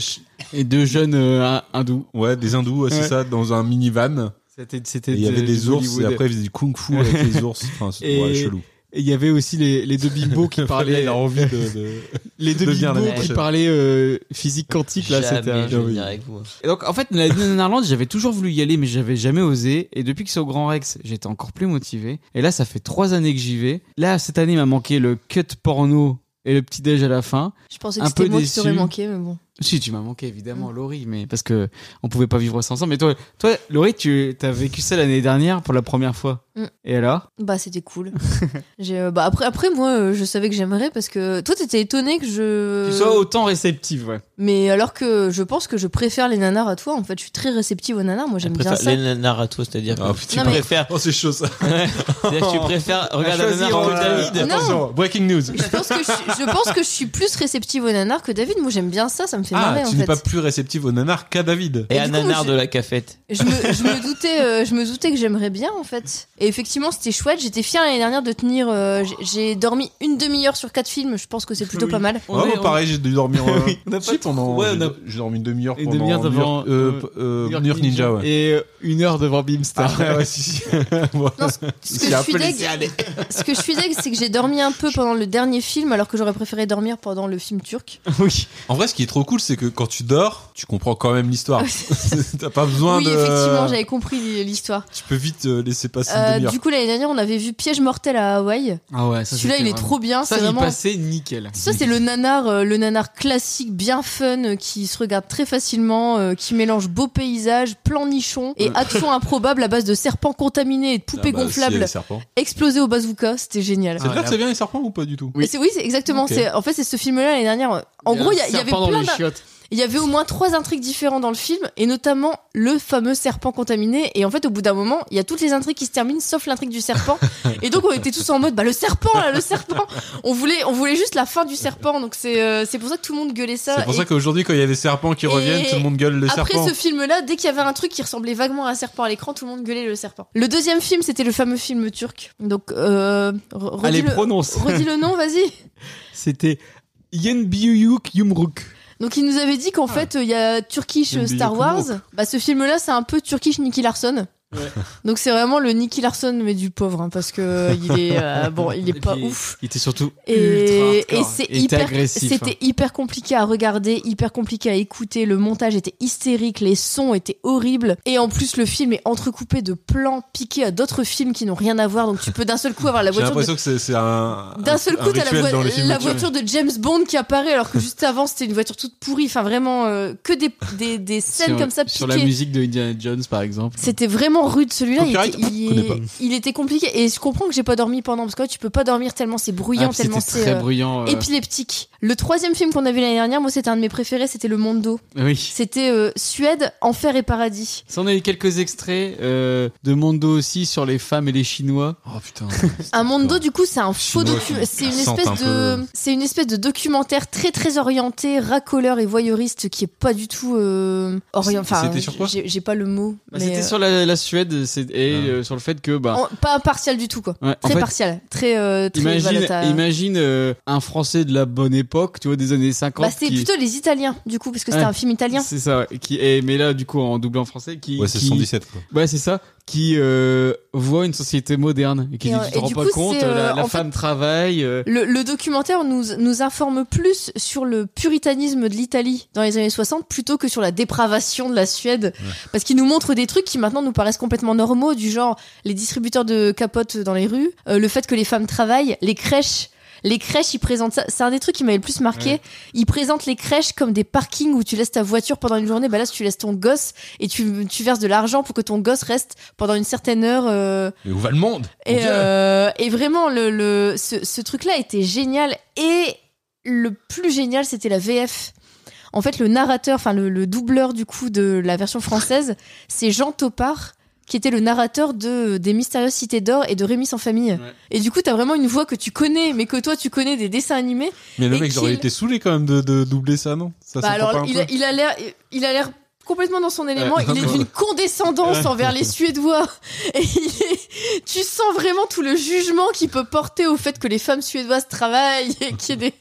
Speaker 5: je-
Speaker 2: et deux jeunes euh, hindous.
Speaker 5: Ouais, des hindous, ouais, c'est
Speaker 2: Ouais.
Speaker 5: ça, dans un minivan.
Speaker 2: C'était,
Speaker 5: Et
Speaker 2: c'était
Speaker 5: il y avait
Speaker 2: de-
Speaker 5: des ours,
Speaker 2: d'Hollywood.
Speaker 5: et après, ils faisaient du kung-fu avec les ours. Enfin, c'est
Speaker 2: Et-
Speaker 5: ouais, chelou.
Speaker 2: Et il y avait aussi les, les deux bimbos qui euh, parlaient.
Speaker 5: il a envie de. de-
Speaker 2: les deux
Speaker 5: devenir la
Speaker 2: bimbos qui
Speaker 5: prochaine.
Speaker 2: parlaient euh, physique quantique là. C'était.
Speaker 6: Jamais
Speaker 2: un-
Speaker 6: je vais venir avec vous.
Speaker 2: Et donc en fait, la Disney en Irlande, j'avais toujours voulu y aller, mais j'avais jamais osé. Et depuis que c'est au Grand Rex, j'étais encore plus motivé. Et là, ça fait trois années que j'y vais. Là, cette année, il m'a manqué le cut porno et le petit déj à la fin.
Speaker 4: Je pensais
Speaker 2: Un
Speaker 4: que c'était
Speaker 2: peu
Speaker 4: moi qui
Speaker 2: déçu.
Speaker 4: t'aurais manqué, mais bon.
Speaker 2: Si, tu m'as manqué évidemment, Laurie, mais parce que on pouvait pas vivre sans ensemble. Mais toi, toi, Laurie, tu as vécu ça l'année dernière pour la première fois.
Speaker 4: Mm.
Speaker 2: Et alors
Speaker 4: Bah, c'était cool. J'ai, euh, bah, après, après, moi, euh, je savais que j'aimerais parce que toi, t'étais étonné que je.
Speaker 2: Tu sois autant réceptive, ouais.
Speaker 4: Mais alors que je pense que je préfère les nanars à toi, en fait, je suis très réceptive aux nanars, moi j'aime
Speaker 6: Elle
Speaker 4: bien
Speaker 6: préfère-
Speaker 4: ça.
Speaker 6: Les nanars à toi, c'est-à-dire que
Speaker 5: Ah, putain.
Speaker 6: tu
Speaker 4: Non, mais-
Speaker 6: préfères.
Speaker 5: Oh, c'est chaud ça.
Speaker 6: C'est-à-dire que tu préfères regarder un nanar que
Speaker 5: euh,
Speaker 6: David.
Speaker 4: Non.
Speaker 5: Attention, breaking news.
Speaker 4: Je pense, que je, suis- je pense que je suis plus réceptive aux nanars que David, moi j'aime bien ça, ça me fait
Speaker 5: Ah,
Speaker 4: marrer en
Speaker 5: tu n'es
Speaker 4: fait.
Speaker 5: pas plus réceptive au nanar qu'à David.
Speaker 6: Et
Speaker 4: Et
Speaker 6: un
Speaker 4: du coup,
Speaker 6: nanar
Speaker 4: je-
Speaker 6: de la cafette.
Speaker 4: Je, me, je me doutais, euh, je me doutais que j'aimerais bien en fait. Et effectivement, c'était chouette, j'étais fière l'année dernière de tenir. euh, j'ai- j'ai dormi une demi-heure sur quatre films, je pense que c'est plutôt
Speaker 2: Oui.
Speaker 4: pas mal.
Speaker 5: Ouais, moi,
Speaker 2: bah,
Speaker 5: pareil, j'ai dû dormir. euh,
Speaker 2: On n'a pas
Speaker 5: si,
Speaker 2: trop-
Speaker 5: pendant.
Speaker 2: ouais, on
Speaker 5: j'ai-
Speaker 2: a-
Speaker 5: J'ai dormi une demi-heure
Speaker 2: Une
Speaker 5: pendant.
Speaker 2: demi-heure
Speaker 5: New York-
Speaker 2: devant,
Speaker 5: euh,
Speaker 2: euh,
Speaker 5: p- euh, New York Ninja, ouais.
Speaker 2: Et euh, une heure devant Beamster.
Speaker 5: Ah, ouais, ouais, si, si. Ouais.
Speaker 4: Ce
Speaker 5: C'est
Speaker 4: que,
Speaker 5: un
Speaker 4: je suis
Speaker 5: peu
Speaker 4: deg,
Speaker 5: laissé aller.
Speaker 4: ce que je suis deg, c'est que j'ai dormi un peu pendant le dernier film, alors que j'aurais préféré dormir pendant le film turc.
Speaker 2: oui.
Speaker 5: En vrai, ce qui est trop cool, c'est que quand tu dors, tu comprends quand même l'histoire. T'as pas besoin
Speaker 4: oui,
Speaker 5: de.
Speaker 4: effectivement, j'avais compris l'histoire.
Speaker 5: Tu peux vite euh, laisser passer euh, une
Speaker 4: Euh,
Speaker 5: demi-heure.
Speaker 4: du coup, l'année dernière, on avait vu Piège mortel à Hawaï.
Speaker 2: Ah ouais, ça
Speaker 4: Celui-là, il est trop bien.
Speaker 2: Ça,
Speaker 4: C'est
Speaker 2: il
Speaker 4: vraiment.
Speaker 2: passait nickel.
Speaker 4: Ça, c'est le nanar, euh, le nanar classique, bien fun, euh, qui se regarde très facilement, euh, qui mélange beaux paysages, plans nichons et
Speaker 2: Ouais.
Speaker 4: actions improbables à base de serpents contaminés et de poupées
Speaker 5: Ah bah, si, il y a
Speaker 4: gonflables
Speaker 5: les serpents.
Speaker 4: explosées au bazooka. C'était génial.
Speaker 5: C'est
Speaker 2: Ah,
Speaker 5: vrai
Speaker 2: là-
Speaker 5: que c'est bien les serpents ou pas du tout
Speaker 2: oui.
Speaker 4: Et c'est- Oui, c'est exactement.
Speaker 5: Ok.
Speaker 4: c'est En fait, c'est ce film-là l'année dernière. En gros, il y, a- il y avait plein d'in- il y avait au moins trois intrigues différentes dans le film, et notamment le fameux serpent contaminé. Et en fait, au bout d'un moment, il y a toutes les intrigues qui se terminent, sauf l'intrigue du serpent. Et donc, on était tous en mode, bah le serpent, là, le serpent. On voulait, on voulait juste la fin du serpent. Donc c'est, euh, c'est pour ça que tout le monde gueulait ça.
Speaker 5: C'est pour
Speaker 4: Et
Speaker 5: ça qu'aujourd'hui, quand il y a des serpents qui
Speaker 4: Et
Speaker 5: reviennent, tout le monde gueule le
Speaker 4: après
Speaker 5: serpent.
Speaker 4: ce film-là, dès qu'il y avait un truc qui ressemblait vaguement à un serpent à l'écran, tout le monde gueulait le serpent. Le deuxième film, c'était le fameux film turc. Donc, euh, re- redis,
Speaker 2: Allez,
Speaker 4: le,
Speaker 2: prononce.
Speaker 4: redis le nom, vas-y.
Speaker 2: C'était Yenbiyuk Yumruk.
Speaker 4: Donc il nous avait dit
Speaker 2: Ah.
Speaker 4: qu'en fait euh, il y a Turkish
Speaker 5: Une
Speaker 4: euh, Star
Speaker 5: bille
Speaker 4: Wars. Bah ce film là c'est un peu Turkish Nicky Larson. Donc c'est vraiment le Nicky Larson mais du pauvre hein, parce que euh, il est euh, bon il est pas ouf.
Speaker 2: Il était surtout
Speaker 4: Et,
Speaker 2: ultra
Speaker 4: et
Speaker 2: hardcore.
Speaker 4: c'est
Speaker 2: Il était
Speaker 4: hyper,
Speaker 2: agressif, hein.
Speaker 4: c'était hyper compliqué à regarder, hyper compliqué à écouter. Le montage était hystérique, les sons étaient horribles. Et en plus, le film est entrecoupé de plans piqués à d'autres films qui n'ont rien à voir. Donc tu peux d'un seul coup avoir la
Speaker 5: J'ai
Speaker 4: voiture de
Speaker 5: l'impression que c'est c'est un. un-
Speaker 4: d'un seul
Speaker 5: un
Speaker 4: coup, t'as la,
Speaker 5: rituel
Speaker 4: voi-
Speaker 5: dans les films
Speaker 4: la
Speaker 5: de James.
Speaker 4: voiture de James Bond qui apparaît, alors que juste avant, c'était une voiture toute pourrie. Enfin, vraiment, euh, que des, des, des
Speaker 2: Sur-
Speaker 4: scènes comme ça
Speaker 2: Sur la
Speaker 4: piquées.
Speaker 2: musique de Indiana Jones, par exemple. Ah,
Speaker 4: C'était vraiment rude celui-là. Il,
Speaker 5: Copyright,
Speaker 4: était- il-
Speaker 5: connais pas.
Speaker 4: il était compliqué. Et je comprends que j'ai pas dormi pendant, parce que ouais, tu peux pas dormir tellement c'est
Speaker 2: Ah,
Speaker 4: bruyant,
Speaker 2: puis
Speaker 4: tellement
Speaker 2: c'était
Speaker 4: c'est.
Speaker 2: très
Speaker 4: euh,
Speaker 2: bruyant. euh,
Speaker 4: Épileptique. Le troisième film qu'on a vu l'année dernière, moi c'était un de mes préférés, c'était Le Mondo.
Speaker 2: Oui.
Speaker 4: C'était euh, Suède, Enfer et Paradis.
Speaker 2: Ça, on a eu quelques extraits euh, de Mondo aussi sur les femmes et les Chinois.
Speaker 5: Oh putain.
Speaker 4: Un Mondo, du coup, c'est un faux
Speaker 5: Chinois
Speaker 4: docu-
Speaker 5: qui
Speaker 4: C'est une
Speaker 5: sente un
Speaker 4: espèce de,
Speaker 2: euh.
Speaker 5: peu.
Speaker 4: c'est une espèce de documentaire très très orienté, racoleur et voyeuriste qui est pas du tout euh, orient-
Speaker 5: C'était
Speaker 4: Enfin,
Speaker 5: sur quoi
Speaker 4: j'ai j'ai pas le mot.
Speaker 2: Bah,
Speaker 4: mais,
Speaker 2: c'était
Speaker 4: euh,
Speaker 2: sur la, la Suède c'est- et
Speaker 5: Ah.
Speaker 2: euh, sur le fait que. Bah,
Speaker 4: en- pas impartial du tout quoi.
Speaker 2: ouais, en
Speaker 4: Très
Speaker 2: fait,
Speaker 4: partial, très euh, très.
Speaker 2: Imagine,
Speaker 4: voilà, t'as-
Speaker 2: imagine euh, un Français de la bonne époque, tu vois, des années 50.
Speaker 4: Bah, c'était
Speaker 2: qui-
Speaker 4: plutôt les Italiens du coup, parce que c'était
Speaker 2: Ouais.
Speaker 4: un film italien.
Speaker 2: C'est ça, ouais, qui est, mais là, du coup, en doublé en français, qui.
Speaker 5: Ouais, c'est
Speaker 2: qui-
Speaker 5: 117 quoi.
Speaker 2: Ouais, c'est ça, qui euh, voit une société moderne et qui
Speaker 4: Et,
Speaker 2: dit
Speaker 4: euh,
Speaker 2: tu te
Speaker 4: et
Speaker 2: rends
Speaker 4: du
Speaker 2: pas
Speaker 4: coup,
Speaker 2: compte,
Speaker 4: c'est, euh,
Speaker 2: la, la
Speaker 4: en
Speaker 2: femme travaille. euh,
Speaker 4: Le, le documentaire nous, nous informe plus sur le puritanisme de l'Italie dans les années 60 plutôt que sur la dépravation de la Suède. Parce qu'il nous montre des trucs qui maintenant nous paraissent complètement normaux, du genre les distributeurs de capotes dans les rues, euh, le fait que les femmes travaillent, les crèches. Les crèches, ils présentent ça. C'est un des trucs qui m'avait le plus marqué. Ils présentent les crèches comme des parkings où tu laisses ta voiture pendant une journée. Bah là, tu laisses ton gosse et tu, tu verses de l'argent pour que ton gosse reste pendant une certaine heure. euh,
Speaker 5: Mais où va le monde
Speaker 4: et,
Speaker 5: Mon Dieu
Speaker 4: euh, et vraiment, le, le- ce, ce truc-là était génial. Et le plus génial, c'était la VF. En fait, le narrateur, enfin le, le doubleur du coup de la version française, c'est Jean Topard, qui était le narrateur de des Mystérieuses Cités d'Or et de Rémi sans famille. Et du coup, t'as vraiment une voix que tu connais, mais que toi tu connais des dessins animés.
Speaker 5: Mais le
Speaker 4: et
Speaker 5: mec,
Speaker 4: qu'il-
Speaker 5: j'aurais été saoulé quand même de, de doubler ça, non Ça
Speaker 4: Bah
Speaker 5: se prend
Speaker 4: alors,
Speaker 5: pas un
Speaker 4: il
Speaker 5: peu
Speaker 4: a, il a l'air, il a l'air complètement dans son élément.
Speaker 5: Ouais.
Speaker 4: il est d'une condescendance envers les Suédois. Et il est- tu sens vraiment tout le jugement qu'il peut porter au fait que les femmes suédoises travaillent et qu'il y ait des-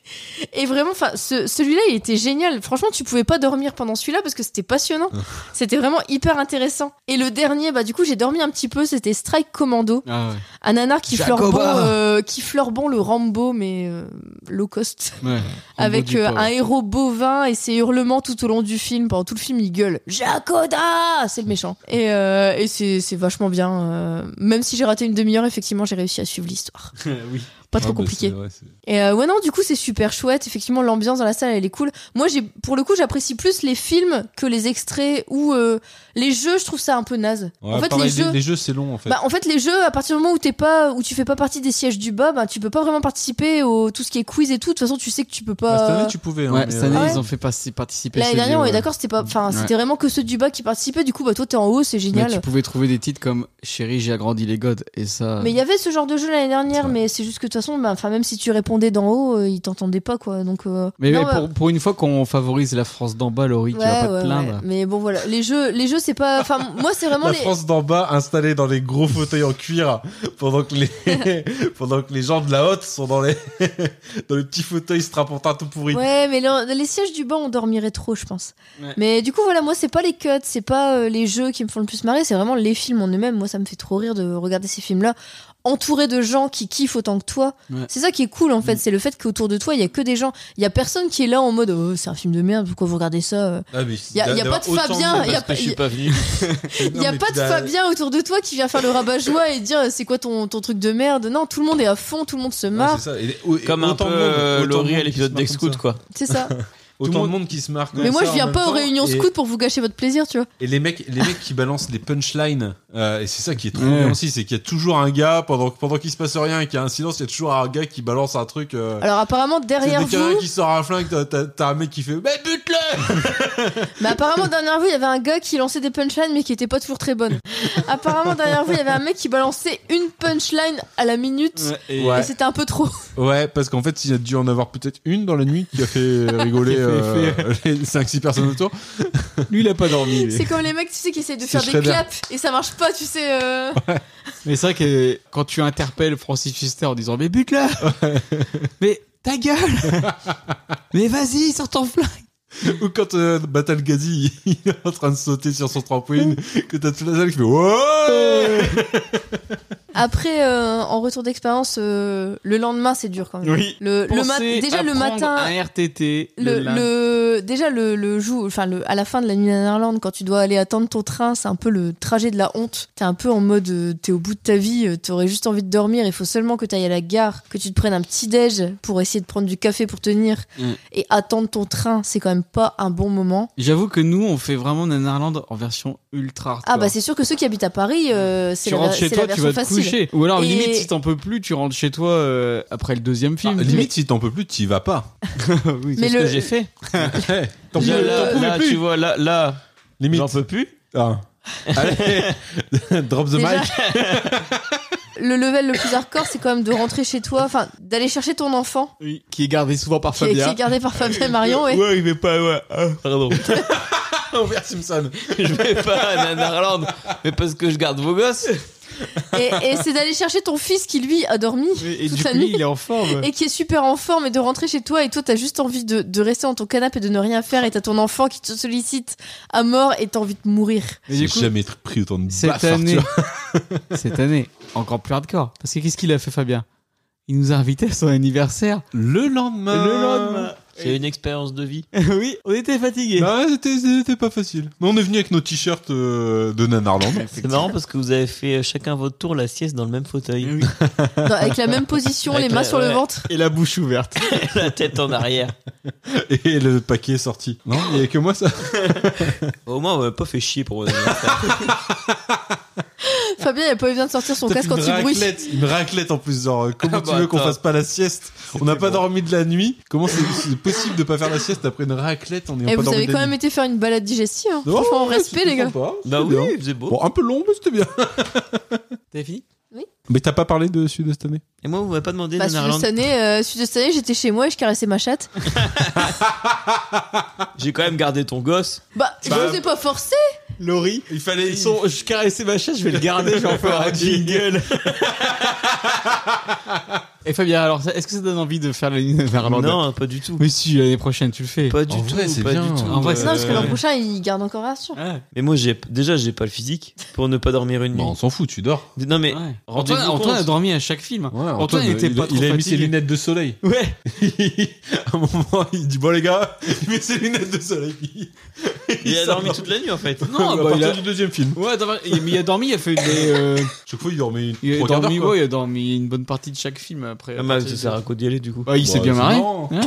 Speaker 4: Et vraiment, enfin, ce- celui-là, il était génial. Franchement, tu pouvais pas dormir pendant celui-là parce que c'était passionnant. C'était vraiment hyper intéressant. Et le dernier, bah du coup, j'ai dormi un petit peu. C'était Strike Commando.
Speaker 2: Ah ouais.
Speaker 4: Un nanar qui
Speaker 2: Jacoba.
Speaker 4: fleurbon, euh, qui fleurbon le Rambo, mais euh, low cost
Speaker 2: Ouais.
Speaker 4: avec
Speaker 2: du
Speaker 4: euh,
Speaker 2: pauvre.
Speaker 4: un héros bovin et ses hurlements tout au long du film. Pendant tout le film, il gueule Jacoda C'est le méchant. Et, euh, et c'est c'est vachement bien. euh, même si j'ai raté une demi-heure, effectivement, j'ai réussi à suivre l'histoire.
Speaker 2: oui.
Speaker 4: Pas trop
Speaker 5: Ah, bah,
Speaker 4: compliqué.
Speaker 5: c'est- ouais, c'est-
Speaker 4: Et euh, ouais, non, du coup, c'est super chouette. Effectivement, l'ambiance dans la salle, elle est cool. Moi, j'ai pour le coup, j'apprécie plus les films que les extraits ou euh, les jeux. Je trouve ça un peu naze.
Speaker 5: Ouais,
Speaker 4: en fait,
Speaker 5: pareil,
Speaker 4: les jeux.
Speaker 5: c'est long en fait.
Speaker 4: Bah, en fait, les jeux, à partir du moment où t'es pas, où tu fais pas partie des sièges du bas, bah, tu peux pas vraiment participer au tout ce qui est quiz et tout. De toute façon, tu sais que tu peux pas.
Speaker 5: Bah, cette année, tu pouvais. hein,
Speaker 2: Ouais,
Speaker 5: mais,
Speaker 2: cette année,
Speaker 5: euh,
Speaker 4: euh, ouais.
Speaker 2: ils ont fait passer- participer.
Speaker 4: L'année
Speaker 2: chez
Speaker 4: dernière,
Speaker 2: eux,
Speaker 4: on est
Speaker 2: ouais.
Speaker 4: d'accord, c'était pas, enfin,
Speaker 2: Ouais.
Speaker 4: c'était vraiment que ceux du bas qui participaient. Du coup, bah toi, t'es en haut, c'est
Speaker 2: Mais tu
Speaker 4: génial.
Speaker 2: pouvais trouver des titres comme Chérie, j'ai agrandi les godes et ça.
Speaker 4: Mais il y avait ce genre de jeu l'année dernière,
Speaker 2: Ouais.
Speaker 4: mais c'est juste que de toute façon, bah, enfin, même si tu répondais d'en haut, euh, ils t'entendaient pas, quoi. Donc, euh,
Speaker 2: Mais,
Speaker 4: non,
Speaker 2: mais
Speaker 4: bah,
Speaker 2: pour, pour une fois qu'on favorise la France d'en bas, Laurie, tu
Speaker 4: ouais,
Speaker 2: vas pas
Speaker 4: ouais,
Speaker 2: te plaindre.
Speaker 4: ouais. Mais bon, voilà, les jeux, les jeux, c'est pas, enfin, moi, c'est vraiment
Speaker 5: La
Speaker 4: les.
Speaker 5: France d'en bas installée dans les gros fauteuils en cuir hein, pendant que les, pendant que les gens de la haute sont dans les, dans les petits fauteuils strapontins tout pourris.
Speaker 4: Ouais, mais le- les sièges du bas, on dormirait trop, je pense.
Speaker 2: Ouais.
Speaker 4: Mais du coup, voilà, moi, c'est pas les cuts, c'est pas euh, les jeux qui me font le plus marrer, c'est vraiment les films en eux-mêmes. Moi, ça me fait trop rire de regarder ces films-là, entouré de gens qui kiffent autant que toi.
Speaker 2: Ouais.
Speaker 4: C'est ça qui est cool, en
Speaker 5: Mm.
Speaker 4: fait, c'est le fait qu'autour de toi, il y a que des gens. Il y a personne qui est là en mode, oh, c'est un film de merde, pourquoi vous regardez ça euh.
Speaker 5: Ah, mais
Speaker 4: Il y a, y a pas
Speaker 5: d'avoir
Speaker 4: de
Speaker 5: autant
Speaker 4: Fabien, il y a,
Speaker 6: Parce que je suis pas venu.
Speaker 4: y a
Speaker 5: Non, mais
Speaker 4: pas
Speaker 5: puis
Speaker 4: de
Speaker 5: d'a-
Speaker 4: Fabien autour de toi qui vient faire le rabat-joie et dire, euh, c'est quoi ton, ton truc de merde Non, tout le monde est à fond, tout le monde se
Speaker 5: Ouais,
Speaker 4: marre,
Speaker 5: c'est ça. Et- et- et
Speaker 6: Comme un
Speaker 5: autant
Speaker 6: peu
Speaker 5: de monde-
Speaker 6: euh,
Speaker 5: autant de
Speaker 6: Laurie
Speaker 5: monde
Speaker 6: à
Speaker 5: qui se
Speaker 6: l'épisode
Speaker 5: marre comme
Speaker 6: d'Excout,
Speaker 5: ça.
Speaker 6: quoi.
Speaker 4: c'est ça.
Speaker 5: Autant de monde qui se marque.
Speaker 4: mais moi, je viens pas aux réunions
Speaker 5: scouts
Speaker 4: scout pour vous gâcher votre plaisir, tu vois.
Speaker 5: Et les mecs, les mecs qui balancent des punchlines, euh, et c'est ça qui est trop
Speaker 2: Ouais.
Speaker 5: bien aussi, c'est qu'il y a toujours un gars, pendant, pendant qu'il se passe rien et qu'il y a un silence, il y a toujours un gars qui balance un truc. euh,
Speaker 4: Alors apparemment
Speaker 5: c'est
Speaker 4: derrière
Speaker 5: dès qu'il y en a un
Speaker 4: vous,
Speaker 5: qui sort un flingue, t'as- t'as t'as un mec qui fait Mais bute-le
Speaker 4: mais apparemment derrière vous, il y avait un gars qui lançait des punchlines mais qui était pas toujours très bonne. apparemment derrière vous, il y avait un mec qui balançait une punchline à la minute. Et c'était un peu trop.
Speaker 5: Ouais, parce qu'en fait, il y a dû en avoir peut-être une dans la nuit qui a fait rigoler
Speaker 2: Qui a fait-
Speaker 5: euh, les 5-6 personnes autour.
Speaker 2: Lui, il a pas dormi. lui.
Speaker 4: C'est comme les mecs, tu sais, qui essayent de
Speaker 5: C'est
Speaker 4: faire des
Speaker 5: Shredder.
Speaker 4: claps et ça marche pas, tu sais. euh.
Speaker 2: Mais c'est vrai que quand tu interpelles Francis Fuster en disant Mais bute-la Mais ta gueule Mais vas-y, sors ton flingue
Speaker 5: Ou quand euh, Batal Ghazi, il est en train de sauter sur son trampoline, que t'as toute la salle qui fait Ouais
Speaker 4: Après, euh, en retour d'expérience, euh, le lendemain, c'est dur quand même.
Speaker 2: Oui.
Speaker 4: Le, le mat-
Speaker 2: Pensez
Speaker 4: déjà
Speaker 2: à
Speaker 4: le
Speaker 2: prendre
Speaker 4: matin,
Speaker 2: Un RTT.
Speaker 4: le,
Speaker 2: lundi.
Speaker 4: le- déjà le, le jour enfin le, à la fin de la nuit en Irlande quand tu dois aller attendre ton train c'est un peu le trajet de la honte t'es un peu en mode euh, t'es au bout de ta vie euh, t'aurais juste envie de dormir il faut seulement que t'ailles à la gare que tu te prennes un petit déj pour essayer de prendre du café pour tenir
Speaker 2: Mm.
Speaker 4: et attendre ton train c'est quand même pas un bon moment
Speaker 2: J'avoue que nous, on fait vraiment Nanarland en version ultra hardcore.
Speaker 4: ah bah c'est sûr que ceux qui habitent à Paris euh, c'est
Speaker 2: Mm. tu
Speaker 4: la,
Speaker 2: rentres
Speaker 4: c'est
Speaker 2: chez
Speaker 4: la
Speaker 2: toi, tu
Speaker 4: version
Speaker 2: vas te
Speaker 4: facile
Speaker 2: coucher. Ou alors,
Speaker 4: Et-
Speaker 2: limite, si t'en peux plus, tu rentres chez toi euh, après le deuxième film.
Speaker 5: Ah, Limite, si t'en peux plus, t'y vas pas.
Speaker 2: Oui, c'est-
Speaker 4: mais le,
Speaker 6: que j'ai fait.
Speaker 5: T'en
Speaker 6: Là,
Speaker 5: peux-
Speaker 6: là,
Speaker 5: t'en pouvais
Speaker 6: là,
Speaker 5: plus.
Speaker 6: tu vois, là, là,
Speaker 5: Limite.
Speaker 6: j'en peux plus.
Speaker 5: Ah. Allez, drop the
Speaker 4: Déjà,
Speaker 5: mic.
Speaker 4: le level le plus hardcore c'est quand même de rentrer chez toi enfin d'aller chercher ton enfant
Speaker 2: Oui, qui est gardé souvent par
Speaker 4: qui est, qui
Speaker 2: Fabien.
Speaker 4: est gardé par Fabien et Marion ouais.
Speaker 6: il met pas. Ouais. Ah, pardon.
Speaker 5: Homer Simpson.
Speaker 6: je vais pas à Nanarland, mais parce que je garde vos gosses.
Speaker 4: Et, et c'est d'aller chercher ton fils qui lui a dormi
Speaker 2: Et, et
Speaker 4: toute
Speaker 2: du
Speaker 4: la
Speaker 2: coup,
Speaker 4: nuit
Speaker 2: il est en forme.
Speaker 4: et qui est super en forme et de rentrer chez toi et toi t'as juste envie de, de rester dans ton canapé et de ne rien faire et t'as ton enfant qui te sollicite à mort et t'as envie de mourir.
Speaker 2: Mais du
Speaker 5: J'ai
Speaker 2: coup,
Speaker 5: jamais pris autant de
Speaker 2: cette
Speaker 5: baffes,
Speaker 2: année,
Speaker 5: Arthur.
Speaker 2: cette année, encore plus hardcore. Parce que qu'est-ce qu'il a fait, Fabien Il nous a invités à son anniversaire.
Speaker 4: Euh,
Speaker 5: Le lendemain.
Speaker 2: Le lendemain.
Speaker 6: C'est une expérience de vie.
Speaker 2: oui, on était fatigués.
Speaker 5: Bah ouais, c'était- c'était pas facile. Mais on est venu avec nos t-shirts euh, de Nanarland.
Speaker 6: C'est marrant parce que vous avez fait euh, chacun votre tour la sieste dans le même fauteuil.
Speaker 4: Dans- avec la même position,
Speaker 6: Avec
Speaker 4: les mains
Speaker 6: la-
Speaker 4: sur le
Speaker 6: ouais.
Speaker 4: ventre.
Speaker 2: Et la bouche ouverte.
Speaker 6: la tête en arrière.
Speaker 5: Et le paquet est sorti. Non, il y avait que moi ça.
Speaker 6: Au moins, on m'a pas fait chier pour euh, mon anniversaire.
Speaker 4: Fabien, il a pas eu besoin de sortir son
Speaker 5: T'as
Speaker 4: casque
Speaker 5: fait une
Speaker 4: anti-bruit.
Speaker 5: raclette, une raclette en plus. Genre, euh, comment
Speaker 6: Ah
Speaker 5: tu
Speaker 6: bah,
Speaker 5: veux qu'on
Speaker 6: attends.
Speaker 5: fasse pas la sieste On n'a pas dormi de la nuit. Comment c'est c'est possible de pas faire la sieste après une raclette On est
Speaker 4: Et
Speaker 5: pas
Speaker 4: Eh, vous
Speaker 5: dormi
Speaker 4: avez
Speaker 5: de
Speaker 4: quand
Speaker 5: la
Speaker 4: même
Speaker 5: nuit.
Speaker 4: été faire une balade digestive. hein.
Speaker 5: Oh,
Speaker 4: Franchement,
Speaker 5: ouais,
Speaker 4: respect,
Speaker 5: c'était
Speaker 4: les gars.
Speaker 5: sympa, c'était
Speaker 6: Bah oui,
Speaker 5: bien.
Speaker 6: il faisait beau.
Speaker 5: Bon, un peu long, mais c'était bien.
Speaker 6: T'as fini
Speaker 5: Mais t'as pas parlé de Sud cette année
Speaker 6: Et moi, vous m'avez pas demandé
Speaker 4: Bah,
Speaker 6: de
Speaker 4: sud
Speaker 6: Néerlande.
Speaker 4: année, euh, sud cette année, j'étais chez moi et je caressais ma chatte.
Speaker 6: J'ai quand même gardé ton gosse.
Speaker 4: Bah, je vous ai pas forcé.
Speaker 2: Laurie,
Speaker 5: Il fallait.
Speaker 2: ils sont- je caressais ma chatte, je vais le garder, j'en
Speaker 6: Ah,
Speaker 2: ferai un jingle. Et Fabien, alors, ça- est-ce que ça donne envie de faire la ligne de Verland
Speaker 6: Non, hein, pas du tout.
Speaker 2: Mais si, l'année prochaine, tu le fais.
Speaker 6: Pas du
Speaker 5: En
Speaker 6: tout.
Speaker 5: vrai, c'est
Speaker 6: pas
Speaker 5: bien.
Speaker 6: du tout.
Speaker 2: En vrai, c'est
Speaker 4: Non, parce que
Speaker 2: Euh,
Speaker 4: l'an prochain, il garde encore un sur.
Speaker 2: Ouais.
Speaker 6: Mais moi, j'ai déjà, j'ai pas le physique pour ne pas dormir une nuit.
Speaker 5: Bah, on s'en fout, tu dors.
Speaker 6: Non mais
Speaker 2: Ouais.
Speaker 6: rendez-vous
Speaker 2: Antoine, Antoine a
Speaker 6: compte.
Speaker 2: dormi à chaque film.
Speaker 5: Ouais,
Speaker 2: Antoine, il était pas
Speaker 5: a-
Speaker 2: trop
Speaker 5: il a mis
Speaker 2: fatigué.
Speaker 5: ses lunettes de soleil.
Speaker 2: Ouais.
Speaker 5: à un moment, il dit Bon, les gars, il met ses lunettes de soleil.
Speaker 6: il a
Speaker 5: s'en
Speaker 6: dormi
Speaker 5: va.
Speaker 6: toute la nuit en fait.
Speaker 2: Non,
Speaker 5: à
Speaker 2: bah, il
Speaker 5: partir
Speaker 2: a...
Speaker 5: du deuxième film.
Speaker 2: Ouais, attends, il, mais il a dormi, il a fait des. euh,
Speaker 5: Chaque fois, il dormait
Speaker 2: il, a
Speaker 5: trois quarts
Speaker 2: dormi,
Speaker 5: d'heure, quoi.
Speaker 2: ouais, il a dormi une bonne partie de chaque film après.
Speaker 6: Ah,
Speaker 2: à
Speaker 6: mais
Speaker 2: partir
Speaker 6: ça
Speaker 2: de-
Speaker 6: sert à quoi d'y aller du coup
Speaker 2: Bah, il s'est
Speaker 5: Bah,
Speaker 2: bien
Speaker 5: c'est
Speaker 2: marré.
Speaker 5: marrant.
Speaker 2: Ouais.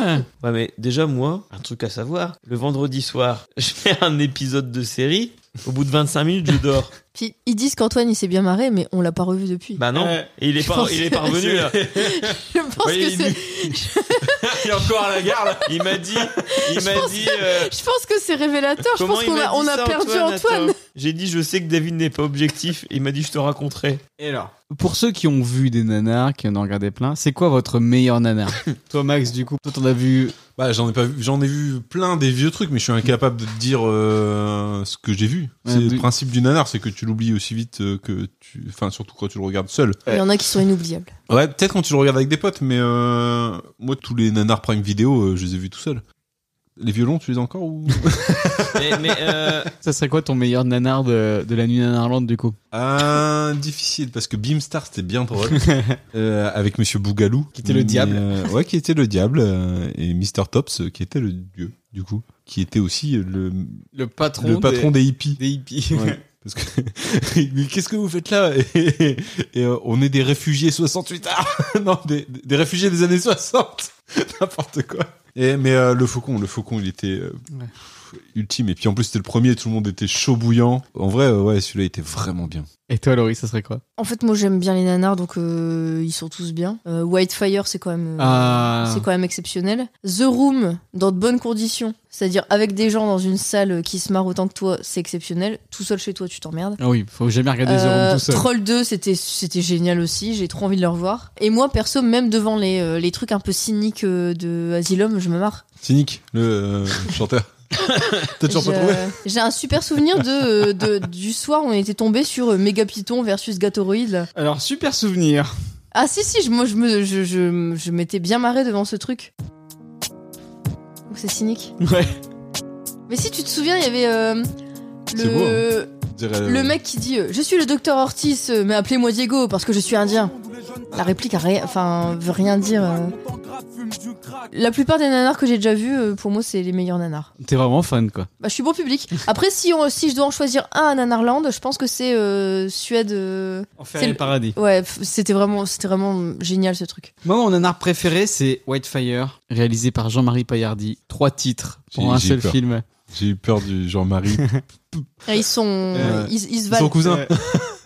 Speaker 6: Ouais mais déjà moi, un truc à savoir, le vendredi soir, je fais un épisode de série, au bout de 25 minutes je dors.
Speaker 4: Puis ils disent qu'Antoine, il s'est bien marré, mais on l'a pas revu depuis.
Speaker 6: Bah non,
Speaker 2: Ouais.
Speaker 6: Et il est,
Speaker 4: Je
Speaker 6: par-
Speaker 4: pense
Speaker 6: il
Speaker 4: que-
Speaker 6: est parvenu là.
Speaker 4: je pense
Speaker 6: Ouais,
Speaker 4: que
Speaker 6: il-
Speaker 4: c'est,
Speaker 6: Il est encore à la gare là. Il m'a dit, il m'a dit... euh,
Speaker 4: je pense que c'est révélateur. Je
Speaker 6: comment
Speaker 4: pense
Speaker 6: il
Speaker 4: qu'on
Speaker 6: m'a
Speaker 4: a,
Speaker 6: dit
Speaker 4: on a
Speaker 6: ça,
Speaker 4: perdu Antoine.
Speaker 6: attends. J'ai dit je sais que David n'est pas objectif, il m'a dit je te raconterai.
Speaker 2: Et alors Pour ceux qui ont vu des nanars, qui en ont regardé plein, c'est quoi votre meilleur nanar Toi, Max, du coup, toi, t'en as vu.
Speaker 5: Bah, j'en ai pas vu, j'en ai vu plein des vieux trucs, mais je suis incapable de te dire euh, ce que j'ai vu.
Speaker 2: Ouais,
Speaker 5: C'est le
Speaker 2: du-
Speaker 5: principe du nanar, c'est que tu l'oublies aussi vite euh, que tu, enfin surtout quand tu le regardes seul.
Speaker 4: Il y en a qui sont inoubliables.
Speaker 5: Ouais, peut-être quand tu le regardes avec des potes, mais euh, moi tous les nanars prime vidéo, euh, je les ai vus tout seul. Les violons, tu les as encore ou
Speaker 6: Mais, mais, euh,
Speaker 2: Ça serait quoi ton meilleur nanar de, de la nuit nanarlande, du coup
Speaker 5: Ah, difficile parce que Beamstar c'était bien drôle Euh, avec Monsieur Bougalou qui
Speaker 2: était le diable.
Speaker 5: ouais, qui était le diable euh, et Mr Tops euh, qui était le dieu du coup, qui était aussi euh, le
Speaker 2: Le patron.
Speaker 5: le patron des hippies.
Speaker 2: des hippies.
Speaker 5: Ouais. Parce que mais qu'est-ce que vous faites là Et, et, euh, on est des réfugiés 68 ans Non, des, des réfugiés des années 60. N'importe quoi. Et mais euh, le faucon, le faucon, il était euh,
Speaker 2: Ouais.
Speaker 5: pff, ultime et puis en plus c'était le premier, tout le monde était chaud bouillant. En vrai, euh, ouais, celui-là était vraiment bien.
Speaker 2: Et toi, Laurie, ça serait quoi
Speaker 4: En fait, moi, j'aime bien les nanars, donc euh, ils sont tous bien. Euh, Whitefire, c'est quand même, euh,
Speaker 2: Ah.
Speaker 4: c'est quand même exceptionnel. The Room, dans de bonnes conditions, c'est-à-dire avec des gens dans une salle qui se marrent autant que toi, c'est exceptionnel. Tout seul chez toi, tu t'emmerdes.
Speaker 2: Ah oui, faut jamais regarder The
Speaker 4: Euh,
Speaker 2: Room tout seul.
Speaker 4: Troll 2, c'était c'était génial aussi. J'ai trop envie de le revoir. Et moi, perso, même devant les, euh, les trucs un peu cyniques euh, de Asylum, je me marre.
Speaker 5: Cynique, le euh, chanteur. T'as toujours pas
Speaker 4: Je- euh,
Speaker 5: trouvé
Speaker 4: J'ai un super souvenir de, euh, de- du soir où on était tombé sur euh, Megapython versus Gatoroid. là.
Speaker 2: Alors, super souvenir.
Speaker 4: Ah si si, je- moi je me je, je, je m'étais bien marré devant ce truc. Oh, c'est cynique.
Speaker 2: Ouais.
Speaker 4: Mais si tu te souviens, il y avait euh,
Speaker 5: C'est beau,
Speaker 4: le
Speaker 5: On dirait, euh,
Speaker 4: le mec qui dit euh, je suis le docteur Ortiz, euh, mais appelez-moi Diego parce que je suis indien. La réplique a rien, enfin veut rien dire. euh. La plupart des nanars que j'ai déjà vus, euh, pour moi, c'est les meilleurs nanars.
Speaker 2: T'es vraiment fan, quoi.
Speaker 4: Bah, je suis bon public. Après, si on, si je dois en choisir un à Nanarland, je pense que c'est euh, Suède. euh,
Speaker 2: Enfer
Speaker 4: C'est
Speaker 2: et
Speaker 4: le-
Speaker 2: paradis.
Speaker 4: Ouais, f- c'était vraiment, c'était vraiment génial ce truc.
Speaker 2: Moi, mon nanar préféré, c'est Whitefire, réalisé par Jean-Marie Paillardi. Trois titres pour
Speaker 5: J'ai-
Speaker 2: un
Speaker 5: j'ai
Speaker 2: seul
Speaker 5: peur.
Speaker 2: film.
Speaker 5: J'ai eu peur du Jean-Marie.
Speaker 4: Et Ah, ils sont,
Speaker 5: Euh,
Speaker 4: ils, ils se valent.
Speaker 5: Son cousin.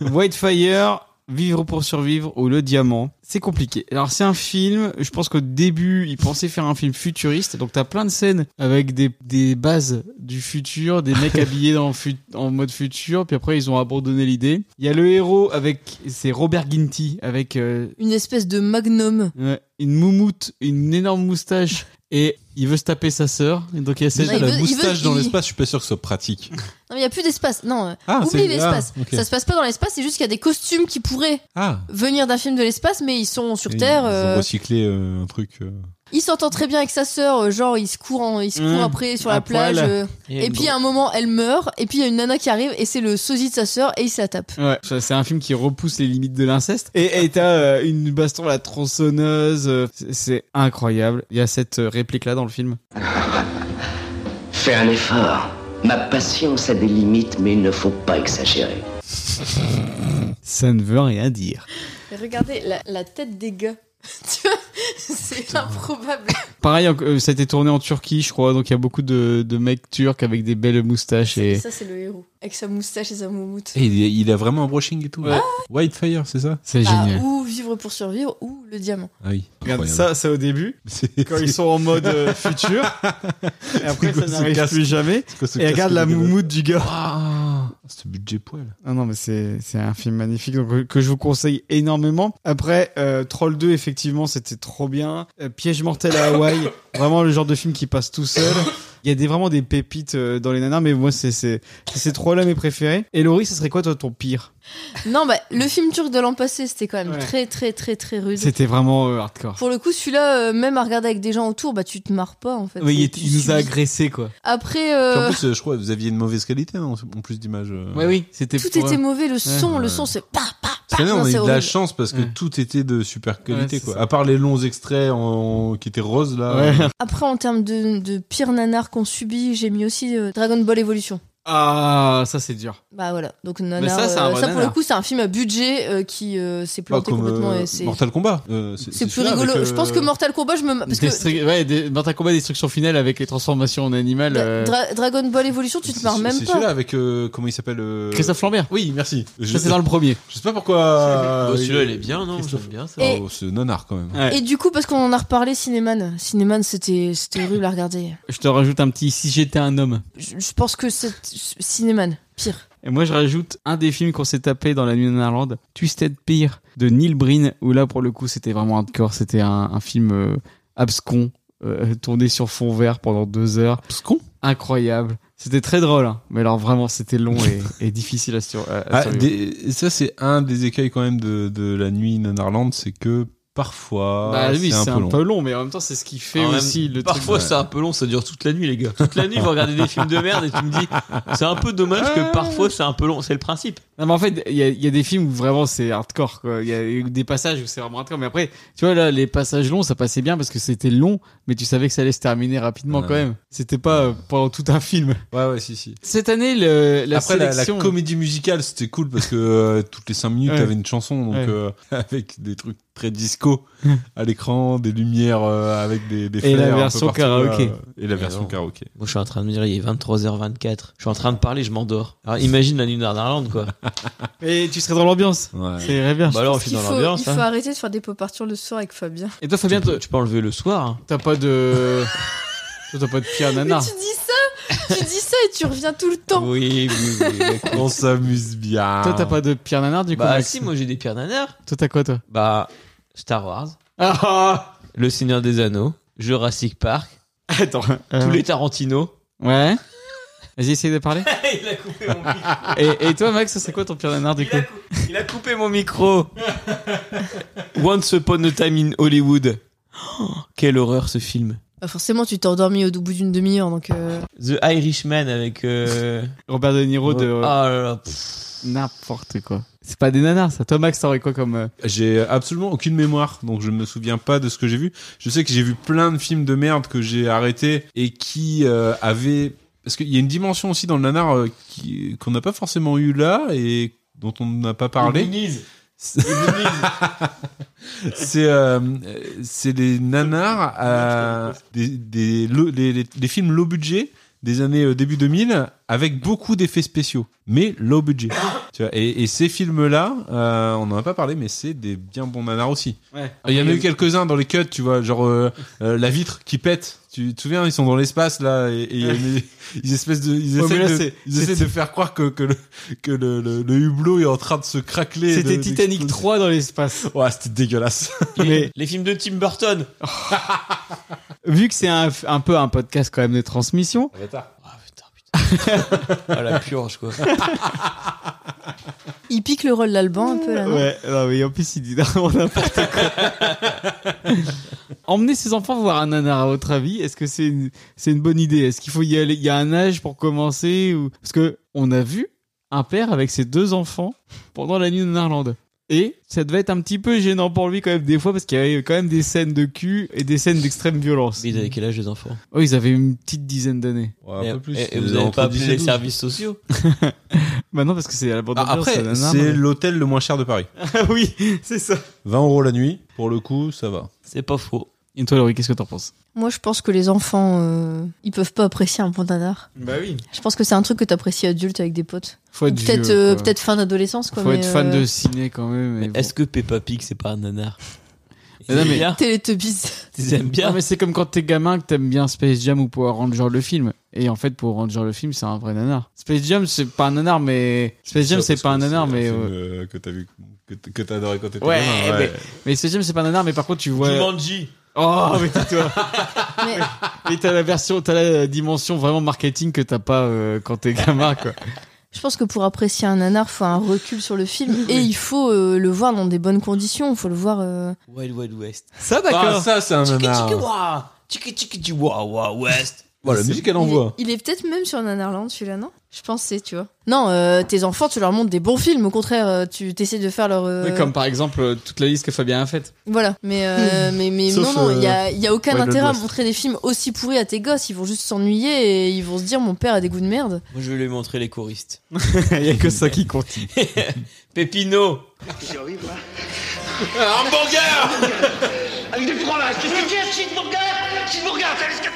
Speaker 2: Euh, Whitefire, Vivre pour survivre ou Le Diamant. C'est compliqué. Alors c'est un film, je pense qu'au début, ils pensaient faire un film futuriste, donc t'as plein de scènes avec des, des bases du futur, des mecs habillés dans le fut- en mode futur, puis après ils ont abandonné l'idée. Il y a le héros avec, c'est Robert Ginty, avec euh,
Speaker 4: Une espèce de magnum.
Speaker 2: euh, une moumoute, une énorme moustache, et il veut se taper sa sœur, et donc il y a cette...
Speaker 5: Déjà,
Speaker 4: il
Speaker 5: la
Speaker 4: veut- il
Speaker 5: moustache
Speaker 4: veut-
Speaker 5: dans
Speaker 4: il-
Speaker 5: l'espace, je suis pas sûr que ce soit pratique.
Speaker 4: Non, il n'y a plus d'espace. Non, euh,
Speaker 5: Ah,
Speaker 4: oublie
Speaker 5: c'est-
Speaker 4: l'espace.
Speaker 5: ah, ok.
Speaker 4: Ça se passe pas dans l'espace, c'est juste qu'il y a des costumes qui pourraient
Speaker 5: Ah
Speaker 4: venir d'un film de l'espace, mais ils sont sur
Speaker 5: Et
Speaker 4: Terre.
Speaker 5: Ils ont
Speaker 4: euh,
Speaker 5: recyclé euh, un truc. euh,
Speaker 4: ils, Il s'entend très bien avec sa sœur, euh, genre ils se courent, en- ils se courent
Speaker 2: Mmh,
Speaker 4: après sur
Speaker 2: à
Speaker 4: la plage.
Speaker 2: poil.
Speaker 4: euh,
Speaker 6: Il y a
Speaker 4: et
Speaker 6: une
Speaker 4: puis à un moment, elle meurt, et puis il y a une nana qui arrive, et c'est le sosie de sa sœur, et il se la tape.
Speaker 2: Ouais, ça, c'est un film qui repousse les limites de l'inceste. Et et t'as euh, une baston à la tronçonneuse. euh, c'est- C'est incroyable. Il y a cette euh, réplique-là dans le film.
Speaker 8: Fais un effort. Ma patience a des limites, mais il ne faut pas exagérer.
Speaker 2: Ça ne veut rien dire.
Speaker 4: Et regardez la, la tête des gars. Tu vois, c'est improbable.
Speaker 2: Pareil, euh, ça a été tourné en Turquie, je crois. Donc il y a beaucoup de, de mecs turcs avec des belles moustaches. Et...
Speaker 4: Ça, c'est le héros, avec sa moustache et sa moumoute.
Speaker 5: Et Eh, il, est- il a vraiment un brushing et tout. Ah.
Speaker 2: Ouais.
Speaker 5: Whitefire, c'est ça
Speaker 2: C'est
Speaker 4: Ah,
Speaker 2: génial.
Speaker 4: ou vivre pour survivre, ou le diamant.
Speaker 5: Ah oui.
Speaker 2: Regarde ça,
Speaker 5: incroyable.
Speaker 2: ça au début,
Speaker 5: C'est-
Speaker 2: quand ils sont en mode euh, futur. Et après,
Speaker 5: quoi
Speaker 2: ça
Speaker 5: ce
Speaker 2: n'arrive
Speaker 5: casque
Speaker 2: plus jamais.
Speaker 5: c'est quoi ce
Speaker 2: Et regarde
Speaker 5: casque
Speaker 2: la
Speaker 5: de gars
Speaker 2: moumoute du gars.
Speaker 5: Ah, ce budget poil.
Speaker 2: Ah non, mais c'est c'est un film magnifique donc, euh, que je vous conseille énormément. Après, euh, Troll 2, effectivement, c'était trop bien. Euh, Piège mortel à Hawaï, vraiment le genre de film qui passe tout seul. Il y a des, vraiment des pépites euh, dans les nanas, mais moi, c'est c'est- c'est ces trois-là mes préférés. Et Laurie, ce serait quoi, toi, ton pire
Speaker 4: Non, bah, le film turc de l'an passé, c'était quand même
Speaker 2: Ouais.
Speaker 4: très, très, très, très rude.
Speaker 2: C'était vraiment euh, hardcore.
Speaker 4: Pour le coup, celui-là, euh, même à regarder avec des gens autour, bah, tu te marres pas, en fait.
Speaker 2: Oui, il,
Speaker 4: C'est-
Speaker 2: est-
Speaker 4: tu
Speaker 2: il nous a
Speaker 4: subis.
Speaker 2: agressé, quoi.
Speaker 4: Après,
Speaker 5: Puis
Speaker 4: euh,
Speaker 5: En plus, euh, je crois que vous aviez une mauvaise qualité non, en plus d'image. euh.
Speaker 2: oui, c'était euh,
Speaker 4: tout était mauvais, le son, le
Speaker 5: ouais.
Speaker 4: son, c'est pa, pa,
Speaker 5: Cette
Speaker 4: pa.
Speaker 5: année,
Speaker 4: Ah, Non,
Speaker 5: on a eu
Speaker 4: c'est
Speaker 5: de la
Speaker 4: horrible.
Speaker 5: chance parce que
Speaker 2: Ouais.
Speaker 5: tout était de super qualité,
Speaker 2: Ouais, c'est
Speaker 5: quoi.
Speaker 2: ça.
Speaker 5: À part les longs extraits en- qui étaient roses, là. euh,
Speaker 2: Ouais.
Speaker 4: Après, en termes de, de pire nanar qu'on subit, j'ai mis aussi euh, Dragon Ball Evolution.
Speaker 2: Ah, ça, c'est dur.
Speaker 4: Bah voilà, donc nanar,
Speaker 2: ça, c'est un
Speaker 4: euh,
Speaker 2: vrai
Speaker 4: ça, pour
Speaker 2: nanar.
Speaker 4: le coup, c'est un film à budget euh, qui euh, s'est
Speaker 5: Pas
Speaker 4: planté
Speaker 5: comme
Speaker 4: complètement.
Speaker 5: euh,
Speaker 4: et c'est...
Speaker 5: Mortal Kombat. Euh, c'est
Speaker 4: c'est plus
Speaker 5: celui-là
Speaker 4: rigolo.
Speaker 5: avec, euh,
Speaker 4: Je pense que Mortal Kombat, je me. Parce que
Speaker 2: Destru- ouais, des- Mortal Kombat, destruction finale avec les transformations en animal.
Speaker 4: Dra-
Speaker 2: euh,
Speaker 4: Dra- Dragon Ball Evolution, tu te
Speaker 5: c'est-
Speaker 4: marres
Speaker 5: c'est-
Speaker 4: même
Speaker 5: C'est
Speaker 4: pas.
Speaker 5: celui-là avec. euh, comment il s'appelle euh,
Speaker 2: Christophe Lambert.
Speaker 5: Oui, merci. Je,
Speaker 2: Ça, c'est dans le premier.
Speaker 5: je sais pas
Speaker 2: Ah,
Speaker 4: Oh,
Speaker 5: pourquoi. euh,
Speaker 6: Bon, celui-là, il est bien, non
Speaker 5: Christophe.
Speaker 6: J'aime bien ça.
Speaker 4: Et-
Speaker 5: Oh, c'est nanar quand même.
Speaker 4: Et du coup, parce qu'on en a reparlé, Cinéman. Cinéman, c'était c'était horrible à regarder.
Speaker 2: Je te rajoute un petit si j'étais un homme.
Speaker 4: Je, je pense que c'est Cinéman, pire.
Speaker 2: Et moi, je rajoute un des films qu'on s'est tapé dans la nuit en Irlande, Twisted Peer de Neil Breen, où là, pour le coup, c'était vraiment hardcore. C'était un, un film euh, abscon, euh, tourné sur fond vert pendant deux heures.
Speaker 5: Abscon
Speaker 2: Incroyable. C'était très drôle, hein. mais alors vraiment, c'était long et, et difficile à, sur, à- à
Speaker 5: Ah,
Speaker 2: survivre.
Speaker 5: des- ça, c'est un des écueils quand même de, de la nuit nanarland, c'est que parfois.
Speaker 2: Bah oui,
Speaker 5: Ah, c'est un peu long.
Speaker 2: mais en même temps, c'est ce qui fait
Speaker 6: En même-
Speaker 2: aussi le truc.
Speaker 6: Parfois, c'est un peu long, ça dure toute la nuit, les gars. Toute la nuit, vous regardez des films de merde et tu me dis, c'est un peu dommage
Speaker 4: Ah.
Speaker 6: que parfois c'est un peu long. C'est le principe.
Speaker 2: Non, mais en fait, il y, a- il y a des films où vraiment c'est hardcore, quoi. Il y a eu des passages où c'est vraiment hardcore. Mais après, tu vois, là, les passages longs, ça passait bien parce que c'était long, mais tu savais que ça allait se terminer rapidement
Speaker 5: Ouais.
Speaker 2: quand même. C'était pas euh, pendant tout un film.
Speaker 5: Ouais, ouais, si, si.
Speaker 2: Cette année, le- la
Speaker 5: Après, la, la
Speaker 2: sélection.
Speaker 5: comédie musicale, c'était cool parce que euh, toutes les 5 minutes,
Speaker 2: Ouais.
Speaker 5: t'avais une chanson, donc
Speaker 2: Ouais.
Speaker 5: euh, avec des trucs très disco à l'écran, des lumières euh, avec des, des
Speaker 2: Et la
Speaker 5: flares un peu
Speaker 2: version
Speaker 5: partout,
Speaker 2: karaoké.
Speaker 5: euh, et la version
Speaker 6: non.
Speaker 5: karaoké.
Speaker 6: Moi, je suis en train de me dire, il est 23h24. Je suis en train de parler, je m'endors. Alors, imagine la nuit d'Arnarland, quoi.
Speaker 2: Et tu serais dans l'ambiance.
Speaker 5: Ouais.
Speaker 2: C'est très bien.
Speaker 6: Bah alors, on
Speaker 4: Parce
Speaker 6: fait
Speaker 4: qu'il
Speaker 6: dans
Speaker 4: faut,
Speaker 6: l'ambiance.
Speaker 4: il faut
Speaker 6: hein.
Speaker 4: arrêter de faire des pop parties le soir avec Fabien.
Speaker 2: Et toi,
Speaker 6: Tu
Speaker 2: Fabien,
Speaker 6: peux-
Speaker 2: toi-
Speaker 6: Tu peux enlever le soir. hein.
Speaker 2: t'as pas de. toi, t'as pas de pire
Speaker 5: Ah,
Speaker 2: nana.
Speaker 4: Mais tu dis ça, tu dis ça et tu reviens tout le temps.
Speaker 6: Oui, oui, oui. d'accord.
Speaker 5: On s'amuse bien.
Speaker 2: Toi, t'as pas de pire nana du coup.
Speaker 6: bah,
Speaker 2: Max
Speaker 6: si, moi, j'ai des pires nanars.
Speaker 2: Toi, t'as quoi, toi
Speaker 6: Bah, Star Wars,
Speaker 2: Ah
Speaker 6: Le Seigneur des Anneaux, Jurassic Park,
Speaker 2: Attends.
Speaker 6: tous les Tarantino.
Speaker 2: Ouais. Vas-y, essaye de parler.
Speaker 6: il a coupé mon micro.
Speaker 2: et, et toi, Max, ça, c'est quoi ton pire nanar du coup
Speaker 6: Il a coupé mon micro. Once Upon a Time in Hollywood. Oh, quelle horreur ce film.
Speaker 4: Bah, forcément, tu t'es endormi au bout d'une demi-heure, donc. euh,
Speaker 6: The Irishman avec. euh,
Speaker 2: Robert De Niro de.
Speaker 6: Ah là là, pff,
Speaker 2: N'importe quoi. C'est pas des nanas, ça. Toi, Max, t'aurais quoi comme. euh,
Speaker 5: J'ai absolument aucune mémoire, donc je me souviens pas de ce que j'ai vu. Je sais que j'ai vu plein de films de merde que j'ai arrêtés et qui euh, avaient... Parce qu'il y a une dimension aussi dans le nanar euh, qui- qu'on n'a pas forcément eu là et dont on n'a pas parlé. C'est c'est euh, euh, c'est des nanars, euh, des, des lo- les, les- les films low budget des années euh, début 2000 avec beaucoup d'effets spéciaux, mais low budget. Tu vois, et, et ces films-là, euh, on n'en a pas parlé, mais c'est des bien bons nanars aussi. Il y en a eu quelques-uns dans les cuts, tu vois, genre euh, euh, la vitre qui pète. Tu te souviens, ils sont dans l'espace là et, et il y a une- ils espècent de, ils
Speaker 2: Ouais, mais
Speaker 5: essaient,
Speaker 2: là,
Speaker 5: de,
Speaker 2: c'est-
Speaker 5: ils essaient de faire croire que que le que le, le- le hublot est en train de se craqueler. et
Speaker 2: C'était
Speaker 5: de-
Speaker 2: Titanic 3 dans l'espace.
Speaker 5: Ouais, c'était dégueulasse.
Speaker 2: Mais
Speaker 6: les films de Tim Burton.
Speaker 2: vu que c'est un, un peu un podcast quand même de transmission,
Speaker 6: Ah putain, putain. Ah la purge quoi.
Speaker 4: Il pique le rôle d'Alban un peu là. non
Speaker 2: Ouais, non, mais en plus, il dit vraiment n'importe quoi. Emmener ses enfants voir un nanar, à votre avis, est-ce que c'est une, c'est une bonne idée Est-ce qu'il faut y aller Il y a un âge pour commencer ou... Parce que on a vu un père avec ses deux enfants pendant la nuit de Narlande. Et ça devait être un petit peu gênant pour lui quand même des fois parce qu'il y avait quand même des scènes de cul et des scènes d'extrême violence.
Speaker 6: Mais ils avaient quel âge les enfants
Speaker 2: Oh, ils avaient une petite dizaine d'années.
Speaker 5: Ouais,
Speaker 6: et,
Speaker 5: un peu plus.
Speaker 6: et- et
Speaker 5: euh,
Speaker 6: vous n'avez
Speaker 5: entre
Speaker 6: pas
Speaker 5: 10
Speaker 6: appelé
Speaker 5: et
Speaker 6: les
Speaker 5: 12.
Speaker 6: services sociaux
Speaker 2: Maintenant Bah parce que c'est à la bande Ah
Speaker 5: Ah, après, c'est l'hôtel le moins cher de Paris.
Speaker 2: oui, c'est ça.
Speaker 5: 20 euros la nuit, pour le coup, ça va.
Speaker 6: C'est pas faux.
Speaker 2: Et toi, Laurie, qu'est-ce que t'en penses
Speaker 4: Moi, je pense que les enfants, euh, ils peuvent pas apprécier un bon nanar.
Speaker 2: Bah oui.
Speaker 4: Je pense que c'est un truc que t'apprécies adulte avec des potes.
Speaker 2: Faut
Speaker 4: Ou
Speaker 2: être
Speaker 4: Peut-être
Speaker 2: vieux,
Speaker 4: euh,
Speaker 2: quoi.
Speaker 4: peut-être fin d'adolescence quoi.
Speaker 2: Faut
Speaker 4: mais,
Speaker 2: être fan
Speaker 4: euh,
Speaker 2: de ciné quand même. mais bon.
Speaker 6: Est-ce que Peppa Pig, c'est pas un nanar
Speaker 2: Mais non, mais-
Speaker 6: Bien,
Speaker 4: Teletubbies.
Speaker 6: Ils aiment
Speaker 2: Non,
Speaker 6: bien.
Speaker 2: mais c'est comme quand t'es gamin que t'aimes bien Space Jam ou Power Ranger le film. Et en fait, Power Ranger le film, c'est un vrai nanar. Space Jam, c'est pas un nanar, mais. Space Jam, c'est pas un nanar, mais.
Speaker 5: film,
Speaker 2: euh,
Speaker 5: euh, que t'as vu, que t- que t'as adoré quand t'étais
Speaker 2: Ouais,
Speaker 5: gamin,
Speaker 2: Mais Space Jam, c'est pas un nanar, mais par contre, tu vois.
Speaker 6: Jumanji.
Speaker 2: Oh, mais tais-toi.
Speaker 4: Mais-
Speaker 2: mais t'as la version, t'as la dimension vraiment marketing que t'as pas euh, quand t'es gamin, quoi.
Speaker 4: Je pense que pour apprécier un nanar, faut un recul sur le film et il faut euh, le voir dans des bonnes conditions. Il faut le voir. euh,
Speaker 6: Wild Wild West.
Speaker 2: Ça,
Speaker 5: Ah, ça, c'est un nanar.
Speaker 6: Tiki tiki tiki wawa West.
Speaker 5: Voilà, la musique, elle
Speaker 4: il,
Speaker 5: envoie.
Speaker 4: est, il est peut-être même sur Nanarland celui-là, non Je pensais, tu vois. Non, euh, tes enfants, tu leur montres des bons films. Au contraire, euh, tu t'essaies de faire leur. euh,
Speaker 2: Comme par exemple euh, toute la liste que Fabien a faite.
Speaker 4: Voilà, mais, euh, mais, mais
Speaker 5: Sauf,
Speaker 4: non, non, il n'y a, il y a aucun
Speaker 5: Wild
Speaker 4: intérêt à
Speaker 5: West.
Speaker 4: montrer des films aussi pourris à tes gosses. Ils vont juste s'ennuyer et ils vont se dire mon père a des goûts de merde.
Speaker 6: Moi, je vais lui montrer les choristes.
Speaker 2: Il y a que ça qui compte.
Speaker 6: Pépino.
Speaker 7: J'y arrive, moi.
Speaker 3: Hamburger
Speaker 7: Avec des fromages, qu'est-ce que c'est, cheeseburger Cheeseburger, t'as vu ce que c'est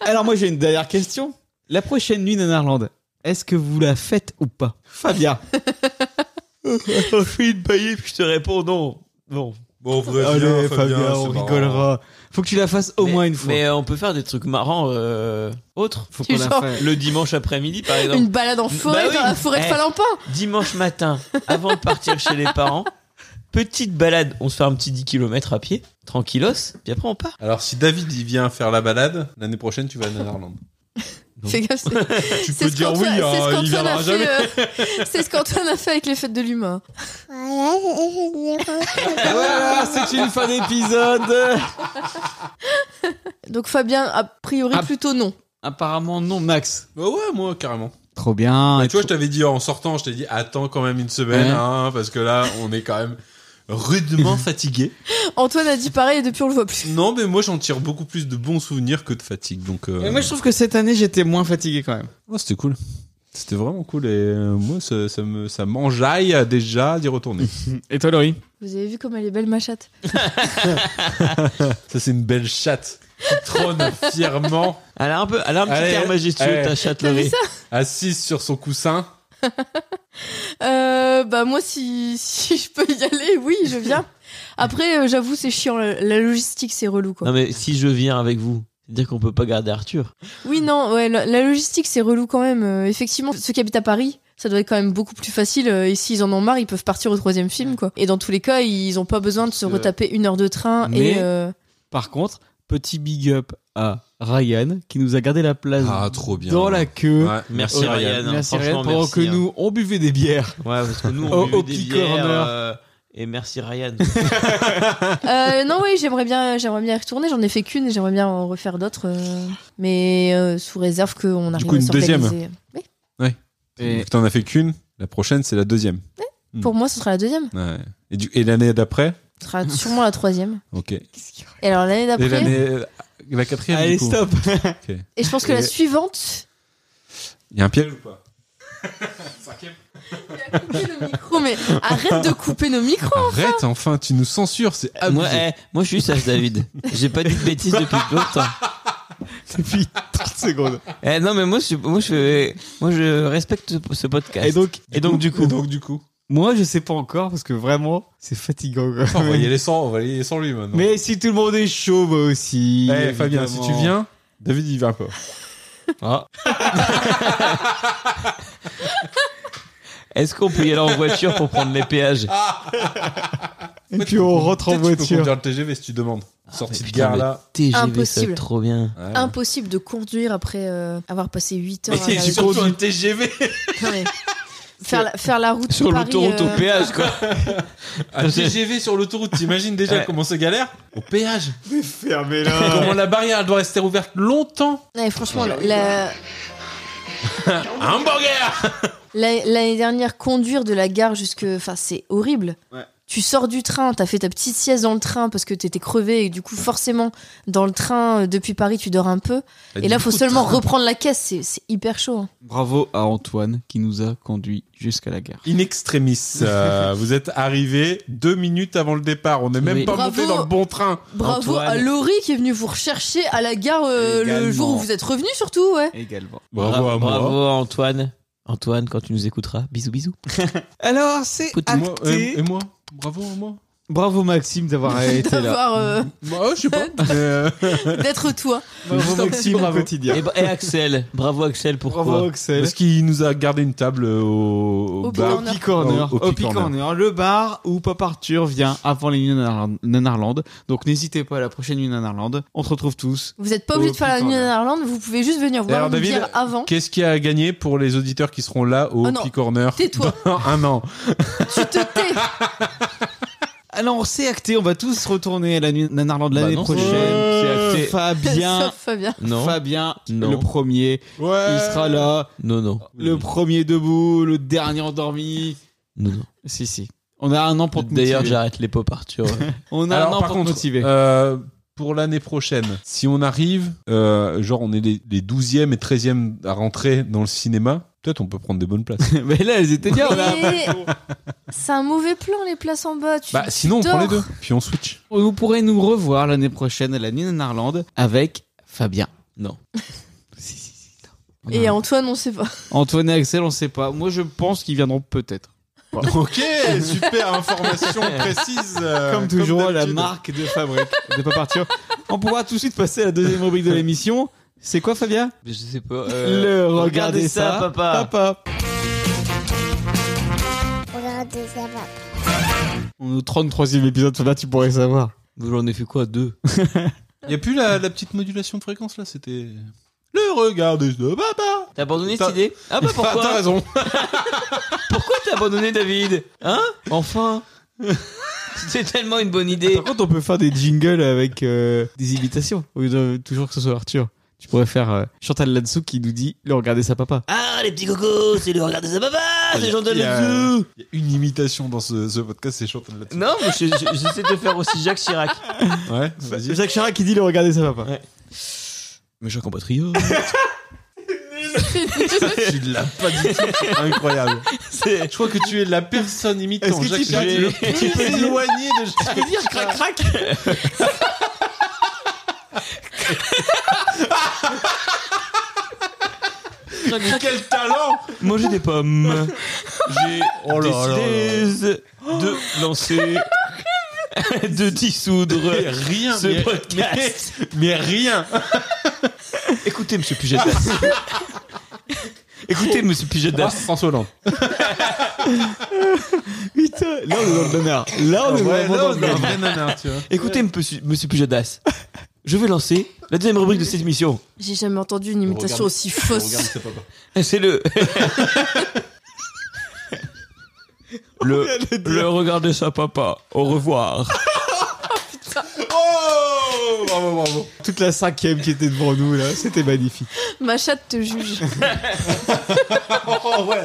Speaker 2: Alors moi j'ai une dernière question. La prochaine nuit Nanarland, est-ce que vous la faites ou pas Fabien
Speaker 6: Je suis une paillée, puis je te réponds non. Non.
Speaker 5: Bon, vous
Speaker 2: Allez Fabien, on rigolera. Faut que tu la fasses au
Speaker 6: Mais-
Speaker 2: moins une fois.
Speaker 6: Mais euh, on peut faire des trucs marrants euh, autres.
Speaker 2: Faut
Speaker 4: Tu
Speaker 2: qu'on la
Speaker 4: sens-
Speaker 2: fasse.
Speaker 6: Le dimanche après-midi, par exemple.
Speaker 4: Une balade en forêt,
Speaker 6: Bah oui.
Speaker 4: dans la forêt de
Speaker 6: Eh.
Speaker 4: Falampin.
Speaker 6: Dimanche matin, avant de partir chez les parents, petite balade. On se fait un petit 10 km à pied, tranquillos, puis après on part.
Speaker 5: Alors, si David il vient faire la balade, l'année prochaine, tu vas à Nanarland.
Speaker 4: Fais gaffe, c'est-
Speaker 5: tu
Speaker 4: c'est
Speaker 5: peux
Speaker 4: ce
Speaker 5: dire oui,
Speaker 4: qu'Antoine c'est ce
Speaker 5: hein, il
Speaker 4: qu'Antoine a
Speaker 5: viendra
Speaker 4: fait,
Speaker 5: jamais.
Speaker 4: euh, c'est ce qu'Antoine a fait avec les fêtes de l'humain.
Speaker 1: Voilà, c'est c'est une rencontre.
Speaker 2: Ah, Voilà, c'est une fin d'épisode.
Speaker 4: Donc Fabien, a priori,
Speaker 2: Ah.
Speaker 4: plutôt non.
Speaker 2: Apparemment non Max.
Speaker 5: Bah ouais, moi, carrément.
Speaker 2: Trop bien.
Speaker 5: tu vois, je t'avais dit en sortant, je t'ai dit attends quand même une semaine,
Speaker 2: Ah, Ouais.
Speaker 5: hein, parce que là, on est quand même rudement fatigué.
Speaker 4: Antoine a dit pareil et depuis on le voit plus.
Speaker 5: Non, mais moi, j'en tire beaucoup plus de bons souvenirs que de fatigue. Donc, euh,
Speaker 2: Mais moi je trouve que cette année j'étais moins fatigué quand même.
Speaker 5: ouais, c'était cool. C'était vraiment cool et euh, moi, ça, ça me, ça m'enjaille déjà d'y retourner.
Speaker 2: Et toi Laurie
Speaker 4: Vous avez vu comme elle est belle ma chatte
Speaker 5: ça, c'est une belle chatte qui trône fièrement,
Speaker 6: Elle a un peu, elle a un petit
Speaker 5: Allez,
Speaker 6: air majestueux,
Speaker 5: allez.
Speaker 6: ta
Speaker 4: T'as vu
Speaker 6: châtelerie.
Speaker 4: ça
Speaker 5: assise sur son coussin.
Speaker 4: euh, Bah moi si, si je peux y aller, oui je viens. Après euh, j'avoue c'est chiant, la, la logistique c'est relou quoi.
Speaker 6: Non, mais si je viens avec vous, c'est-à-dire qu'on peut pas garder Arthur.
Speaker 4: Oui non, ouais, la, la logistique c'est relou quand même. Euh, effectivement ceux qui habitent à Paris, ça doit être quand même beaucoup plus facile euh, et s'ils en ont marre ils peuvent partir au troisième film quoi. Et dans tous les cas ils ont pas besoin de se
Speaker 2: Euh,
Speaker 4: retaper une heure de train
Speaker 2: mais-
Speaker 4: et... euh,
Speaker 2: Par contre, petit big up à Ryan qui nous a gardé la place
Speaker 5: Ah, trop bien.
Speaker 2: dans la queue.
Speaker 5: Ouais,
Speaker 6: Merci, Ryan.
Speaker 2: Merci
Speaker 6: hein,
Speaker 2: Ryan
Speaker 6: franchement,
Speaker 2: pendant
Speaker 6: merci,
Speaker 2: que
Speaker 6: hein.
Speaker 2: nous on buvait des bières.
Speaker 6: Ouais, parce que nous,
Speaker 2: Au-
Speaker 6: on
Speaker 2: au
Speaker 6: buvait des
Speaker 2: petit
Speaker 6: bières,
Speaker 2: corner.
Speaker 6: euh, et merci Ryan.
Speaker 4: Euh, non, oui, j'aimerais bien, j'aimerais bien y retourner. J'en ai fait qu'une et j'aimerais bien en refaire d'autres, euh, mais euh, sous réserve qu'on arrive
Speaker 5: coup,
Speaker 4: à
Speaker 5: une deuxième.
Speaker 4: s'organiser. Oui,
Speaker 2: Et-
Speaker 5: Et... T'en as fait qu'une. La prochaine, c'est la deuxième.
Speaker 4: pour moi, ce sera la deuxième.
Speaker 5: Ouais. Et, du... et l'année d'après
Speaker 4: Ce sera sûrement la troisième.
Speaker 5: Ok. Et
Speaker 4: Et alors l'année d'après.
Speaker 5: l'année. La quatrième
Speaker 2: Allez
Speaker 5: du coup.
Speaker 2: stop.
Speaker 4: Et je pense que la
Speaker 5: Et-
Speaker 4: suivante.
Speaker 5: Il y a un piège ou pas
Speaker 4: Oh, mais arrête de couper nos micros.
Speaker 5: Arrête, enfin, tu nous censures, c'est
Speaker 6: moi,
Speaker 5: abusé.
Speaker 6: eh, moi, je suis sage, David. J'ai pas dit de bêtises depuis longtemps.
Speaker 2: Depuis 30 secondes.
Speaker 6: Eh, non, mais moi, je, moi, je, moi, je respecte ce, ce podcast.
Speaker 2: Et donc,
Speaker 6: Et donc, du coup,
Speaker 5: Et donc, du coup.
Speaker 2: moi, je sais pas encore parce que vraiment, c'est fatigant. quoi.
Speaker 5: on va y aller sans, on va y aller sans lui maintenant.
Speaker 2: Mais si tout le monde est chaud, moi aussi.
Speaker 5: Eh, Fabien, si
Speaker 2: évidemment.
Speaker 5: tu viens, David, il vient pas.
Speaker 6: est-ce qu'on peut y aller en voiture pour prendre les péages
Speaker 2: Et puis on rentre en
Speaker 5: Peut-être Tu peux
Speaker 2: voiture.
Speaker 5: conduire le TGV si tu demandes. Sortie
Speaker 6: mais
Speaker 5: de
Speaker 6: putain,
Speaker 5: gare
Speaker 6: mais-
Speaker 5: là.
Speaker 6: TGV,
Speaker 4: Impossible.
Speaker 6: c'est trop bien.
Speaker 5: Ouais.
Speaker 4: Impossible de conduire après euh, avoir passé 8 heures. à
Speaker 6: Mais
Speaker 4: la-
Speaker 6: c'est surtout un TGV
Speaker 4: Non, mais faire, la, faire la route
Speaker 6: sur
Speaker 4: Paris,
Speaker 6: l'autoroute
Speaker 4: euh,
Speaker 6: au péage, quoi.
Speaker 5: Un TGV sur l'autoroute, t'imagines déjà
Speaker 6: Ouais.
Speaker 5: comment ça galère Au péage.
Speaker 2: Fermez-la.
Speaker 5: Comment la barrière elle doit rester ouverte longtemps
Speaker 4: ouais, franchement, la- la-
Speaker 5: Un hamburger
Speaker 4: la- l'année dernière, conduire de la gare jusque. Enfin, c'est horrible.
Speaker 2: Ouais.
Speaker 4: Tu sors du train, t'as fait ta petite sieste dans le train parce que t'étais crevé et du coup, forcément, dans le train, euh, depuis Paris, tu dors un peu.
Speaker 6: Bah,
Speaker 4: Et là, faut seulement reprendre la caisse, c'est c'est hyper chaud. hein.
Speaker 2: Bravo à Antoine qui nous a conduits jusqu'à la gare.
Speaker 5: In extremis, euh, vous êtes arrivé deux minutes avant le départ. On n'est même
Speaker 6: Oui.
Speaker 5: pas
Speaker 4: Bravo.
Speaker 5: monté dans le bon train.
Speaker 4: Bravo
Speaker 6: Antoine.
Speaker 4: à Laurie qui est venue vous rechercher à la gare euh, le
Speaker 5: Également.
Speaker 4: jour où vous êtes revenu, surtout, ouais.
Speaker 2: Également.
Speaker 5: Bravo à moi.
Speaker 6: Bravo à Antoine. Antoine, quand tu nous écouteras, bisous, bisous.
Speaker 2: Alors, c'est
Speaker 5: Et
Speaker 2: acté.
Speaker 5: moi, euh, et, et moi Bravo à moi.
Speaker 2: Bravo Maxime d'avoir été là.
Speaker 4: D'avoir. euh,
Speaker 5: Moi, je sais pas. mais, euh,
Speaker 4: d'être toi.
Speaker 2: Bravo Maxime au
Speaker 5: Bravo.
Speaker 2: quotidien.
Speaker 6: Et, bra- et Axel, bravo Axel, pourquoi
Speaker 2: Bravo Axel.
Speaker 5: Parce qu'il nous a gardé une table euh, au,
Speaker 4: Au
Speaker 5: bar.
Speaker 4: corner.
Speaker 2: Happy Corner.
Speaker 5: Au- au
Speaker 2: Happy
Speaker 5: Corner.
Speaker 2: Corner, le bar où Pop Arthur vient avant les Nuits en Irlande- en Irlande. Donc n'hésitez pas à la prochaine Nuit en Irlande. On se retrouve tous.
Speaker 4: Vous n'êtes pas
Speaker 2: Oh,
Speaker 4: obligé de faire la
Speaker 2: putain,
Speaker 4: nuit en
Speaker 2: là.
Speaker 4: Irlande, vous pouvez juste venir voir
Speaker 5: Alors,
Speaker 4: nous
Speaker 5: David,
Speaker 4: dire avant.
Speaker 5: Qu'est-ce qu'il y a à gagner pour les auditeurs qui seront là au
Speaker 4: Oh non,
Speaker 5: Happy Corner
Speaker 4: tais-toi.
Speaker 5: dans un an
Speaker 4: tu te tais
Speaker 2: Alors c'est acté, on va tous retourner à la Nuit en Irlande
Speaker 6: Bah
Speaker 2: l'année
Speaker 6: non,
Speaker 2: prochaine.
Speaker 5: c'est-
Speaker 2: C'est acté. Fabien.
Speaker 4: Sauf Fabien.
Speaker 6: Non,
Speaker 2: Fabien,
Speaker 6: Non.
Speaker 2: le premier,
Speaker 5: Ouais.
Speaker 2: il sera là.
Speaker 6: non, non,
Speaker 2: Le premier debout, le dernier endormi.
Speaker 6: non, non.
Speaker 2: Si, si. On a un an pour te
Speaker 6: D'ailleurs,
Speaker 2: motiver.
Speaker 6: j'arrête les pop Arthur.
Speaker 2: On a
Speaker 5: Alors,
Speaker 2: un an
Speaker 5: par
Speaker 2: pour
Speaker 5: contre,
Speaker 2: te motiver.
Speaker 5: euh, pour l'année prochaine, si on arrive, euh, genre on est les, les 12e et 13e à rentrer dans le cinéma, peut-être on peut prendre des bonnes places.
Speaker 2: Mais là, elles étaient bien. on a-
Speaker 4: Mais C'est un mauvais plan, les places en bas. Tu...
Speaker 5: bah sinon on
Speaker 4: dors.
Speaker 5: prend les deux, puis on switch.
Speaker 2: Vous pourrez nous revoir l'année prochaine à la Nuit en Irlande avec Fabien.
Speaker 6: Non.
Speaker 2: Si, si, si, non.
Speaker 4: Et Antoine, on sait pas.
Speaker 2: Antoine et Axel, on sait pas. Moi, je pense qu'ils viendront peut-être.
Speaker 5: ok, super information précise. euh,
Speaker 2: comme toujours, la
Speaker 5: d'habitude.
Speaker 2: marque de fabrique de pas partir. On pourra tout de suite passer à la deuxième rubrique de l'émission. C'est quoi, Fabien
Speaker 6: Je sais pas.
Speaker 5: Euh,
Speaker 6: euh,
Speaker 2: Le regardez ça,
Speaker 6: papa.
Speaker 2: Papa.
Speaker 1: Regardez ça, papa.
Speaker 2: On est au 33e épisode, Fabien, tu pourrais savoir.
Speaker 6: Vous J'en ai fait quoi Deux
Speaker 5: Y a plus la, la petite modulation de fréquence là, c'était. Le regard Bah, de ce papa.
Speaker 6: T'as abandonné cette
Speaker 5: T'as-
Speaker 6: idée Ah
Speaker 5: T'as-
Speaker 6: bah
Speaker 5: T'as
Speaker 6: pourquoi
Speaker 5: raison.
Speaker 6: Pourquoi t'as abandonné David Hein Enfin C'était tellement une bonne idée.
Speaker 2: Par contre, on peut faire des jingles avec euh, des imitations. Au lieu de- toujours que ce soit Arthur. Tu pourrais faire euh, Chantal Lansou qui nous dit Le regardez ça, papa.
Speaker 6: Ah les petits cocos, c'est le regard de sa papa, c'est Jean de
Speaker 5: Il y a-
Speaker 6: Lazou.
Speaker 5: il y a Une imitation dans ce, ce podcast, c'est Chantal là
Speaker 6: Non, mais je- je- j'essaie de faire aussi Jacques Chirac.
Speaker 5: Ouais, vas-y.
Speaker 2: C'est Jacques Chirac qui dit Le regardez ça, papa.
Speaker 6: Mes chers compatriotes.
Speaker 5: tu l'as pas du tout. Incroyable.
Speaker 6: C'est-
Speaker 5: Je crois que tu es la personne
Speaker 2: Est-ce
Speaker 5: imitant
Speaker 2: que
Speaker 5: Jacques
Speaker 2: tu
Speaker 5: Chirac.
Speaker 2: peux-
Speaker 5: le plus éloigné de Jacques
Speaker 6: peux dire crac crac
Speaker 5: Quel talent
Speaker 6: Manger des pommes. J'ai
Speaker 5: Oh là là
Speaker 6: décidé de lancer, de dissoudre
Speaker 5: Mais rien,
Speaker 6: ce
Speaker 5: mais-
Speaker 6: podcast.
Speaker 5: Mais rien
Speaker 6: Écoutez, monsieur Pujadas. Écoutez, monsieur Pujadas.
Speaker 5: François Hollande.
Speaker 2: Putain, là, on est dans le nanar. Là, on est Oh, vraiment dans le
Speaker 5: un
Speaker 2: nanar.
Speaker 5: vrai nanar, tu vois.
Speaker 6: Écoutez, monsieur, monsieur Pujadas. Je vais lancer la deuxième rubrique de cette émission.
Speaker 4: J'ai jamais entendu une imitation
Speaker 5: Regarde.
Speaker 4: aussi fausse.
Speaker 5: c'est papa.
Speaker 6: C'est le. le, le regard de sa papa. Au revoir.
Speaker 5: Oh Bravo, bravo.
Speaker 2: Toute la cinquième qui était devant nous, là. C'était magnifique.
Speaker 4: Ma chatte te juge.
Speaker 5: Oh ouais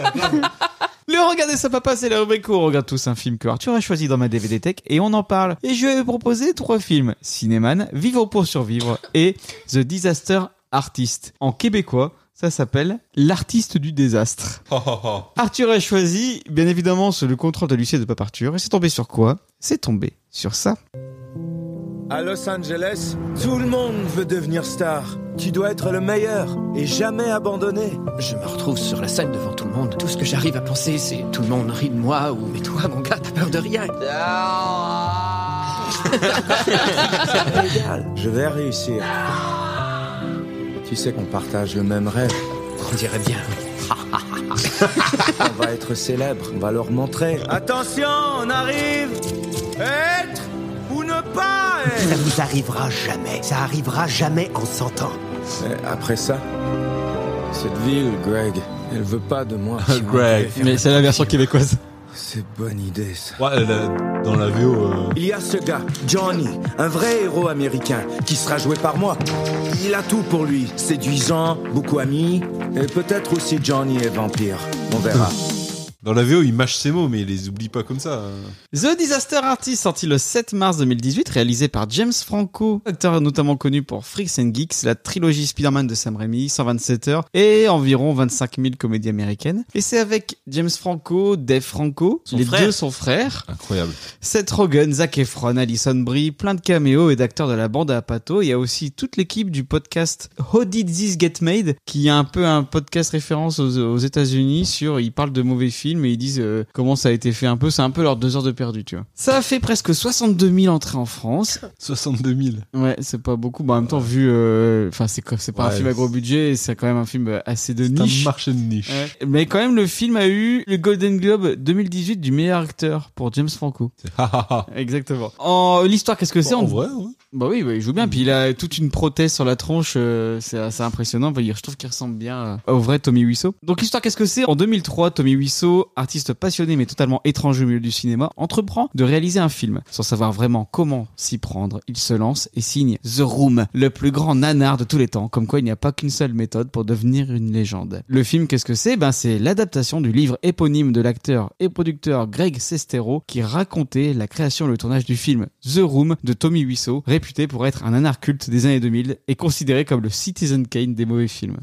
Speaker 2: Le Regardez ça papa, c'est la rubrique où on regarde tous un film que Arthur a choisi dans ma DVD Tech et on en parle. Et je vais vous proposer trois films. Cinéman, Vivre pour survivre et The Disaster Artist. En québécois, ça s'appelle L'artiste du désastre.
Speaker 5: Oh, oh, oh.
Speaker 2: Arthur a choisi, bien évidemment, sous le contrôle de Lucien de Pape Arthur. Et c'est tombé sur quoi C'est tombé sur ça.
Speaker 9: À Los Angeles, tout le monde veut devenir star. Tu dois être le meilleur et jamais abandonner.
Speaker 10: Je me retrouve sur la scène devant tout le monde. Tout ce que j'arrive à penser, c'est tout le monde rit de moi ou mais toi, mon gars, t'as peur de rien.
Speaker 9: Égal, je vais réussir. Tu sais qu'on partage le même rêve.
Speaker 10: On dirait bien.
Speaker 9: On va être célèbre, on va leur montrer. Attention, on arrive. Être ou ne veux pas eh.
Speaker 11: Ça vous arrivera jamais. Ça arrivera jamais en 100 ans.
Speaker 9: Mais Euh, après ça, cette ville, Greg, elle veut pas de moi. Si on devait
Speaker 5: Greg.
Speaker 9: faire
Speaker 2: c'est la version québécoise.
Speaker 9: C'est bonne idée, ça.
Speaker 5: Ouais, euh, la- dans la VO. euh,
Speaker 9: Il y a ce gars, Johnny, un vrai héros américain, qui sera joué par moi. Il a tout pour lui, séduisant, beaucoup ami, et peut-être aussi Johnny est vampire. On verra.
Speaker 5: Dans la VO, il mâche ses mots, mais il les oublie pas comme ça. hein.
Speaker 2: The Disaster Artist, sorti le 7 mars 2018, réalisé par James Franco, acteur notamment connu pour Freaks and Geeks, la trilogie Spider-Man de Sam Raimi, 127 heures, et environ 25 000 comédies américaines. Et c'est avec James Franco, Dave Franco,
Speaker 3: Son
Speaker 2: les
Speaker 3: frère.
Speaker 2: deux sont frères,
Speaker 5: Incroyable.
Speaker 2: Seth Rogen, Zac Efron, Alison Brie, plein de caméos et d'acteurs de la bande à Pato. Il y a aussi toute l'équipe du podcast How Did This Get Made, qui est un peu un podcast référence aux, aux États-Unis sur. Ils parlent de mauvais films et ils disent euh, comment ça a été fait un peu. C'est un peu leurs deux heures de perdu, tu vois. Ça a fait presque 62 000 entrées en France.
Speaker 5: 62 000.
Speaker 2: Ouais, c'est pas beaucoup. Bah, en même temps, vu, euh, enfin, c'est quoi- c'est pas un
Speaker 5: Ouais,
Speaker 2: film à gros
Speaker 5: c'est-
Speaker 2: budget, c'est quand même un film assez de
Speaker 5: C'est
Speaker 2: niche.
Speaker 5: un marché de niche.
Speaker 2: Ouais. Mais quand même, le film a eu le Golden Globe 2018 du meilleur acteur pour James Franco. Exactement. En l'histoire, qu'est-ce que c'est
Speaker 5: en
Speaker 2: on-
Speaker 5: vrai, Mm. ouais.
Speaker 2: Bah oui, bah, il joue bien. Puis il a toute une prothèse sur la tronche, euh, c'est assez impressionnant. Bah, il- je trouve qu'il ressemble bien euh, au vrai Tommy Wiseau. Donc l'histoire, qu'est-ce que c'est En 2003, Tommy Wiseau, artiste passionné mais totalement étranger au milieu du cinéma, entreprend de réaliser un film. Sans savoir vraiment comment s'y prendre, il se lance et signe The Room, le plus grand nanar de tous les temps. Comme quoi, il n'y a pas qu'une seule méthode pour devenir une légende. Le film, qu'est-ce que c'est Ben c'est l'adaptation du livre éponyme de l'acteur et producteur Greg Sestero qui racontait la création et le tournage du film The Room de Tommy Wiseau, réputé pour être un anarchulte des années 2000 et considéré comme le Citizen Kane des mauvais films.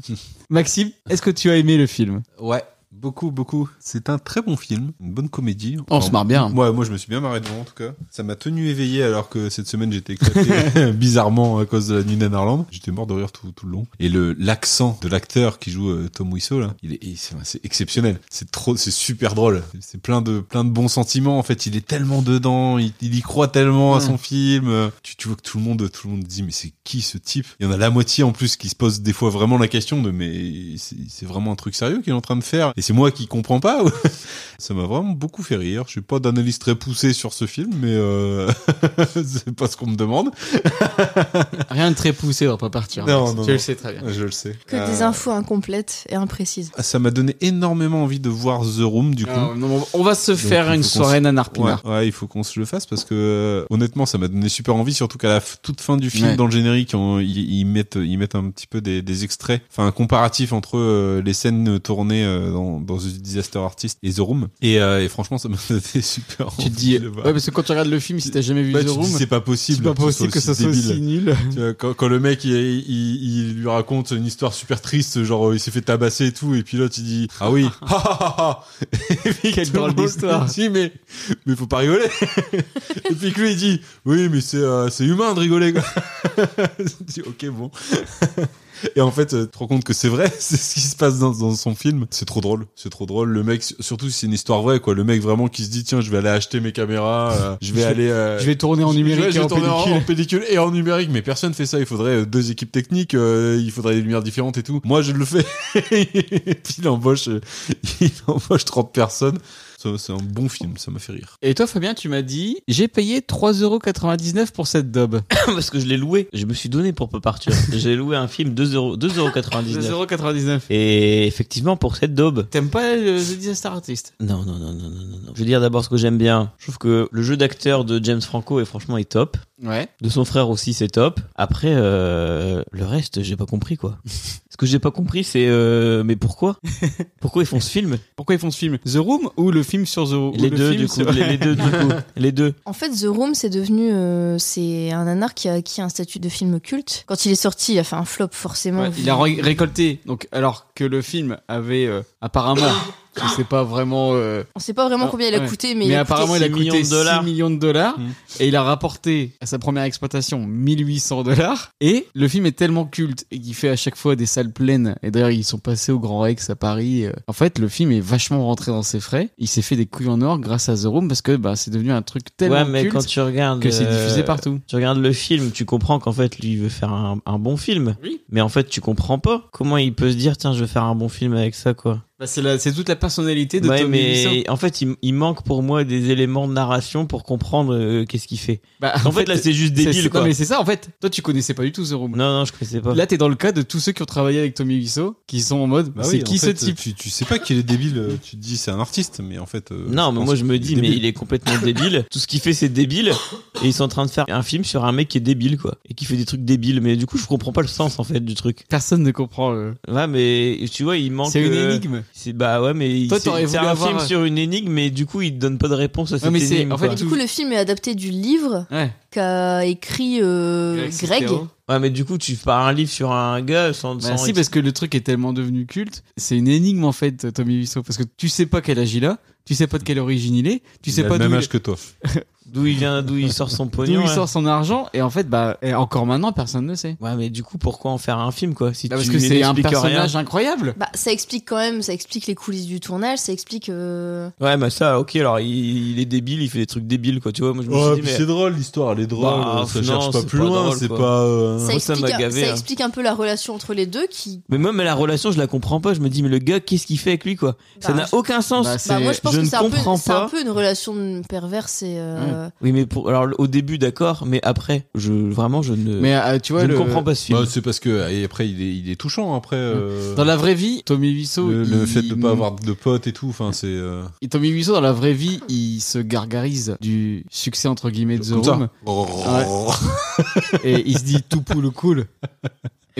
Speaker 2: Maxime, est-ce que tu as aimé le film
Speaker 5: Ouais. Beaucoup, beaucoup. C'est un très bon film, une bonne comédie.
Speaker 2: On se marre bien.
Speaker 5: Ouais, moi je me suis bien marré devant en tout cas. Ça m'a tenu éveillé alors que cette semaine j'étais éclaté bizarrement à cause de la nuit d'Anarland. J'étais mort de rire tout, tout le long. Et le l'accent de l'acteur qui joue euh, Tom Wiseau là, il est, il- c'est c'est exceptionnel. C'est trop, c'est super drôle. C'est- C'est plein de plein de bons sentiments en fait. Il est tellement dedans, il, il y croit tellement à son film. Euh, Tu, tu vois que tout le monde, tout le monde dit mais c'est qui ce type Il y en a la moitié en plus qui se pose des fois vraiment la question de mais c'est c'est vraiment un truc sérieux qu'il est en train de faire Et c'est moi qui comprends pas ou- ça m'a vraiment beaucoup fait rire. Je suis pas d'analyse très poussée sur ce film, mais euh... c'est pas ce qu'on me demande.
Speaker 2: Rien de très poussé, on va pas partir.
Speaker 5: Non,
Speaker 2: Maxime.
Speaker 5: non,
Speaker 2: tu
Speaker 5: non.
Speaker 2: le sais très bien.
Speaker 5: Je le sais.
Speaker 4: Que
Speaker 5: Euh,
Speaker 4: des infos incomplètes et imprécises.
Speaker 5: Ça m'a donné énormément envie de voir The Room, du coup.
Speaker 2: Ah, non, on va se
Speaker 5: Donc,
Speaker 2: faire
Speaker 5: il
Speaker 2: une
Speaker 5: faut qu'on
Speaker 2: soirée
Speaker 5: se-
Speaker 2: nanar
Speaker 5: Ouais,
Speaker 2: pinard.
Speaker 5: ouais, il faut qu'on se le fasse parce que euh, honnêtement, ça m'a donné super envie, surtout qu'à la f- toute fin du film,
Speaker 2: Ouais.
Speaker 5: dans le générique, on- ils, ils mettent, ils mettent un petit peu des, des extraits, enfin un comparatif entre euh, les scènes tournées euh, dans, dans The Disaster Artist et The Room. Et, euh, et franchement, ça m'a donné super envie.
Speaker 2: Tu te dis,
Speaker 5: de le voir.
Speaker 2: ouais, parce que quand tu regardes le film, si t'as jamais vu
Speaker 5: Ouais,
Speaker 2: The
Speaker 5: Bah, tu te dis,
Speaker 2: Room,
Speaker 5: c'est pas possible.
Speaker 2: c'est pas possible que ça soit
Speaker 5: débile.
Speaker 2: aussi nul.
Speaker 5: Tu vois, quand, quand le mec il, il- il lui raconte une histoire super triste, genre euh, il s'est fait tabasser et tout, et puis l'autre il dit ah oui, ah, ah, ah, ah. et puis
Speaker 2: Quelle
Speaker 5: tout le
Speaker 2: drôle
Speaker 5: monde
Speaker 2: d'histoire.
Speaker 5: lui dit mais mais faut pas rigoler. et puis que lui il dit oui mais c'est euh, c'est humain de rigoler. Quoi. Je dis ok bon. Et en fait, euh, tu te rends compte que c'est vrai, c'est ce qui se passe dans, dans son film. C'est trop drôle, c'est trop drôle. Le mec, surtout si c'est une histoire vraie, quoi. Le mec vraiment qui se dit, tiens, je vais aller acheter mes caméras, euh, je vais
Speaker 2: Je-
Speaker 5: aller, euh,
Speaker 2: Je vais tourner en
Speaker 5: je-
Speaker 2: numérique hein,
Speaker 5: ouais, je
Speaker 2: et en
Speaker 5: tournais en-
Speaker 2: pellicule.
Speaker 5: en pellicule et en numérique, mais personne fait ça. Il faudrait euh, deux équipes techniques, euh, il faudrait des lumières différentes et tout. Moi, je le fais. et puis il embauche, euh, il embauche 30 personnes. Ça, C'est un bon film, ça m'a fait rire.
Speaker 2: Et toi, Fabien, tu m'as dit, j'ai payé 3,99€ pour cette daube.
Speaker 6: Parce que je l'ai loué. Je me suis donné pour Pop Arthur. J'ai loué un film 2 euros- 2,99 euros.
Speaker 2: 2,99€.
Speaker 6: Et effectivement, pour cette daube.
Speaker 2: T'aimes pas euh, The Disaster Artist
Speaker 6: Non, non, non, non, non, non, non. Je veux dire d'abord ce que j'aime bien. Je trouve que le jeu d'acteur de James Franco est franchement est top.
Speaker 2: Ouais.
Speaker 6: De son frère aussi, c'est top. Après, euh, le reste, j'ai pas compris quoi. ce que j'ai pas compris, c'est euh, mais pourquoi Pourquoi ils font ce film
Speaker 2: Pourquoi ils font ce film The Room ou le film sur The Room
Speaker 6: Les deux, du coup. Les, les deux, du coup. Les deux.
Speaker 4: En fait, The Room, c'est devenu. euh, c'est un nanar qui a acquis un statut de film culte. Quand il est sorti, il a fait un flop, forcément.
Speaker 2: il a ré- récolté, donc, alors que le film avait euh, apparemment, je sais pas vraiment. euh,
Speaker 4: On sait pas vraiment
Speaker 2: Ah,
Speaker 4: combien il a
Speaker 2: ouais.
Speaker 4: coûté, mais,
Speaker 2: mais,
Speaker 4: il a
Speaker 2: apparemment,
Speaker 4: coûté
Speaker 2: il a
Speaker 6: 6
Speaker 2: coûté
Speaker 6: millions de
Speaker 2: 6
Speaker 6: dollars.
Speaker 2: millions de dollars
Speaker 5: Mm.
Speaker 2: et il a rapporté à sa première exploitation 1800 dollars. Et le film est tellement culte et qu'il fait à chaque fois des salles pleines. Et d'ailleurs, ils sont passés au Grand Rex à Paris. euh. En fait, le film est vachement rentré dans ses frais. Il s'est fait des couilles en or grâce à The Room parce que bah, c'est devenu un truc tellement
Speaker 6: Ouais, mais
Speaker 2: culte
Speaker 6: quand tu regardes.
Speaker 2: que c'est
Speaker 6: euh,
Speaker 2: diffusé partout.
Speaker 6: Tu regardes le film, tu comprends qu'en fait, lui, il veut faire un, un bon film.
Speaker 2: Oui.
Speaker 6: Mais en fait, tu comprends pas comment il peut se dire, tiens, je vais faire un bon film avec ça, quoi.
Speaker 2: Bah, c'est la- c'est toute la personnalité de
Speaker 6: Ouais,
Speaker 2: Tommy Wiseau.
Speaker 6: mais en fait, il, il manque pour moi des éléments de narration pour comprendre euh, qu'est-ce qu'il fait. en, fait, là, c'est juste
Speaker 2: bah, c'est-
Speaker 6: débile, quoi.
Speaker 2: Non, mais c'est ça, en fait. Toi, tu connaissais pas du tout The Room.
Speaker 6: Non, non, je connaissais pas.
Speaker 2: Là, t'es dans le cas de tous ceux qui ont travaillé avec Tommy Wiseau, qui sont en mode,
Speaker 5: Bah
Speaker 2: c'est
Speaker 5: oui,
Speaker 2: qui
Speaker 5: en
Speaker 2: ce
Speaker 5: fait,
Speaker 2: type
Speaker 5: tu, tu sais pas qu'il est débile, euh, tu te dis c'est un artiste, mais en fait. euh,
Speaker 6: non, mais
Speaker 5: pense
Speaker 6: moi je me
Speaker 5: qu'il
Speaker 6: dis,
Speaker 5: est
Speaker 6: mais
Speaker 5: débile.
Speaker 6: il est complètement débile. Tout ce qu'il fait, c'est débile. Et ils sont en train de faire un film sur un mec qui est débile, quoi. Et qui fait des trucs débiles. Mais du coup, je comprends pas le sens, en fait, du truc.
Speaker 2: Personne ne comprend. euh.
Speaker 6: Ouais, mais tu vois, il manque.
Speaker 2: C'est une
Speaker 6: euh,
Speaker 2: énigme.
Speaker 6: c'est- Bah ouais, mais il-
Speaker 2: Toi,
Speaker 6: c'est
Speaker 2: t'aurais
Speaker 6: c'est
Speaker 2: voulu
Speaker 6: un
Speaker 2: avoir-
Speaker 6: film sur une énigme, mais du coup, il donne pas de réponse à cette
Speaker 2: mais c'est-
Speaker 6: énigme.
Speaker 2: en fait,
Speaker 6: quoi.
Speaker 4: Et du coup, le film est adapté du livre
Speaker 2: Ouais.
Speaker 4: qu'a écrit euh,
Speaker 2: Greg
Speaker 4: Greg.
Speaker 2: Sestero.
Speaker 6: Ouais, mais du coup, tu pars un livre sur un gars sans.
Speaker 2: Bah,
Speaker 6: sans
Speaker 2: si, parce que le truc est tellement devenu culte, c'est une énigme en fait, Tommy Wiseau, parce que tu sais pas quel âge il a, tu sais pas de quelle origine il est, tu
Speaker 5: Il
Speaker 2: sais
Speaker 5: a
Speaker 2: pas
Speaker 5: le
Speaker 2: d'où
Speaker 5: même
Speaker 2: il-
Speaker 5: âge que toi.
Speaker 6: D'où il vient, d'où il sort son
Speaker 2: d'où
Speaker 6: pognon. hein.
Speaker 2: il
Speaker 6: ouais.
Speaker 2: sort son argent, et en fait, bah, et encore maintenant, personne ne sait.
Speaker 6: Ouais, mais du coup, pourquoi en faire un film, quoi si
Speaker 2: Bah, parce
Speaker 6: tu
Speaker 2: que c'est un
Speaker 6: n'expliques rien.
Speaker 2: personnage incroyable.
Speaker 4: Bah, ça explique quand même, ça explique les coulisses du tournage, ça explique. euh,
Speaker 6: Ouais, mais ça, ok, alors il, il est débile, il fait des trucs débiles, quoi, tu vois. Moi, je me
Speaker 5: Ouais,
Speaker 6: suis
Speaker 5: puis
Speaker 6: dit,
Speaker 5: c'est
Speaker 6: mais.
Speaker 5: drôle, l'histoire, elle est drôle,
Speaker 6: Bah,
Speaker 5: ça
Speaker 6: non,
Speaker 5: cherche pas
Speaker 6: c'est
Speaker 5: plus
Speaker 6: pas
Speaker 5: loin,
Speaker 6: drôle,
Speaker 5: c'est
Speaker 6: quoi.
Speaker 5: pas. euh,
Speaker 4: ça,
Speaker 6: moi, ça
Speaker 4: explique,
Speaker 6: m'a gavé,
Speaker 4: ça
Speaker 6: hein.
Speaker 4: explique un peu la relation entre les deux qui. bah,
Speaker 6: Mais moi, mais la relation, je la comprends pas. Je me dis, mais le gars, qu'est-ce qu'il fait avec lui, quoi Ça
Speaker 4: Bah,
Speaker 6: n'a aucun sens.
Speaker 2: Bah,
Speaker 4: Bah,
Speaker 2: C'est-
Speaker 4: moi, je pense
Speaker 6: je
Speaker 4: que
Speaker 6: ne
Speaker 4: c'est un, peu-
Speaker 6: comprends
Speaker 4: c'est un
Speaker 6: pas.
Speaker 4: peu une relation perverse et. euh,
Speaker 6: Oui, mais pour, alors au début, d'accord, mais après, je vraiment, je ne,
Speaker 2: Mais euh, tu vois,
Speaker 6: je ne
Speaker 2: le-
Speaker 6: comprends pas ce film.
Speaker 5: bah, c'est parce que et après il est, il est touchant après euh,
Speaker 2: dans la vraie vie, Tommy Wiseau,
Speaker 5: le, le
Speaker 2: il-
Speaker 5: fait de pas avoir de potes et tout enfin c'est euh,
Speaker 2: Et Tommy Wiseau, dans la vraie vie, il se gargarise du succès entre guillemets de The
Speaker 5: comme ça.
Speaker 2: Room, et il se dit tout poule cool.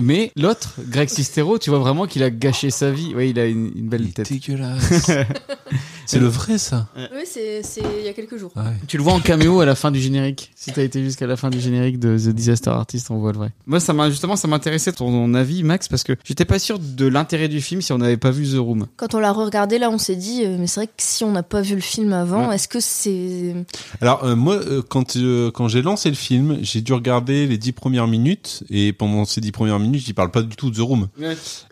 Speaker 2: Mais l'autre, Greg Sestero, tu vois vraiment qu'il a gâché sa vie. Ouais, il a une, une belle tête.
Speaker 5: dégueulasse. c'est le vrai ça.
Speaker 4: Oui, c'est c'est il y a quelques jours.
Speaker 2: Tu le vois en caméo à la fin du générique. Si t'as été jusqu'à la fin du générique de The Disaster Artist, on voit le vrai. Moi, ça m'a justement, ça m'intéressait ton, ton avis, Max, parce que j'étais pas sûr de l'intérêt du film si on n'avait pas vu The Room.
Speaker 4: Quand on l'a regardé là, on s'est dit, euh, mais c'est vrai que si on n'a pas vu le film avant, est-ce que c'est.
Speaker 5: Alors euh, moi euh, quand euh, quand j'ai lancé le film, j'ai dû regarder les dix premières minutes et pendant ces dix premières minutes, il parle pas du tout de The Room.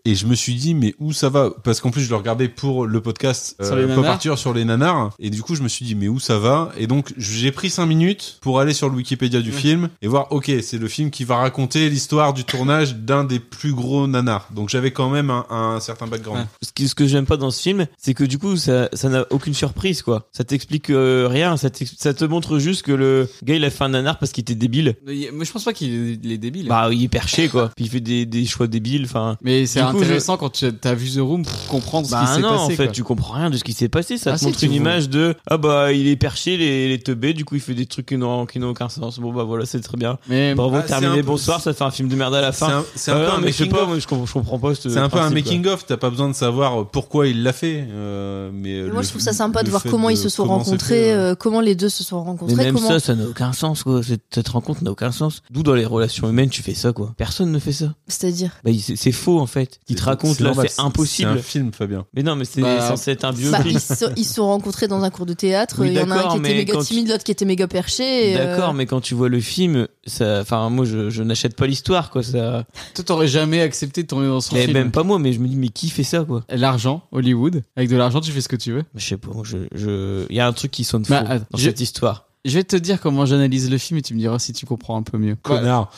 Speaker 5: Et je me suis dit mais où ça va Parce qu'en plus je le regardais pour le podcast euh,
Speaker 2: Sur les
Speaker 5: Pop
Speaker 2: nanars.
Speaker 5: Arthur sur les nanars et du coup je me suis dit mais où ça va Et donc j'ai pris cinq minutes pour aller sur le Wikipédia du
Speaker 2: Ouais.
Speaker 5: film et voir OK, c'est le film qui va raconter l'histoire du tournage d'un des plus gros nanars. Donc j'avais quand même un, un certain background.
Speaker 6: Ce que, ce que j'aime pas dans ce film, c'est que du coup, ça ça n'a aucune surprise, quoi. Ça t'explique euh, rien. Ça, t'ex- ça te montre juste que le gars, il a fait un nanar parce qu'il était débile.
Speaker 2: Mais je pense pas qu'il est, débile.
Speaker 6: Bah, il est perché, quoi. Puis il fait des, des choix débiles. Enfin,
Speaker 2: mais c'est
Speaker 6: du coup,
Speaker 2: intéressant quand tu as vu The Room pour comprendre ce qui
Speaker 6: bah
Speaker 2: s'est
Speaker 6: non,
Speaker 2: passé.
Speaker 6: en fait,
Speaker 2: quoi.
Speaker 6: tu comprends rien de ce qui s'est passé. Ça
Speaker 2: Ah,
Speaker 6: te
Speaker 2: si,
Speaker 6: montre
Speaker 2: tu
Speaker 6: une
Speaker 2: vois.
Speaker 6: image de ah bah il est perché, les, les teubés, du coup il fait des trucs qui n'ont qui n'ont aucun sens. Bon bah voilà, c'est très bien.
Speaker 2: Mais
Speaker 6: Bravo,
Speaker 5: Ah, c'est un
Speaker 6: terminé.
Speaker 5: peu-
Speaker 6: Bonsoir, ça fait un film de merde à la
Speaker 5: C'est
Speaker 6: fin.
Speaker 5: un, c'est un
Speaker 6: Ah
Speaker 5: peu
Speaker 6: non,
Speaker 5: un
Speaker 6: mais je sais
Speaker 5: making
Speaker 6: pas,
Speaker 5: of.
Speaker 6: moi, je comprends, je comprends pas. ce
Speaker 5: C'est un peu un
Speaker 6: principe, quoi.
Speaker 5: making of, t'as pas besoin de savoir euh, pourquoi il l'a fait. euh, mais euh,
Speaker 4: Moi,
Speaker 5: le-
Speaker 4: je trouve ça sympa
Speaker 5: le
Speaker 4: de voir
Speaker 5: fait
Speaker 4: comment ils se sont
Speaker 5: comment c'est
Speaker 4: rencontrés,
Speaker 5: fait, euh,
Speaker 4: euh, comment les deux se sont rencontrés,
Speaker 6: Mais même
Speaker 4: comment.
Speaker 6: ça, ça n'a aucun sens, quoi. Cette, cette rencontre n'a aucun sens. D'où dans les relations humaines, tu fais ça, quoi. Personne ne fait ça.
Speaker 4: C'est-à-dire.
Speaker 6: Bah, il- c'est c'est faux, en fait. Ils te
Speaker 5: c'est-
Speaker 6: racontent,
Speaker 5: c'est
Speaker 6: là,
Speaker 5: normal,
Speaker 6: c'est impossible.
Speaker 5: C'est un film, Fabien.
Speaker 6: Mais non, mais c'est
Speaker 2: Bah,
Speaker 6: censé être un
Speaker 4: Bah,
Speaker 6: biopic.
Speaker 4: ils se sont, ils se sont rencontrés dans un cours de théâtre.
Speaker 6: Oui,
Speaker 4: Il y en a
Speaker 6: d'accord,
Speaker 4: un qui
Speaker 6: mais
Speaker 4: était méga
Speaker 6: quand tu-
Speaker 4: timide, l'autre qui était méga perché. et, euh,
Speaker 6: D'accord, mais quand tu vois le film, ça, enfin, moi, je, je n'achète pas l'histoire, quoi. Ça,
Speaker 2: Toi, t'aurais jamais accepté de tomber dans son
Speaker 6: mais
Speaker 2: film.
Speaker 6: même pas moi, mais je me dis, mais qui fait ça, quoi
Speaker 2: L'argent, Hollywood. Avec de l'argent, tu fais ce que tu veux.
Speaker 6: Je sais pas, moi, je, je, il y a un truc qui sonne faux
Speaker 2: Bah, attends,
Speaker 6: dans
Speaker 2: je-
Speaker 6: cette histoire.
Speaker 2: Je vais te dire comment j'analyse le film et tu me diras si tu comprends un peu mieux.
Speaker 5: Connard.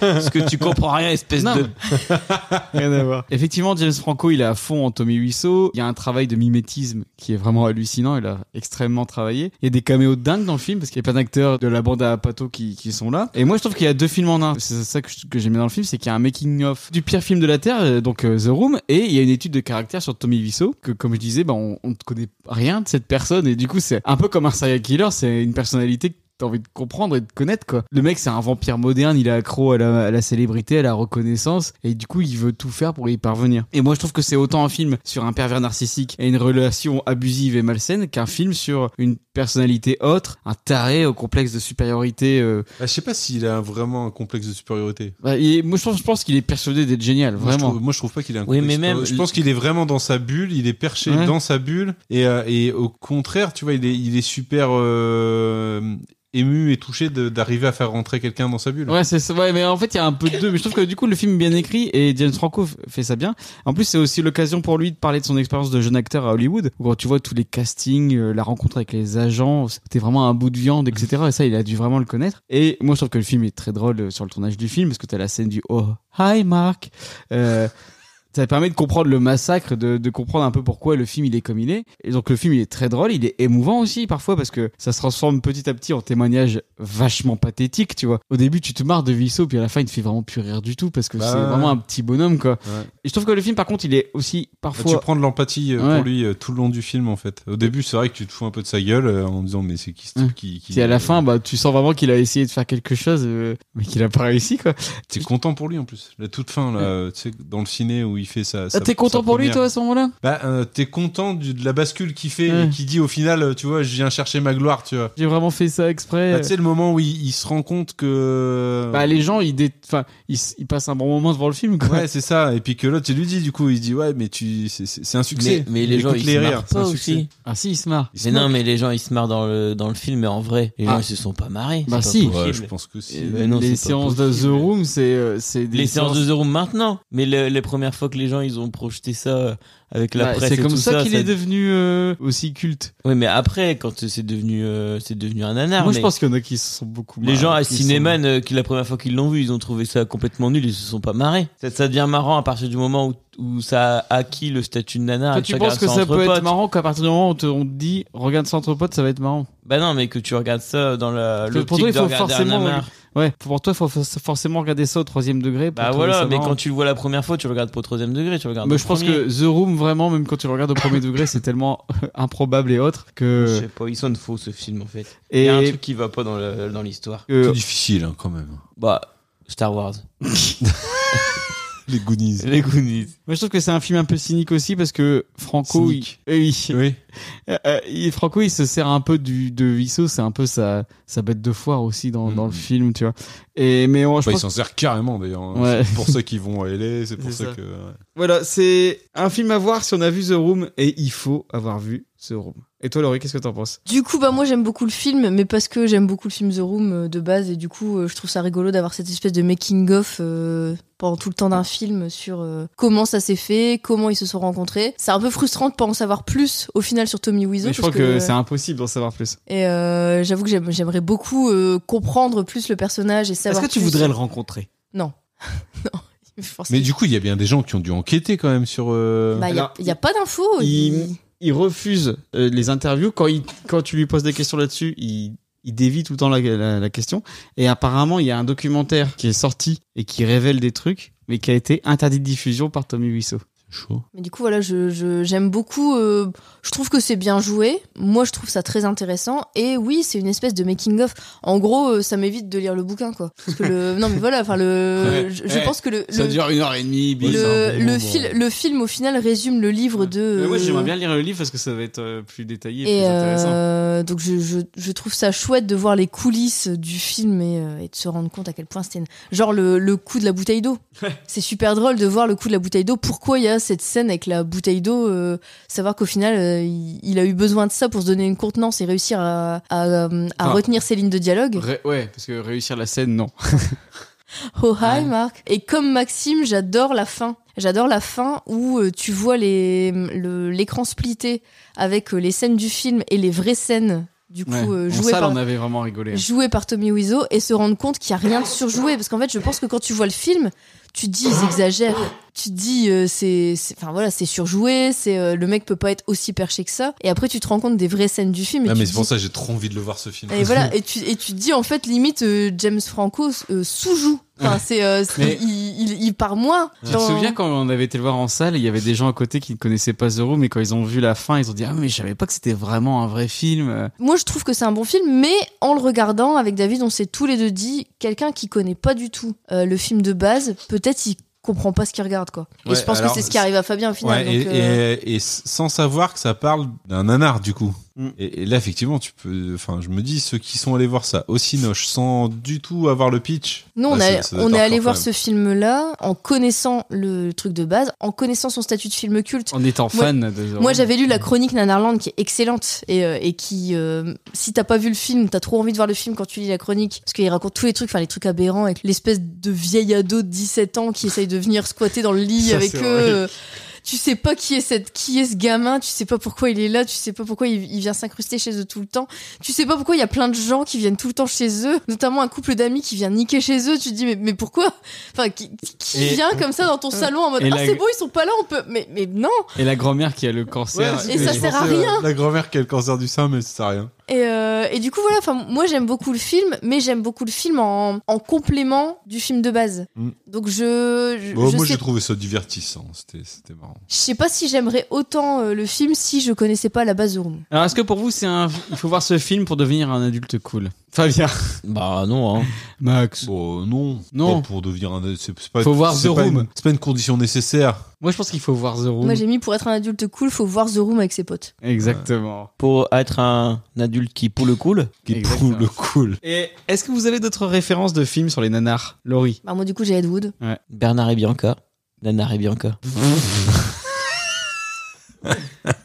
Speaker 6: Parce que tu comprends rien, espèce
Speaker 2: Non,
Speaker 6: de.
Speaker 2: Rien à voir. Effectivement, James Franco, il est à fond en Tommy Wiseau. Il y a un travail de mimétisme qui est vraiment hallucinant. Il a extrêmement travaillé. Il y a des caméos dingues dans le film parce qu'il y a plein d'acteurs de la bande à Pato qui, qui sont là. Et moi, je trouve qu'il y a deux films en un. C'est ça que, je- que j'aimais dans le film, c'est qu'il y a un making of du pire film de la Terre, euh, donc euh, The Room, et il y a une étude de caractère sur Tommy Wiseau que, comme je disais, bah, on on ne connaît rien de cette personne et du coup, c'est un peu comme un serial killer. C'est une personnalité que t'as envie de comprendre et de connaître quoi. Le mec c'est un vampire moderne, il est accro à la, à la célébrité, à la reconnaissance et du coup il veut tout faire pour y parvenir. Et moi je trouve que c'est autant un film sur un pervers narcissique et une relation abusive et malsaine qu'un film sur une personnalité autre, un taré au complexe de supériorité. euh.
Speaker 5: Bah, je sais pas s'il a vraiment un complexe de supériorité.
Speaker 2: Bah, et moi je pense, je pense qu'il est persuadé d'être génial,
Speaker 5: Moi, je
Speaker 2: vraiment.
Speaker 5: trouve- moi, je trouve pas qu'il a un
Speaker 6: Oui,
Speaker 5: complexe.
Speaker 6: mais même-
Speaker 5: Je pense qu'il est vraiment dans sa bulle, il est perché
Speaker 2: Ouais.
Speaker 5: dans sa bulle, et, euh, et au contraire, tu vois, il est, il est super euh, ému et touché de- d'arriver à faire rentrer quelqu'un dans sa bulle.
Speaker 2: Ouais, c'est ça. Ouais, mais en fait, il y a un peu de deux. Mais je trouve que du coup, le film est bien écrit et James Franco f- fait ça bien. En plus, c'est aussi l'occasion pour lui de parler de son expérience de jeune acteur à Hollywood. Où Quand tu vois tous les castings, euh, la rencontre avec les agents, t'es vraiment un bout de viande, etc. Et ça, il a dû vraiment le connaître. Et moi, je trouve que le film est très drôle euh, sur le tournage du film parce que t'as la scène du Oh, hi Mark. Euh, Ça permet de comprendre le massacre, de, de comprendre un peu pourquoi le film il est comme il est. Et donc le film il est très drôle, il est émouvant aussi parfois parce que ça se transforme petit à petit en témoignage vachement pathétique, tu vois. Au début tu te marres de Vissot, puis à la fin il te fait vraiment plus rire du tout parce que
Speaker 5: Bah
Speaker 2: c'est
Speaker 5: ouais.
Speaker 2: vraiment un petit bonhomme quoi.
Speaker 5: Ouais. Ah,
Speaker 2: Et je trouve que le film par contre il est aussi parfois...
Speaker 5: Bah, Tu prends de l'empathie euh,
Speaker 2: Ouais.
Speaker 5: pour lui euh, tout le long du film en fait. Au début, c'est vrai que tu te fous un peu de sa gueule euh, en disant mais c'est qui ce type qui, qui- euh,
Speaker 2: Puis à la fin, bah, tu sens vraiment qu'il a essayé de faire quelque chose, euh, mais qu'il a pas réussi, quoi.
Speaker 5: T'es content pour lui en plus. La toute fin là, euh, tu sais, dans le ciné où il fait sa. sa-
Speaker 2: Ah, t'es content
Speaker 5: sa
Speaker 2: pour lui,
Speaker 5: première-
Speaker 2: toi, à ce moment-là
Speaker 5: Bah, euh, t'es content du- de la bascule qu'il fait
Speaker 2: Ouais.
Speaker 5: et qui dit au final, euh, tu vois, je viens chercher ma gloire, tu vois.
Speaker 2: J'ai vraiment fait ça exprès.
Speaker 5: Bah, tu sais, le moment où il, il se rend compte que.
Speaker 2: Bah, les gens, ils, dé- enfin, ils, s- ils passent un bon moment devant le film, quoi.
Speaker 5: Ouais, c'est ça. Et puis que l'autre, il lui dit, du coup, il dit, ouais, mais tu, c'est- c'est c'est un succès.
Speaker 6: Mais, mais les gens,
Speaker 5: Écoute
Speaker 6: ils
Speaker 5: les
Speaker 6: se
Speaker 5: rires,
Speaker 6: marrent
Speaker 5: c'est un
Speaker 6: pas
Speaker 5: succès.
Speaker 6: aussi.
Speaker 2: Ah si, ils se marrent.
Speaker 6: Mais non, mais les gens, ils se marrent dans le, dans le film, mais en vrai, les gens,
Speaker 2: Ah.
Speaker 6: ils se sont pas marrés.
Speaker 2: Bah
Speaker 6: c'est
Speaker 2: si.
Speaker 6: pas
Speaker 5: Ouais,
Speaker 6: possible.
Speaker 5: je pense que si.
Speaker 6: Et ben non,
Speaker 2: les
Speaker 6: c'est pas
Speaker 2: séances de The Room, c'est, euh, c'est des
Speaker 6: les séances de The Room maintenant, mais le- les premières fois que les gens ils ont projeté ça euh, avec la
Speaker 2: Bah,
Speaker 6: presse,
Speaker 2: c'est
Speaker 6: et
Speaker 2: comme
Speaker 6: tout
Speaker 2: ça,
Speaker 6: ça,
Speaker 2: qu'il est devenu euh, aussi culte.
Speaker 6: Oui, mais après quand c'est devenu euh, c'est devenu un nanar.
Speaker 2: Moi, je
Speaker 6: mais
Speaker 2: pense qu'il y en a qui se sont beaucoup.
Speaker 6: les gens
Speaker 2: qui
Speaker 6: à
Speaker 2: se sont-
Speaker 6: Cinéman euh, Bah, qui la première fois qu'ils l'ont vu, ils ont trouvé ça complètement nul, ils se sont pas marrés. Ça, ça devient marrant à partir du moment où, où ça a acquis le statut de nanar.
Speaker 2: Toi,
Speaker 6: et que
Speaker 2: tu
Speaker 6: tu
Speaker 2: penses
Speaker 6: regardes
Speaker 2: que ça
Speaker 6: entre
Speaker 2: peut être
Speaker 6: potes.
Speaker 2: marrant qu'à partir du moment où on te, on te dit regarde ça entre potes, ça va être marrant.
Speaker 6: Bah non, mais que tu regardes ça dans la
Speaker 2: Parce que Pour toi,
Speaker 6: l'optique
Speaker 2: il
Speaker 6: de
Speaker 2: faut
Speaker 6: regarder un
Speaker 2: forcément.
Speaker 6: nanar.
Speaker 2: Ouais, pour toi, il faut for- forcément regarder ça au troisième degré. pour
Speaker 6: Bah
Speaker 2: trouver
Speaker 6: voilà,
Speaker 2: ça
Speaker 6: mais
Speaker 2: marrant.
Speaker 6: quand tu le vois la première fois, tu le regardes pas au troisième degré, tu le regardes.
Speaker 2: Mais
Speaker 6: au
Speaker 2: je pense
Speaker 6: premier.
Speaker 2: que The Room, vraiment, même quand tu le regardes au premier degré, c'est tellement euh, improbable et autre
Speaker 6: Je
Speaker 2: que.
Speaker 6: sais pas, il sonne faux ce film en fait.
Speaker 2: euh, Et-
Speaker 6: Il y a un truc qui va pas dans le- dans l'histoire.
Speaker 2: que-
Speaker 5: C'est difficile, hein, quand même.
Speaker 6: Bah, Star Wars.
Speaker 5: Les Goonies.
Speaker 6: Les Goonies.
Speaker 2: Moi, je trouve que c'est un film un peu cynique aussi parce que Franco, il...
Speaker 5: Cynique.
Speaker 2: Eh oui.
Speaker 5: Oui.
Speaker 2: Euh, euh, il- Franco, il se sert un peu du de Visso, c'est un peu sa sa bête de foire aussi dans, dans le film, tu vois. Et mais on, je
Speaker 5: Bah,
Speaker 2: pense
Speaker 5: ils s'en servent carrément d'ailleurs. hein.
Speaker 2: Ouais.
Speaker 5: C'est pour ça qu'ils vont à LA, c'est pour
Speaker 2: C'est
Speaker 5: ça,
Speaker 2: ça.
Speaker 5: que. ouais.
Speaker 2: Voilà, c'est un film à voir si on a vu The Room et il faut avoir vu The Room. Et toi, Laurie, qu'est-ce que t'en penses
Speaker 4: Du coup, bah moi j'aime beaucoup le film, mais parce que j'aime beaucoup le film The Room euh, de base, et du coup euh, je trouve ça rigolo d'avoir cette espèce de making of euh, pendant tout le temps d'un film sur euh, comment ça s'est fait, comment ils se sont rencontrés. C'est un peu frustrant de pas en savoir plus au final sur Tommy Wiseau.
Speaker 2: Mais Je
Speaker 4: parce
Speaker 2: crois que, c'est impossible d'en savoir plus.
Speaker 4: Et euh, j'avoue que j'aime- j'aimerais beaucoup euh, comprendre plus le personnage et
Speaker 2: Est-ce
Speaker 4: savoir.
Speaker 2: que tu
Speaker 4: plus-
Speaker 2: voudrais le rencontrer
Speaker 4: Non, non. forcément.
Speaker 5: Mais du coup, il y a bien des gens qui ont dû enquêter quand même sur. euh,
Speaker 4: Bah, il y a-
Speaker 2: Alors,
Speaker 4: il y a, pas d'infos.
Speaker 2: il, il refuse euh, les interviews. Quand, il, quand tu lui poses des questions là-dessus, il, il dévie tout le temps la, la- la question. Et apparemment, il y a un documentaire qui est sorti et qui révèle des trucs, mais qui a été interdit de diffusion par Tommy Wiseau.
Speaker 5: Chaud.
Speaker 4: Mais du coup, voilà, je, je- j'aime beaucoup. euh, je trouve que c'est bien joué. Moi, je trouve ça très intéressant. Et oui, c'est une espèce de making-of. En gros, euh, ça m'évite de lire le bouquin, quoi. Parce que le. non, mais voilà, enfin, le.
Speaker 2: Ouais.
Speaker 4: Je, je
Speaker 2: Eh,
Speaker 4: pense que le. le...
Speaker 2: une heure et demie.
Speaker 4: Le, le fil- le film au final résume le livre de.
Speaker 2: moi, j'aimerais bien lire le livre parce que ça va être euh, plus détaillé et,
Speaker 4: Et
Speaker 2: plus intéressant.
Speaker 4: euh, donc je, je, je trouve ça chouette de voir les coulisses du film et, euh, et de se rendre compte à quel point c'était une- genre le, le coup de la bouteille d'eau. C'est super drôle de voir le coup de la bouteille d'eau. Pourquoi il y a cette scène avec la bouteille d'eau euh, Savoir qu'au final euh, il, il a eu besoin de ça pour se donner une contenance et réussir à, à, euh, à
Speaker 2: Enfin,
Speaker 4: retenir ses lignes de dialogue.
Speaker 2: Ré- ouais, parce que réussir la scène, non.
Speaker 4: Oh hi Marc. Et comme Maxime, j'adore la fin. J'adore la fin où euh, tu vois les le- l'écran splitté avec euh, les scènes du film et les vraies scènes du coup
Speaker 2: Ouais.
Speaker 4: euh,
Speaker 2: en
Speaker 4: jouées
Speaker 2: salle,
Speaker 4: par
Speaker 2: on avait vraiment rigolé. hein.
Speaker 4: joué par Tommy Wiseau et se rendre compte qu'il n'y a rien de surjoué. Parce qu'en fait, je pense que quand tu vois le film, tu te dis ils exagèrent. Tu te dis euh, c'est, c'est- enfin voilà, c'est surjoué. C'est euh, le mec peut pas être aussi perché que ça. Et après, tu te rends compte des vraies scènes du film. Et
Speaker 5: Ah,
Speaker 4: tu
Speaker 5: mais
Speaker 4: te
Speaker 5: c'est pour
Speaker 4: dis-
Speaker 5: ça que j'ai trop envie de le voir ce film.
Speaker 4: Et voilà, et tu, et tu te dis en fait limite euh, James Franco euh, sous-joue. Enfin, c'est, euh, c'est-
Speaker 2: Mais-
Speaker 4: il, il, il part moins.
Speaker 2: Tu te
Speaker 4: dans-
Speaker 2: souviens quand on avait été le voir en salle, il y avait des gens à côté qui ne connaissaient pas The Room, mais quand ils ont vu la fin, ils ont dit Ah, mais je savais pas que c'était vraiment un vrai film.
Speaker 4: Moi, je trouve que c'est un bon film, mais en le regardant avec David, on s'est tous les deux dit quelqu'un qui connaît pas du tout euh, le film de base, peut-être il comprend pas ce qu'il regarde, quoi. et
Speaker 5: Ouais,
Speaker 4: je pense
Speaker 5: alors,
Speaker 4: que c'est ce qui arrive à Fabien au final.
Speaker 5: Ouais, et,
Speaker 4: donc, euh,
Speaker 5: et- et s- sans savoir que ça parle d'un nanar du coup.
Speaker 2: Mm.
Speaker 5: Et, et là effectivement tu peux, enfin je me dis ceux qui sont allés voir ça aussi noche sans du tout avoir le pitch.
Speaker 4: Nous, on,
Speaker 5: bah,
Speaker 4: a-
Speaker 5: ça- ça doit
Speaker 4: on
Speaker 5: être
Speaker 4: est allé
Speaker 5: hardcore,
Speaker 4: voir
Speaker 5: quand
Speaker 4: ce film-là en connaissant le truc de base, en connaissant son statut de film culte.
Speaker 2: En étant fan de The Room.
Speaker 4: Moi, j'avais lu la chronique Nanarland qui est excellente et, euh, et qui, euh, si t'as pas vu le film, t'as trop envie de voir le film quand tu lis la chronique parce qu'il raconte tous les trucs, enfin les trucs aberrants avec l'espèce de vieil ado de 17 ans qui essaye de venir squatter dans le lit
Speaker 2: Ça,
Speaker 4: avec
Speaker 2: c'est
Speaker 4: eux.
Speaker 2: horrible.
Speaker 4: euh, tu sais pas qui est cette, qui est ce gamin, tu sais pas pourquoi il est là, tu sais pas pourquoi il, il vient s'incruster chez eux tout le temps, tu sais pas pourquoi il y a plein de gens qui viennent tout le temps chez eux, notamment un couple d'amis qui vient niquer chez eux, tu te dis mais, mais pourquoi Enfin, qui, qui
Speaker 2: Et-
Speaker 4: vient comme ça dans ton salon en mode
Speaker 2: Et
Speaker 4: ah
Speaker 2: la-
Speaker 4: c'est beau ils sont pas là, on peut, mais mais non.
Speaker 2: Et la grand-mère qui a le cancer.
Speaker 4: Ouais, Et ça sert à rien.
Speaker 5: La grand-mère qui a le cancer du sein, mais ça sert à rien.
Speaker 4: Et, euh, et du coup, voilà, enfin, moi j'aime beaucoup le film, mais j'aime beaucoup le film en, en complément du film de base.
Speaker 5: Mm.
Speaker 4: Donc je. je,
Speaker 5: Bon,
Speaker 4: je
Speaker 5: moi,
Speaker 4: sais,
Speaker 5: j'ai trouvé ça divertissant. C'était c'était marrant.
Speaker 4: je sais pas si j'aimerais autant euh, le film si je connaissais pas la base de Room.
Speaker 2: Alors, est-ce que pour vous, c'est un... il faut voir ce film pour devenir un adulte cool Fabien
Speaker 6: Bah non, hein.
Speaker 2: Max
Speaker 5: Bon, Bah, non.
Speaker 2: Non.
Speaker 5: Pas pour devenir un. C'est c'est pas,
Speaker 2: Faut voir
Speaker 5: c'est
Speaker 2: The
Speaker 5: pas
Speaker 2: Room.
Speaker 5: une- C'est pas une condition nécessaire.
Speaker 2: Moi, je pense qu'il faut voir The Room.
Speaker 5: Mm.
Speaker 4: Moi j'ai mis pour être un adulte cool, faut voir The Room avec ses potes.
Speaker 2: Exactement.
Speaker 6: Pour être un adulte qui pour le cool.
Speaker 5: Qui
Speaker 2: Exactement.
Speaker 5: prouve le cool.
Speaker 2: Et est-ce que vous avez d'autres références de films sur les nanars Laurie
Speaker 4: Bah moi du coup j'ai Ed Wood.
Speaker 6: Bernard et Bianca. Nanar et Bianca.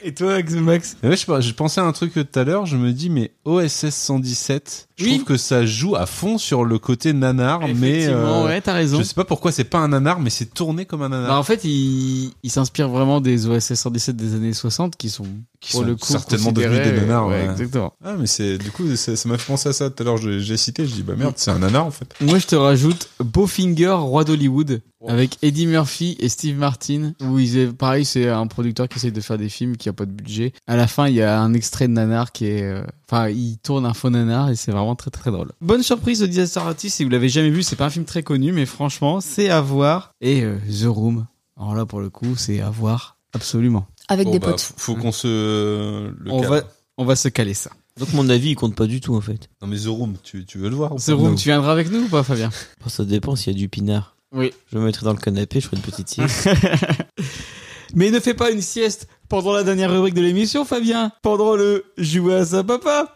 Speaker 2: Et toi, Max
Speaker 5: Mais ouais, je, sais pas, je pensais à un truc tout à l'heure, je me dis, mais OSS 117, je
Speaker 2: Oui.
Speaker 5: trouve que ça joue à fond sur le côté
Speaker 2: Oh,
Speaker 5: nanar, mais euh,
Speaker 2: ouais, t'as raison.
Speaker 5: je sais pas pourquoi c'est pas un nanar, mais c'est tourné comme un nanar.
Speaker 2: Bah, en fait, il, il s'inspire vraiment des OSS 117 des années 60 qui sont,
Speaker 5: Qui
Speaker 2: pour
Speaker 5: sont
Speaker 2: le coup,
Speaker 5: certainement devenus
Speaker 2: considérés-
Speaker 5: des nanars, ouais.
Speaker 2: Exactement.
Speaker 5: Ah, mais c'est du coup, c'est- ça m'a fait penser à ça tout à l'heure, je- j'ai cité, je dis, bah merde, c'est un nanar en fait.
Speaker 2: Moi, je te rajoute Bowfinger, roi d'Hollywood, avec Eddie Murphy et Steve Martin, où ils, est- pareil, c'est un producteur qui essaye de faire des films qui a pas de budget. À la fin, il y a un extrait de nanar qui est, euh, enfin, il tourne un faux nanar et c'est vraiment très très drôle. Bonne surprise de Disaster Artist, si vous l'avez jamais vu, c'est pas un film très connu, mais franchement, c'est à voir. Et euh, The Room, alors là, pour le coup, c'est à voir absolument.
Speaker 4: Avec
Speaker 5: Bon,
Speaker 4: des
Speaker 5: bah,
Speaker 4: potes.
Speaker 5: faut- Faut qu'on se. le
Speaker 2: On
Speaker 5: cadre.
Speaker 2: va, on va se caler ça.
Speaker 6: Donc mon avis, il compte pas du tout en fait.
Speaker 5: Non, mais The Room, tu, tu veux le voir ou
Speaker 2: The
Speaker 5: pas
Speaker 2: Room, tu viendras avec nous ou pas, Fabien
Speaker 6: Bon, ça dépend s'il y a du pinard.
Speaker 2: Oui.
Speaker 6: Je me mettrai dans le canapé, je ferai une petite sieste.
Speaker 2: Mais ne fais pas une sieste pendant la dernière rubrique de l'émission, Fabien. Pendant le jouer à sa papa.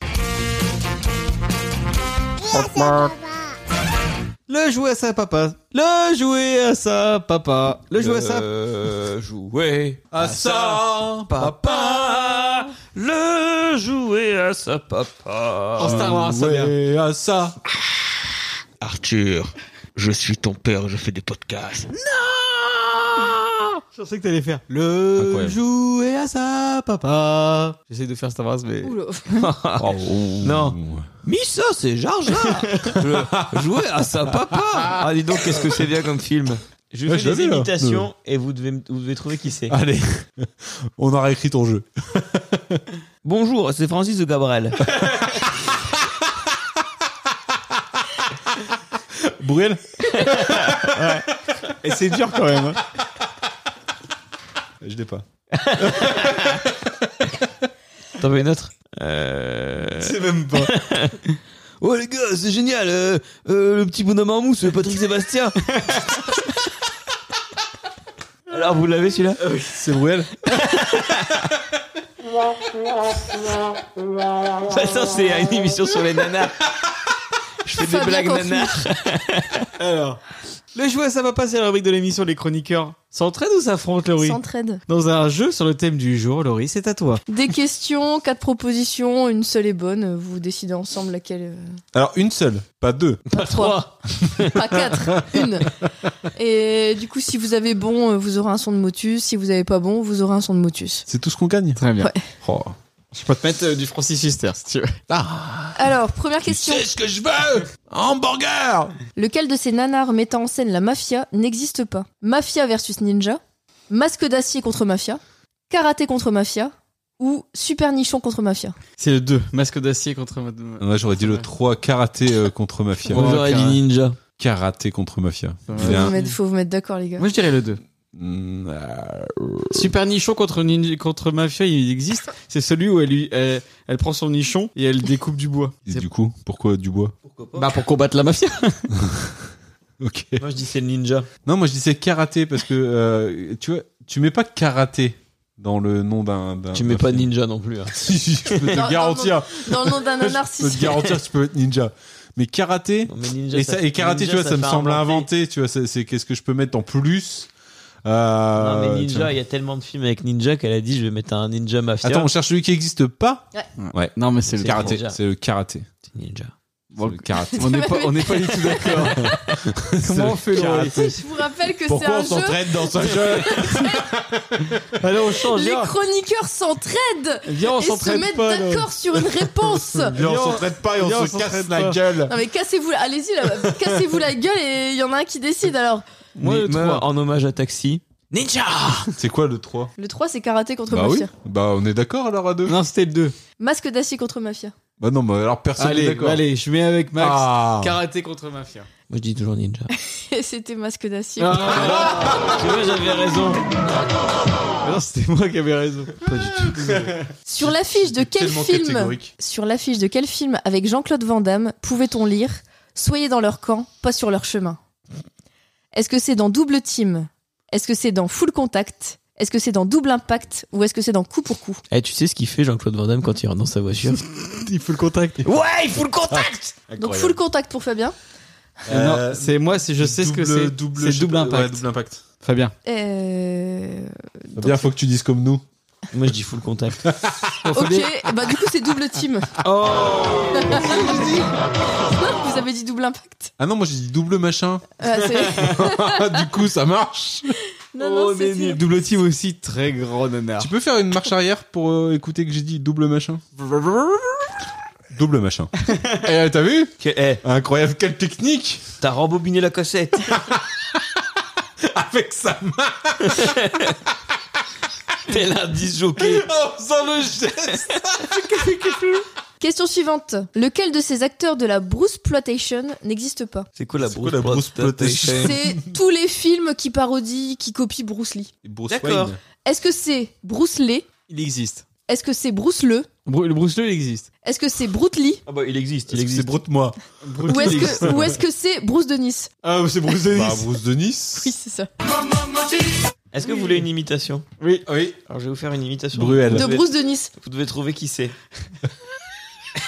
Speaker 2: Le jouer à sa papa. Le jouer à sa papa. Le jouer à sa
Speaker 6: Euh, jouer
Speaker 2: à
Speaker 6: sa papa. Le jouer à sa papa.
Speaker 2: En Star Wars, ça vient.
Speaker 5: Ouais, à ça.
Speaker 3: Arthur, je suis ton père, je fais des podcasts.
Speaker 2: Je pensais que t'allais faire. Le
Speaker 5: Incroyable.
Speaker 2: jouer à sa papa. J'essaie de faire Star Wars, mais.
Speaker 4: Oula.
Speaker 6: Non. Mais ça, c'est Jar Jar. Le- jouer à sa papa. Ah, dis donc, qu'est-ce que c'est bien comme film. Je
Speaker 5: Ouais,
Speaker 6: fais
Speaker 5: je
Speaker 6: des
Speaker 5: l'avais, là. Hmm.
Speaker 6: imitations et vous devez, me- vous devez trouver qui c'est.
Speaker 5: Allez, on a réécrit ton jeu.
Speaker 6: Bonjour, c'est Francis de Gabrel.
Speaker 5: Bruel
Speaker 2: Et c'est dur quand même.
Speaker 5: Je l'ai pas.
Speaker 6: T'en veux une autre euh...
Speaker 5: C'est même pas.
Speaker 6: Oh les gars, c'est génial euh, euh, Le petit bonhomme en mousse, Patrick Sébastien Alors vous l'avez celui-là
Speaker 5: C'est Bruel
Speaker 6: Bah, Ça c'est une émission sur les nanas Je fais des
Speaker 4: Fabien
Speaker 6: blagues
Speaker 4: Canfou.
Speaker 6: nanas
Speaker 2: Alors. Le jouer à sa papa, c'est la rubrique de l'émission. Les chroniqueurs s'entraident ou s'affrontent,
Speaker 5: Ah
Speaker 2: Laurie
Speaker 4: S'entraide.
Speaker 2: Dans un jeu sur le thème du jour, Laurie, c'est à toi.
Speaker 4: Des questions, quatre propositions, une seule est bonne. Vous décidez ensemble laquelle. euh,
Speaker 5: Alors, une seule, pas deux.
Speaker 4: pas trois. Pas quatre. Une. Et du coup, si vous avez bon, euh, vous aurez un son de motus. Si vous avez pas bon, vous aurez un son de motus.
Speaker 5: C'est tout ce qu'on gagne.
Speaker 2: Très bien.
Speaker 4: Ouais.
Speaker 5: Oh.
Speaker 2: Je peux te mettre euh, du Francis Huster si tu veux.
Speaker 4: Alors, première question.
Speaker 5: ce que je veux Hamburger
Speaker 4: Lequel de ces nanars mettant en scène la mafia n'existe pas Mafia versus ninja, masque d'acier contre mafia, karaté contre mafia ou super nichon contre mafia
Speaker 2: C'est le 2, masque d'acier contre Madame.
Speaker 5: Moi j'aurais dit le 3, karaté euh, contre mafia.
Speaker 2: Ouais.
Speaker 6: J'aurais dit ninja
Speaker 5: Karaté contre mafia.
Speaker 2: Ouais.
Speaker 5: Il a
Speaker 4: faut
Speaker 5: un-
Speaker 4: vous, mettre, faut vous mettre d'accord, les gars.
Speaker 2: Moi je dirais le 2.
Speaker 5: Mm, euh,
Speaker 2: Super nichon contre, ninja, contre mafia, il existe. C'est celui où elle, lui- elle, elle prend son nichon et elle découpe du bois.
Speaker 5: et
Speaker 2: C'est-
Speaker 5: du coup, pourquoi du bois
Speaker 2: Bah pour combattre la mafia.
Speaker 5: Ok.
Speaker 6: Moi je dis c'est le ninja
Speaker 5: Non, moi je disais karaté parce que euh, tu vois, tu mets pas karaté dans le nom d'un. d'un-
Speaker 6: Tu mets
Speaker 5: d'un
Speaker 6: pas
Speaker 5: film.
Speaker 6: ninja non plus hein.
Speaker 5: Si, si, je peux
Speaker 4: Dans- dans
Speaker 5: te garantir.
Speaker 4: Dans le nom d'un
Speaker 5: Je
Speaker 4: nanar, si
Speaker 5: peux te garantir que tu peux être ninja. Mais karaté.
Speaker 6: Non, mais ninja,
Speaker 5: Et, ça, et karaté,
Speaker 6: ninja,
Speaker 5: tu vois, ça, me
Speaker 6: fait
Speaker 5: semble
Speaker 6: inventer.
Speaker 5: inventé. Tu vois, c'est c'est qu'est-ce que je peux mettre en plus
Speaker 6: Non,
Speaker 5: euh, tu
Speaker 6: mais
Speaker 5: vois.
Speaker 6: Ninja, il y a tellement de films avec Ninja qu'elle a dit je vais mettre un Ninja Mafia.
Speaker 5: Attends, on cherche celui qui existe pas
Speaker 2: Non mais c'est le
Speaker 6: C'est
Speaker 5: Karaté.
Speaker 6: ninja.
Speaker 5: C'est le karaté.
Speaker 6: C'est Ninja.
Speaker 5: C'est le karaté.
Speaker 2: On n'est pas, on n'est pas du tout d'accord. Comment on fait le karaté
Speaker 4: Je vous rappelle que c'est
Speaker 5: Pourquoi
Speaker 4: un
Speaker 5: on
Speaker 4: jeu.
Speaker 5: s'entraîne dans un jeu
Speaker 2: Allez, on change.
Speaker 4: Les
Speaker 2: viens.
Speaker 4: chroniqueurs s'entraident
Speaker 2: Viens, on
Speaker 4: et se
Speaker 2: s'entraide
Speaker 4: mettent
Speaker 2: pas, là.
Speaker 4: d'accord sur une réponse. non
Speaker 5: Viens, on s'entraîne pas et
Speaker 2: Viens,
Speaker 5: on
Speaker 2: on
Speaker 5: se
Speaker 2: s'entraide
Speaker 5: casse
Speaker 2: pas.
Speaker 5: la gueule.
Speaker 4: mais cassez-vous, la- allez-y, là, cassez-vous la gueule et il y en a un qui décide alors.
Speaker 2: Moi, le
Speaker 6: Nemo,
Speaker 2: 3.
Speaker 6: en hommage à Taxi. Ninja
Speaker 5: C'est quoi le 3
Speaker 4: Le 3 c'est karaté contre
Speaker 5: Bah oui.
Speaker 4: mafia.
Speaker 5: Bah on est d'accord alors à deux.
Speaker 2: Non, c'était le 2.
Speaker 4: Masque d'acier contre mafia.
Speaker 5: Bah non, mais alors personne n'est
Speaker 2: Allez,
Speaker 5: d'accord.
Speaker 2: allez, je mets avec Max.
Speaker 5: Ah.
Speaker 2: Karaté contre mafia.
Speaker 6: Moi je dis toujours Ninja.
Speaker 4: Et c'était masque d'acier.
Speaker 2: Ah, tu vois, j'avais raison. Mais non, c'était moi qui avais raison. Pas du tout.
Speaker 4: Sur l'affiche de quel
Speaker 5: Tellement
Speaker 4: film
Speaker 5: catégorique.
Speaker 4: Sur l'affiche de quel film avec Jean-Claude Van Damme pouvait-on lire Soyez dans leur camp, pas sur leur chemin Est-ce que c'est dans Double Team Est-ce que c'est dans Full Contact Est-ce que c'est dans Double Impact Ou est-ce que c'est dans Coup pour Coup
Speaker 6: Eh, tu sais ce qu'il fait Jean-Claude Van Damme quand il rentre dans sa voiture
Speaker 2: Il faut le contact.
Speaker 6: Ouais, il fout le contact
Speaker 4: Donc Full Contact pour Fabien.
Speaker 2: non, c'est moi, c'est- je sais ce que c'est.
Speaker 5: Euh, Double,
Speaker 2: c'est double impact.
Speaker 5: Ouais, double impact.
Speaker 2: Fabien.
Speaker 4: Euh,
Speaker 5: Bien, faut que tu dises comme nous.
Speaker 6: Moi je dis full contact.
Speaker 4: Ok, bah du coup c'est Double Team.
Speaker 2: Oh.
Speaker 4: Vous avez dit Double Impact.
Speaker 5: Ah non, moi j'ai dit double machin.
Speaker 4: Euh, c'est-
Speaker 5: Ah, du coup, ça marche.
Speaker 4: non, non,
Speaker 2: Oh, mais
Speaker 4: c'est-
Speaker 2: nul. Double team aussi, très grand nanar.
Speaker 5: Tu peux faire une marche arrière pour euh, écouter que j'ai dit double machin Double machin. Eh, t'as vu
Speaker 2: eh.
Speaker 5: Incroyable, quelle technique
Speaker 6: T'as rembobiné la cassette
Speaker 5: Avec sa main
Speaker 6: T'es l'indice jockey
Speaker 5: en faisant le geste
Speaker 4: Question suivante. Lequel de ces acteurs de la Bruce Plotation n'existe pas
Speaker 6: C'est quoi la
Speaker 5: C'est quoi
Speaker 6: Bruce
Speaker 5: la Bruce
Speaker 6: Plotation
Speaker 5: Plotation
Speaker 4: C'est tous les films qui parodient, qui copient Bruce Lee.
Speaker 5: Bruce
Speaker 6: D'accord.
Speaker 5: Wayne.
Speaker 4: Est-ce que c'est Bruce Lee
Speaker 2: Il existe.
Speaker 4: Est-ce que c'est Bruce Le
Speaker 2: Bru- Le Bruce Lee, il existe.
Speaker 4: Est-ce que c'est Bruce Lee
Speaker 6: Ah bah il existe, il
Speaker 5: Est-ce que C'est
Speaker 6: existe.
Speaker 5: Bruce moi.
Speaker 2: Bruce
Speaker 4: Ou
Speaker 2: Lee
Speaker 4: est-ce
Speaker 2: existe.
Speaker 4: que ou est-ce que c'est Bruce de Nice
Speaker 2: Ah, c'est Bruce Lee.
Speaker 5: Bah, Bruce de Nice.
Speaker 4: Oui, c'est ça.
Speaker 6: Est-ce que vous voulez une imitation
Speaker 5: Oui. oui.
Speaker 6: Alors je vais vous faire une imitation.
Speaker 5: Bruel.
Speaker 4: De Bruce de Nice.
Speaker 6: Vous devez trouver qui c'est.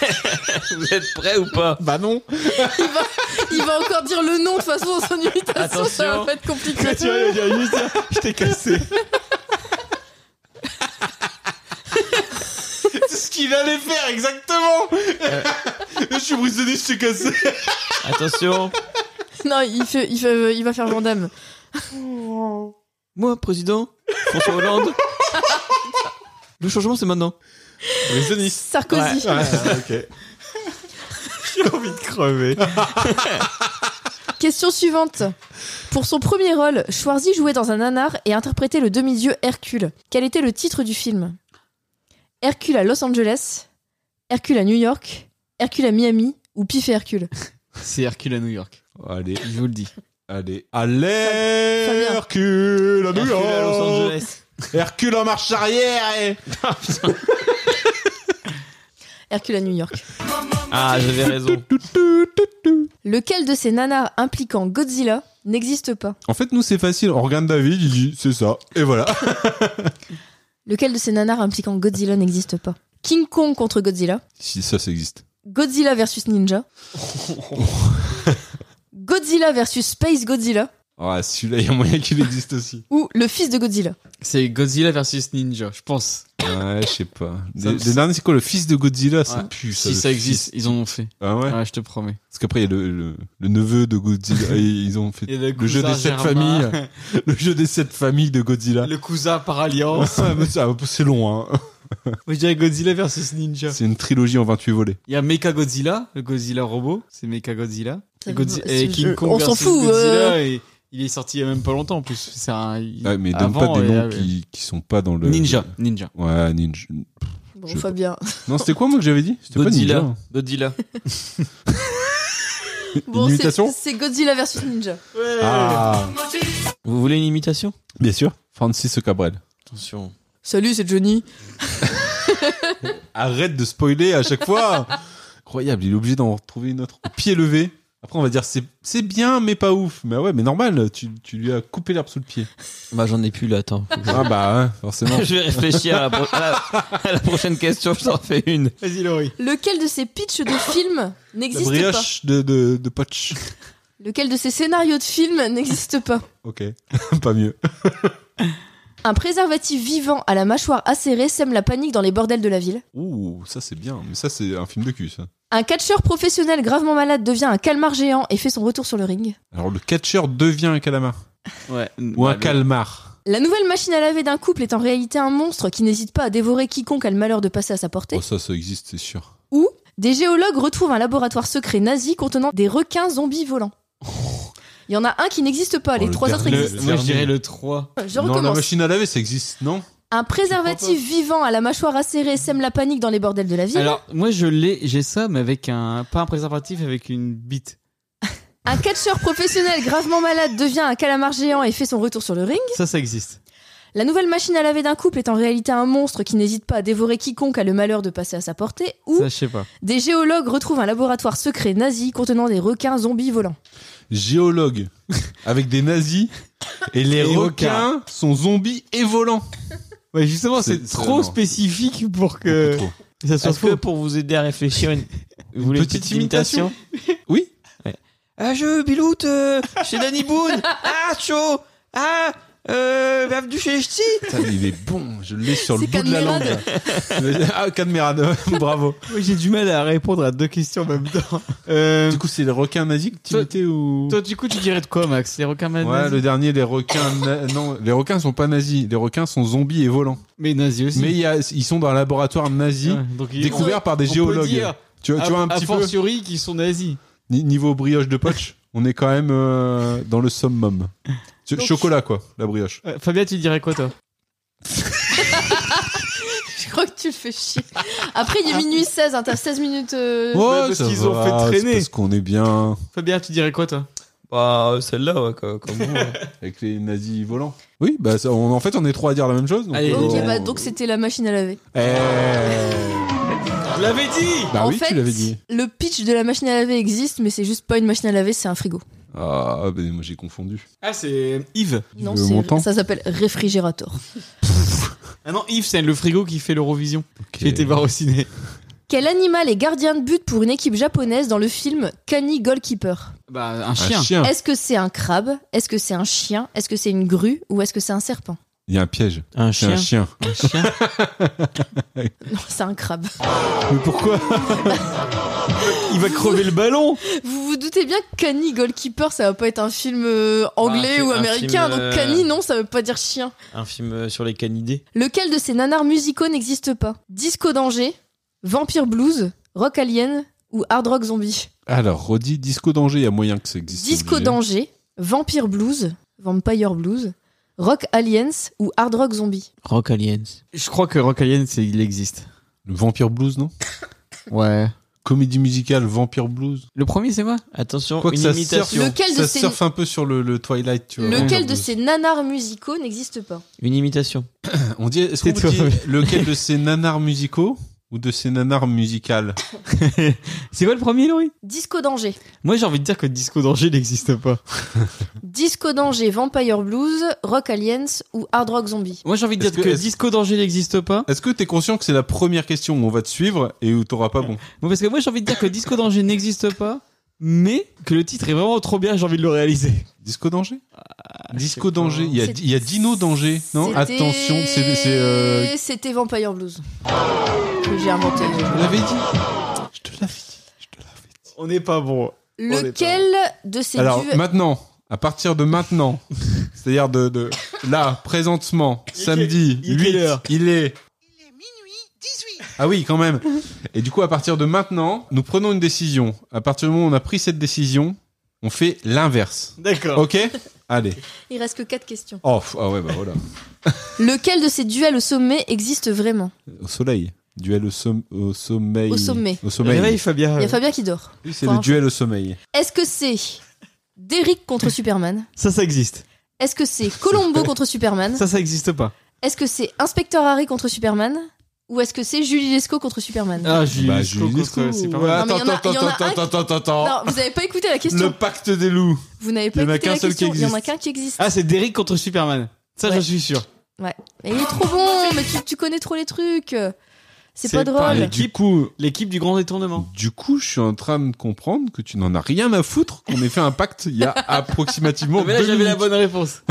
Speaker 6: vous êtes prêts ou pas
Speaker 5: Bah non.
Speaker 4: Il va, il va encore dire le nom de toute façon dans son imitation, ça
Speaker 6: Attention.
Speaker 4: va être compliqué.
Speaker 2: Tu vois, il y a une histoire. Je t'ai cassé.
Speaker 5: C'est ce qu'il allait faire exactement. Je suis Bruce de Nice, je suis cassé.
Speaker 6: Attention
Speaker 4: Non, il fait, il fait, il va faire Vandame.
Speaker 6: Moi, président, François Hollande. Le changement, c'est maintenant.
Speaker 5: Bruce de Nice.
Speaker 4: Sarkozy.
Speaker 5: Ah, ok.
Speaker 2: J'ai envie de crever.
Speaker 4: Question suivante. Pour son premier rôle, Schwarzy jouait dans un anard et interprétait le demi-dieu Hercule. Quel était le titre du film Hercule à Los Angeles, Hercule à New York, Hercule à Miami ou Pif et Hercule
Speaker 2: C'est Hercule à New York.
Speaker 5: Allez,
Speaker 2: Je vous le dis.
Speaker 5: allez. Allez, Hercule à New
Speaker 6: Hercule à Los
Speaker 5: York.
Speaker 6: Angeles.
Speaker 5: Hercule en marche arrière. eh.
Speaker 4: Hercule à New York.
Speaker 6: Ah, j'avais raison.
Speaker 4: Lequel de ces nanars impliquant Godzilla n'existe pas
Speaker 5: En fait, nous, c'est facile. On regarde David, il dit c'est ça. Et voilà.
Speaker 4: Lequel de ces nanars impliquant Godzilla n'existe pas King Kong contre Godzilla,
Speaker 5: Si ça, ça existe.
Speaker 4: Godzilla versus Ninja, Godzilla versus Space Godzilla
Speaker 5: Ah, celui-là, il y a moyen qu'il existe aussi.
Speaker 4: ou le fils de Godzilla
Speaker 2: C'est Godzilla versus Ninja, je pense.
Speaker 5: Ouais, je sais pas.
Speaker 2: Ça
Speaker 5: Le
Speaker 2: me-
Speaker 5: le dernier, c'est quoi le fils de Godzilla Ça
Speaker 2: Ouais.
Speaker 5: pue, ça.
Speaker 2: si
Speaker 5: le
Speaker 2: ça
Speaker 5: fils.
Speaker 2: existe, ils en ont fait.
Speaker 5: Ah ouais.
Speaker 2: Ouais, je te promets.
Speaker 5: Parce qu'après, il y a le, le, le neveu de Godzilla. Et ils ont fait le jeu des sept familles. Le jeu des sept familles de Godzilla.
Speaker 2: Le cousin par alliance.
Speaker 5: Ah, mais ça, c'est long, hein.
Speaker 2: Moi, je dirais Godzilla versus Ninja.
Speaker 5: C'est une trilogie en 28 volets.
Speaker 2: Il y a Mecha Godzilla, le Godzilla robot. C'est Mecha Godzilla.
Speaker 4: Ça
Speaker 2: Et
Speaker 4: veut-
Speaker 2: Godzi-
Speaker 4: c'est-
Speaker 2: et King
Speaker 4: je-
Speaker 2: Kong
Speaker 4: on s'en
Speaker 2: versus
Speaker 4: fout, euh.
Speaker 2: Godzilla, et il est sorti il y a même pas longtemps en plus. C'est un. il-
Speaker 5: Ah Ouais, mais donne
Speaker 2: avant,
Speaker 5: pas des
Speaker 2: et-
Speaker 5: noms
Speaker 2: ouais.
Speaker 5: qui, qui sont pas dans le.
Speaker 2: Ninja, Ninja.
Speaker 5: Ouais, Ninja.
Speaker 4: Bon,
Speaker 5: Je-
Speaker 4: Fabien.
Speaker 5: Non, c'était quoi, moi, que j'avais dit C'était pas Ninja.
Speaker 6: Godzilla.
Speaker 5: hein.
Speaker 6: Godzilla.
Speaker 4: Bon,
Speaker 5: Une
Speaker 4: c'est-
Speaker 5: imitation
Speaker 4: C'est Godzilla versus Ninja.
Speaker 5: Ah,
Speaker 6: Vous voulez une imitation
Speaker 5: bien sûr. Francis Cabrel.
Speaker 6: Attention.
Speaker 4: Salut, c'est Johnny.
Speaker 5: Arrête de spoiler à chaque fois. Incroyable, il est obligé d'en retrouver une autre. Au pied levé. Après, on va dire c'est c'est bien, mais pas ouf. Mais ouais, mais normal, tu, tu lui as coupé l'herbe sous le pied.
Speaker 6: Bah, j'en ai plus là, attends. Faut que je-
Speaker 5: Ah bah, ouais, forcément.
Speaker 6: je vais réfléchir à la, pro- à la- à la prochaine question, je t'en fais une.
Speaker 2: Vas-y, Laurie.
Speaker 4: Lequel de ces pitchs de films
Speaker 5: La
Speaker 4: n'existe pas
Speaker 5: brioche de, de, de Potch.
Speaker 4: Lequel de ces scénarios de films n'existe pas
Speaker 5: Ok, pas mieux.
Speaker 4: Un préservatif vivant à la mâchoire acérée sème la panique dans les bordels de la ville.
Speaker 5: Ouh, ça c'est bien. Mais ça, c'est un film de cul, ça.
Speaker 4: Un catcheur professionnel gravement malade devient un calmar géant et fait son retour sur le ring.
Speaker 5: Alors le catcheur devient un calamar.
Speaker 2: Ouais. Bah,
Speaker 5: Ou un calmar.
Speaker 4: La nouvelle machine à laver d'un couple est en réalité un monstre qui n'hésite pas à dévorer quiconque a le malheur de passer à sa portée.
Speaker 5: Oh, ça, ça existe, c'est sûr.
Speaker 4: Ou des géologues retrouvent un laboratoire secret nazi contenant des requins zombies volants. Il y en a un qui n'existe pas, les
Speaker 5: Oh, le
Speaker 4: trois autres
Speaker 5: dernier.
Speaker 4: existent.
Speaker 2: Moi, je
Speaker 5: Dernier.
Speaker 2: dirais le 3.
Speaker 4: Je
Speaker 5: non, la
Speaker 4: recommence.
Speaker 5: machine à laver, ça existe, non
Speaker 4: Un préservatif vivant à la mâchoire acérée sème la panique dans les bordels de la ville.
Speaker 2: Alors, moi, je l'ai, j'ai ça, mais avec un. Pas un préservatif, avec une bite.
Speaker 4: Un catcheur professionnel gravement malade devient un calamar géant et fait son retour sur le ring.
Speaker 2: Ça, ça existe.
Speaker 4: La nouvelle machine à laver d'un couple est en réalité un monstre qui n'hésite pas à dévorer quiconque a le malheur de passer à sa portée. Ou
Speaker 2: Ça, je sais pas.
Speaker 4: des géologues retrouvent un laboratoire secret nazi contenant des requins zombies volants.
Speaker 5: Géologue. Avec des nazis. Et les requins sont zombies et volants.
Speaker 2: Ouais, justement, c'est
Speaker 5: C'est- c'est-
Speaker 2: trop
Speaker 5: non.
Speaker 2: spécifique pour que.
Speaker 5: Beaucoup trop.
Speaker 2: Ça soit
Speaker 6: Est-ce que
Speaker 2: faux.
Speaker 6: pour vous aider à réfléchir, une... vous voulez une petite, imitation,
Speaker 5: Oui.
Speaker 6: Ah, je, Biloute, euh, chez Danny Boone Ah, chaud Ah, euh, bienvenue chez les ch'tis
Speaker 5: Putain, mais il est bon, je l'ai sur le
Speaker 4: C'est
Speaker 5: bout de la langue.
Speaker 4: Cadmerade.
Speaker 5: là. ah, Cadmerade, bravo.
Speaker 2: Moi, j'ai du mal à répondre à deux questions en même temps. Euh,
Speaker 5: Du coup, c'est les requins nazis que tu
Speaker 2: Toi-
Speaker 5: étais ou
Speaker 2: Toi, du coup, tu dirais de quoi, Max Les requins
Speaker 5: Ouais,
Speaker 2: nazis
Speaker 5: le dernier, les requins. na- Non, les requins sont pas nazis. Les requins sont zombies et volants.
Speaker 2: Mais nazis aussi.
Speaker 5: Mais il y a- ils sont dans un laboratoire nazi,
Speaker 2: Ouais, donc, ils-
Speaker 5: découvert par des
Speaker 2: on peut
Speaker 5: géologues.
Speaker 2: dire,
Speaker 5: tu vois, tu vois un
Speaker 2: a-
Speaker 5: petit
Speaker 2: a
Speaker 5: peu
Speaker 2: fortiori qu'ils sont nazis.
Speaker 5: ni- niveau brioche de poche, on est quand même euh, dans le summum. Tu-
Speaker 4: Donc-
Speaker 5: Chocolat quoi, la brioche.
Speaker 2: Euh, Fabien, tu dirais quoi, toi
Speaker 4: Je crois que tu le fais chier. Après, il est minuit 16, hein, t'as 16 minutes. euh,
Speaker 2: Ouais, parce
Speaker 5: ça
Speaker 2: qu'ils ont
Speaker 5: va,
Speaker 2: fait traîner.
Speaker 5: c'est Parce qu'on est bien
Speaker 2: Fabien, tu dirais quoi, toi
Speaker 6: Bah, euh, celle-là, ouais, co- comme vous. ouais.
Speaker 5: avec les nazis volants. Oui, bah ça- on- en fait on est trois à dire la même chose. Donc,
Speaker 2: Allez,
Speaker 5: on-
Speaker 4: Ok, bah donc c'était la machine à laver.
Speaker 5: Eh,
Speaker 2: Je l'avais dit
Speaker 5: Bah
Speaker 4: en
Speaker 5: oui,
Speaker 4: fait,
Speaker 5: tu l'avais dit.
Speaker 4: le pitch de la machine à laver existe, mais c'est juste pas une machine à laver, c'est un frigo.
Speaker 5: Ah, bah, moi j'ai confondu.
Speaker 2: Ah, c'est Yves.
Speaker 4: Non,
Speaker 5: veux mon temps
Speaker 4: c'est ça s'appelle réfrigérateur.
Speaker 2: Ah non, Yves, c'est le frigo qui fait l'Eurovision.
Speaker 5: Ok.
Speaker 2: J'ai été voir au ciné.
Speaker 4: Quel animal est gardien de but pour une équipe japonaise dans le film Kani Goalkeeper
Speaker 2: Bah, un
Speaker 5: Un
Speaker 2: chien.
Speaker 5: chien.
Speaker 4: Est-ce que c'est un crabe Est-ce que c'est un chien Est-ce que c'est une grue Ou est-ce que c'est un serpent
Speaker 5: Il y a un piège.
Speaker 6: Un
Speaker 5: C'est un
Speaker 6: chien.
Speaker 5: chien.
Speaker 4: Non, c'est un crabe.
Speaker 2: Mais pourquoi Il va crever le ballon
Speaker 4: Vous vous doutez bien que Kani Goalkeeper, ça va pas être un film euh, anglais
Speaker 6: c'est
Speaker 4: ou
Speaker 6: un
Speaker 4: américain,
Speaker 6: film, euh,
Speaker 4: donc Kani, non, ça veut pas dire chien.
Speaker 6: Un film euh, sur les canidés.
Speaker 4: Lequel de ces nanars musicaux n'existe pas Disco Danger, Vampire Blues, Rock Alien ou Hard Rock Zombie
Speaker 5: Alors, Roddy, Disco Danger, il y a moyen que ça existe.
Speaker 4: Disco
Speaker 5: obligé.
Speaker 4: Danger, Vampire Blues, Vampire Blues, Rock Aliens ou Hard Rock Zombie
Speaker 6: Rock Aliens.
Speaker 2: Ah, Je crois que Rock Alien, c'est- il existe.
Speaker 5: Le Vampire Blues, non
Speaker 2: Ouais.
Speaker 5: Comédie musicale, Vampire Blues.
Speaker 2: Le premier, c'est quoi
Speaker 6: Attention,
Speaker 5: Quoi que
Speaker 6: une
Speaker 5: ça surfe,
Speaker 6: imitation.
Speaker 4: Lequel de
Speaker 5: ça
Speaker 4: ces-
Speaker 5: surfe un peu sur le, le Twilight, tu vois.
Speaker 4: Lequel
Speaker 5: Vampire
Speaker 4: de
Speaker 5: Blues.
Speaker 4: ces nanars musicaux n'existe pas
Speaker 6: Une imitation.
Speaker 5: On dit, est-ce
Speaker 2: C'est
Speaker 5: qu'on vous dit
Speaker 2: toi.
Speaker 5: lequel de ces nanars musicaux ou de ces nanars musicales
Speaker 2: C'est quoi le premier, Laurie
Speaker 4: Disco Danger.
Speaker 2: Moi, j'ai envie de dire que Disco Danger n'existe pas.
Speaker 4: Disco Danger, Vampire Blues, Rock Aliens ou Hard Rock Zombie
Speaker 2: Moi, j'ai envie de
Speaker 5: Est-ce
Speaker 2: dire que,
Speaker 5: que- est-ce-
Speaker 2: Disco Danger n'existe pas.
Speaker 5: Est-ce que t'es conscient que c'est la première question où on va te suivre et où t'auras pas bon
Speaker 2: Bon, parce que moi, j'ai envie de dire que Disco Danger n'existe pas, mais que le titre est vraiment trop bien, j'ai envie de le réaliser.
Speaker 5: Disco Danger Disco
Speaker 2: Ah, je sais pas.
Speaker 5: Danger. Il y a,
Speaker 4: C'est-
Speaker 5: il y a Dino Danger, non
Speaker 4: C'était-
Speaker 5: Attention, c'est. c'est, euh, Oh,
Speaker 4: C'était Vampire Blues. Que j'ai inventé.
Speaker 5: Je l'avais dit. Je te l'avais dit. Je te l'avais dit.
Speaker 2: On n'est pas bon.
Speaker 4: Lequel de ces
Speaker 5: Alors
Speaker 4: duels-
Speaker 5: maintenant, à partir de maintenant, c'est-à-dire de, de là, présentement, samedi,
Speaker 2: il est
Speaker 5: 8,
Speaker 2: quelle heure
Speaker 5: il est... Ah oui, quand même. Et du coup, à partir de maintenant, nous prenons une décision. À partir du moment où on a pris cette décision, on fait l'inverse.
Speaker 2: D'accord.
Speaker 5: Ok Allez.
Speaker 4: Il reste que 4 questions.
Speaker 5: Oh, pff, ah ouais, bah voilà.
Speaker 4: Lequel de ces duels au sommet existe vraiment
Speaker 5: Au soleil. Duel au, som- au sommeil.
Speaker 4: Au sommet.
Speaker 5: Au
Speaker 2: Réveille,
Speaker 5: sommeil.
Speaker 2: Fabien.
Speaker 4: Il y a Fabien qui dort.
Speaker 5: C'est le duel au sommeil.
Speaker 4: Est-ce que c'est Derrick contre Superman
Speaker 2: Ça, ça existe.
Speaker 4: Est-ce que c'est Colombo contre Superman
Speaker 2: Ça, ça n'existe pas.
Speaker 4: Est-ce que c'est Inspecteur Harry contre Superman Ou est-ce que c'est Julie Lescaut contre Superman
Speaker 2: Ah, Julie
Speaker 5: Bah,
Speaker 2: Lescaut
Speaker 5: Julie
Speaker 2: contre-
Speaker 5: Lescaut.
Speaker 2: c'est pas
Speaker 5: Ouais,
Speaker 2: mal.
Speaker 4: Non,
Speaker 5: Attends,
Speaker 4: mais y en a-
Speaker 5: attends,
Speaker 4: y en a
Speaker 5: attends,
Speaker 4: un
Speaker 5: attends, attends, attends.
Speaker 4: Non, vous n'avez pas écouté la
Speaker 5: Le
Speaker 4: question.
Speaker 5: pacte des loups.
Speaker 4: Vous n'avez
Speaker 5: il
Speaker 4: pas
Speaker 5: y en a
Speaker 4: écouté
Speaker 5: qu'un
Speaker 4: la
Speaker 5: seul qui
Speaker 4: question. Il y en a
Speaker 5: existe.
Speaker 4: qu'un qui existe.
Speaker 2: Ah, c'est Derrick contre Superman. Ça, je
Speaker 4: Ouais.
Speaker 2: suis sûr.
Speaker 4: Mais il est trop bon, mais tu, tu connais trop les trucs. C'est pas
Speaker 2: par
Speaker 4: drôle.
Speaker 2: L'équipe coup... l'équipe du grand détournement.
Speaker 5: Du coup, je suis en train de comprendre que tu n'en as rien à foutre qu'on ait fait un pacte il y a approximativement
Speaker 2: Ah, mais là,
Speaker 5: deux
Speaker 2: j'avais la
Speaker 5: minutes.
Speaker 2: bonne réponse.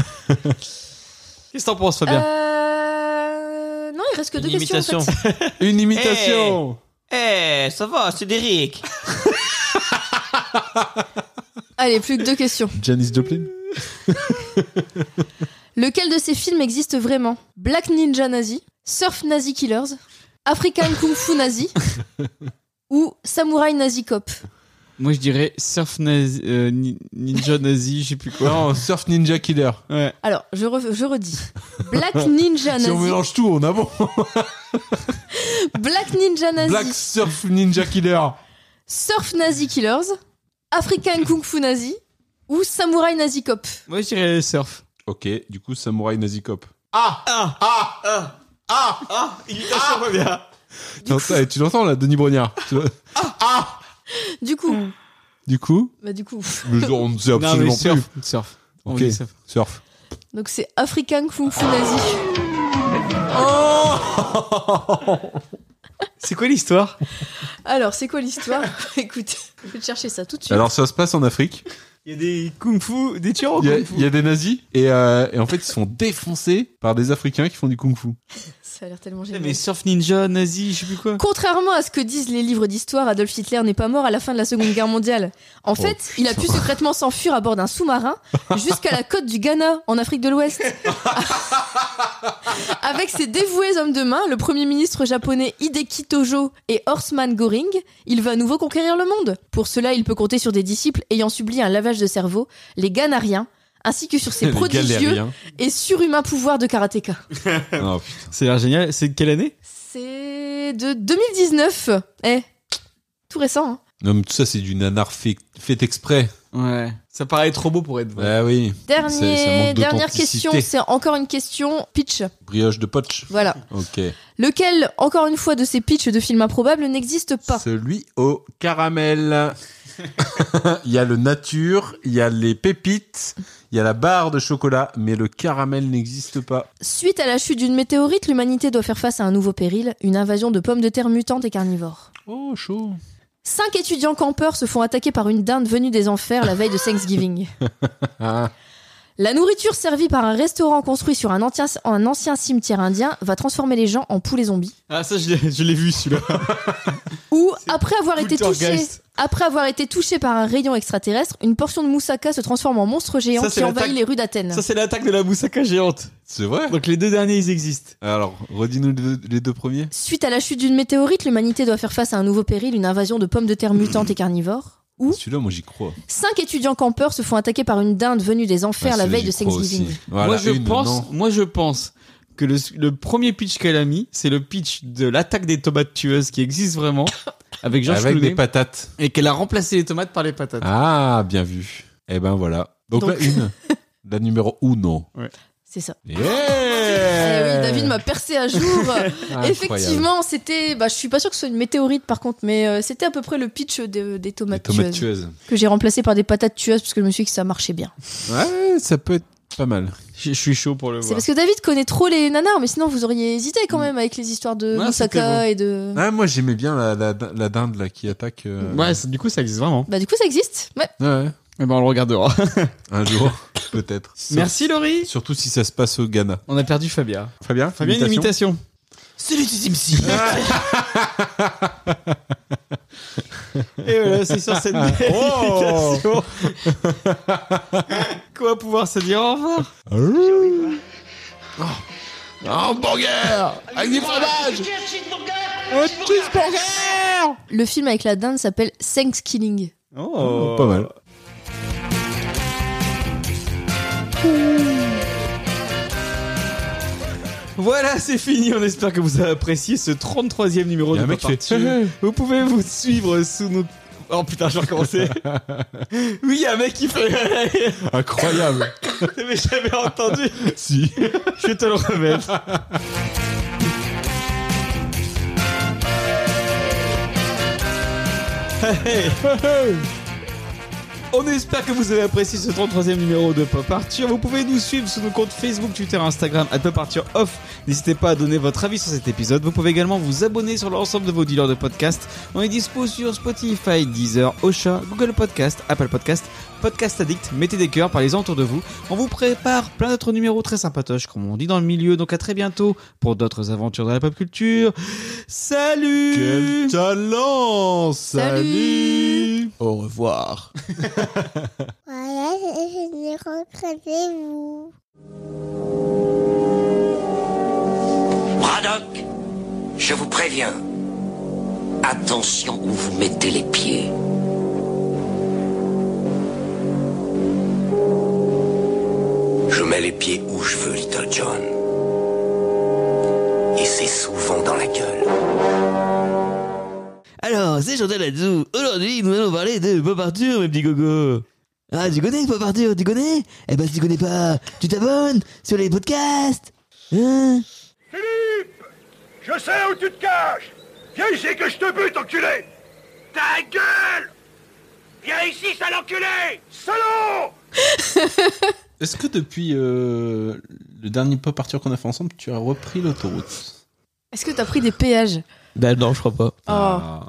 Speaker 2: Qu'est-ce que t'en penses, Fabien
Speaker 4: Euh... Non, il reste que
Speaker 6: Une
Speaker 4: deux questions. en
Speaker 6: imitation.
Speaker 4: fait.
Speaker 5: Une imitation
Speaker 6: Eh, ça va, c'est Derek.
Speaker 4: Allez, plus que deux questions.
Speaker 5: Janice Joplin
Speaker 4: Lequel de ces films existe vraiment Black Ninja Nazi, Surf Nazi Killers, African Kung Fu Nazi ou Samurai Nazi Cop
Speaker 2: Moi, je dirais surf nazi, euh, ni- ninja nazi, je sais plus quoi.
Speaker 5: Non, surf ninja killer.
Speaker 2: Ouais.
Speaker 4: Alors, je, re- je redis. Black Ninja Ah, Nazi.
Speaker 5: Si on mélange tout, on a bon.
Speaker 4: Black Ninja Nazi.
Speaker 5: Black surf ninja killer.
Speaker 4: Surf Nazi Killers, African Kung Fu Nazi ou Samurai Nazi Cop.
Speaker 2: Moi, je dirais surf.
Speaker 5: Ok, du coup, samouraï nazi cop.
Speaker 6: Ah Ah Ah Ah Ah Ah Imitation revient.
Speaker 5: T'entends- eh, Tu l'entends là, Denis Brognard Tu vois
Speaker 4: Du coup,
Speaker 5: Du coup,
Speaker 4: bah du coup.
Speaker 5: mais genre, on ne sait
Speaker 2: Non, mais
Speaker 5: absolument plus.
Speaker 2: surf, surf. On
Speaker 5: Ok,
Speaker 2: dit surf.
Speaker 5: surf.
Speaker 4: Donc c'est African Kung Fu Nazi.
Speaker 2: C'est quoi l'histoire
Speaker 4: Alors, c'est quoi l'histoire Écoute, je vais te chercher ça tout de suite.
Speaker 5: Alors, ça se passe en Afrique.
Speaker 2: Il y a des kung-fu, des tirs au
Speaker 5: Il y a-
Speaker 2: kung-fu.
Speaker 5: il y, a des nazis et, euh, et en fait, ils se font défoncer par des Africains qui font du kung-fu.
Speaker 4: Ça a l'air tellement
Speaker 2: Putain,
Speaker 4: génial.
Speaker 2: Eh, Mais surf ninja nazi, je sais plus quoi.
Speaker 4: Contrairement à ce que disent les livres d'histoire, Adolf Hitler n'est pas mort à la fin de la Seconde Guerre mondiale. En fait, il a pu secrètement s'enfuir à bord d'un sous-marin jusqu'à la côte du Ghana, en Afrique de l'Ouest. Avec ses dévoués hommes de main, le premier ministre japonais Hideki Tojo et Horseman Goring, il va à nouveau conquérir le monde. Pour cela, il peut compter sur des disciples ayant subi un lavage de cerveau, les Ghanariens, ainsi que sur ses
Speaker 5: Les
Speaker 4: prodigieux
Speaker 5: galériens.
Speaker 4: et surhumains pouvoirs de karatéka.
Speaker 5: Oh, putain.
Speaker 2: C'est l'air génial. C'est de quelle année
Speaker 4: C'est de 2019. Eh, tout récent. hein.
Speaker 5: Non, mais tout ça, c'est du nanar fait, fait exprès.
Speaker 2: Ouais. Ça paraît trop beau pour être vrai.
Speaker 5: Ah oui.
Speaker 4: Dernier-
Speaker 5: Ça- ça manque
Speaker 4: dernière
Speaker 5: d'authenticité.
Speaker 4: question, c'est encore une question pitch.
Speaker 5: Brioche de poche.
Speaker 4: Voilà.
Speaker 5: Ok.
Speaker 4: Lequel, encore une fois, de ces pitchs de films improbables n'existe pas
Speaker 5: Celui au caramel. il y a le nature, il y a les pépites, il y a la barre de chocolat, mais le caramel n'existe pas.
Speaker 4: Suite à la chute d'une météorite, l'humanité doit faire face à un nouveau péril, une invasion de pommes de terre mutantes et carnivores.
Speaker 5: Oh, chaud.
Speaker 4: Cinq étudiants campeurs se font attaquer par une dinde venue des enfers la veille de Thanksgiving.
Speaker 5: Ah,
Speaker 4: La nourriture servie par un restaurant construit sur un ancien, un ancien cimetière indien va transformer les gens en poulets zombies.
Speaker 2: Ah, ça, je l'ai- je l'ai vu celui-là.
Speaker 4: Ou après avoir été touché,
Speaker 2: Poltergeist.
Speaker 4: après avoir été touché par un rayon extraterrestre, une portion de moussaka se transforme en monstre géant
Speaker 2: Ça, c'est
Speaker 4: qui envahit
Speaker 2: l'attaque-
Speaker 4: les rues d'Athènes.
Speaker 2: Ça, c'est l'attaque de la moussaka géante.
Speaker 5: c'est vrai
Speaker 2: Donc les deux derniers, ils existent.
Speaker 5: Alors, redis-nous les deux- les deux premiers.
Speaker 4: Suite à la chute d'une météorite, l'humanité doit faire face à un nouveau péril, une invasion de pommes de terre mutantes et carnivores. Ou
Speaker 5: Celui-là, moi, j'y crois.
Speaker 4: cinq étudiants campeurs se font attaquer par une dinde venue des enfers
Speaker 5: Ah,
Speaker 4: la
Speaker 5: celui-là,
Speaker 4: veille de
Speaker 5: j'y crois
Speaker 4: Thanksgiving.
Speaker 5: aussi. Voilà,
Speaker 2: moi, je
Speaker 5: une,
Speaker 2: pense,
Speaker 5: non.
Speaker 2: moi, je pense que le, le premier pitch qu'elle a mis, c'est le pitch de l'attaque des tomates tueuses qui existe vraiment, avec Georges
Speaker 5: Avec des
Speaker 2: Clooney,
Speaker 5: patates.
Speaker 2: et qu'elle a remplacé les tomates par les patates.
Speaker 5: Ah, bien vu. Eh ben voilà. Donc,
Speaker 4: Donc-
Speaker 5: la une. La numéro uno.
Speaker 4: C'est ça.
Speaker 5: Yeah
Speaker 2: Euh.
Speaker 4: Eh oui, David m'a percé à jour.
Speaker 5: Incroyable.
Speaker 4: Effectivement, c'était. Bah, je suis pas sûre que ce soit une météorite par contre, mais euh, c'était à peu près le pitch de- des
Speaker 5: Les
Speaker 4: tomates,
Speaker 5: tomates
Speaker 4: tueuses
Speaker 5: tueuses.
Speaker 4: que j'ai remplacé par des patates tueuses parce que je me suis dit que ça marchait bien.
Speaker 5: Ouais, Ah, ça peut être pas mal.
Speaker 2: Je, je suis chaud pour le
Speaker 4: C'est
Speaker 2: voir.
Speaker 4: parce que David connaît trop les nanars, mais sinon vous auriez hésité quand même avec les histoires de
Speaker 2: Ouais, c'était
Speaker 4: Moussaka et de.
Speaker 5: Ah, moi, j'aimais bien la, la, la dinde là, qui attaque. euh,
Speaker 2: Ouais, ça- du coup, ça existe vraiment.
Speaker 4: Bah du coup ça existe. Ouais.
Speaker 5: ouais.
Speaker 2: Eh ben, on le regardera.
Speaker 5: Un jour, peut-être.
Speaker 2: Merci, Laurie.
Speaker 5: Surtout si ça se passe au Ghana.
Speaker 2: On a perdu Fabien.
Speaker 5: Fabien
Speaker 2: Fabien, une imitation.
Speaker 6: Salut, tu MC.
Speaker 2: Et voilà, c'est sur cette belle
Speaker 5: Oh
Speaker 2: imitation qu'on va pouvoir se dire au revoir.
Speaker 5: hamburger Avec du fromage
Speaker 2: Un cheeseburger
Speaker 4: Le film avec la dinde s'appelle Thanksgiving.
Speaker 2: Oh,
Speaker 5: Pas mal.
Speaker 2: Voilà, c'est fini. On espère que vous avez apprécié ce 33e numéro
Speaker 5: Il y a
Speaker 2: de
Speaker 5: un mec
Speaker 2: Pop
Speaker 5: qui
Speaker 2: Art Tube.
Speaker 5: fait.
Speaker 2: Vous pouvez vous suivre sous nos... Oh putain, je vais recommencer. oui, il y a un mec qui fait...
Speaker 5: Incroyable
Speaker 2: T'avais jamais entendu.
Speaker 5: Si
Speaker 2: Je vais te le remettre. Hey, hey. On espère que vous avez apprécié ce 33e numéro de Pop Arthur. Vous pouvez nous suivre sur nos comptes Facebook, Twitter, Instagram, à Pop Arthur Off. N'hésitez pas à donner votre avis sur cet épisode. Vous pouvez également vous abonner sur l'ensemble de vos dealers de podcasts. On est dispo sur Spotify, Deezer, Ocha, Google Podcast, Apple Podcast, Podcast Addict. Mettez des cœurs, parlez-en autour de vous. On vous prépare plein d'autres numéros très sympatoches, comme on dit dans le milieu. Donc à très bientôt pour d'autres aventures de la pop culture. Salut
Speaker 5: Quel talent
Speaker 4: Salut
Speaker 5: Au revoir
Speaker 1: Voilà, je l'ai recréé, vous.
Speaker 11: Braddock, je vous préviens. Attention où vous mettez les pieds. Je mets les pieds où je veux, Little John. Et c'est souvent dans la gueule.
Speaker 6: Alors, c'est Chantal Latsou. Aujourd'hui, nous allons parler de Bob Arthur, mes petits gogos. Ah, tu connais Bob Arthur, tu connais Eh ben, si tu connais pas, tu t'abonnes sur les podcasts. Hein
Speaker 7: Philippe Je sais où tu te caches Viens ici que je te bute, enculé Ta gueule Viens ici, sale enculé Salaud
Speaker 5: Est-ce que depuis euh, le dernier pop Arthur qu'on a fait ensemble, tu as repris l'autoroute
Speaker 4: Est-ce que t'as pris des péages
Speaker 6: Bah non, je crois pas.
Speaker 4: Oh.
Speaker 5: Ah.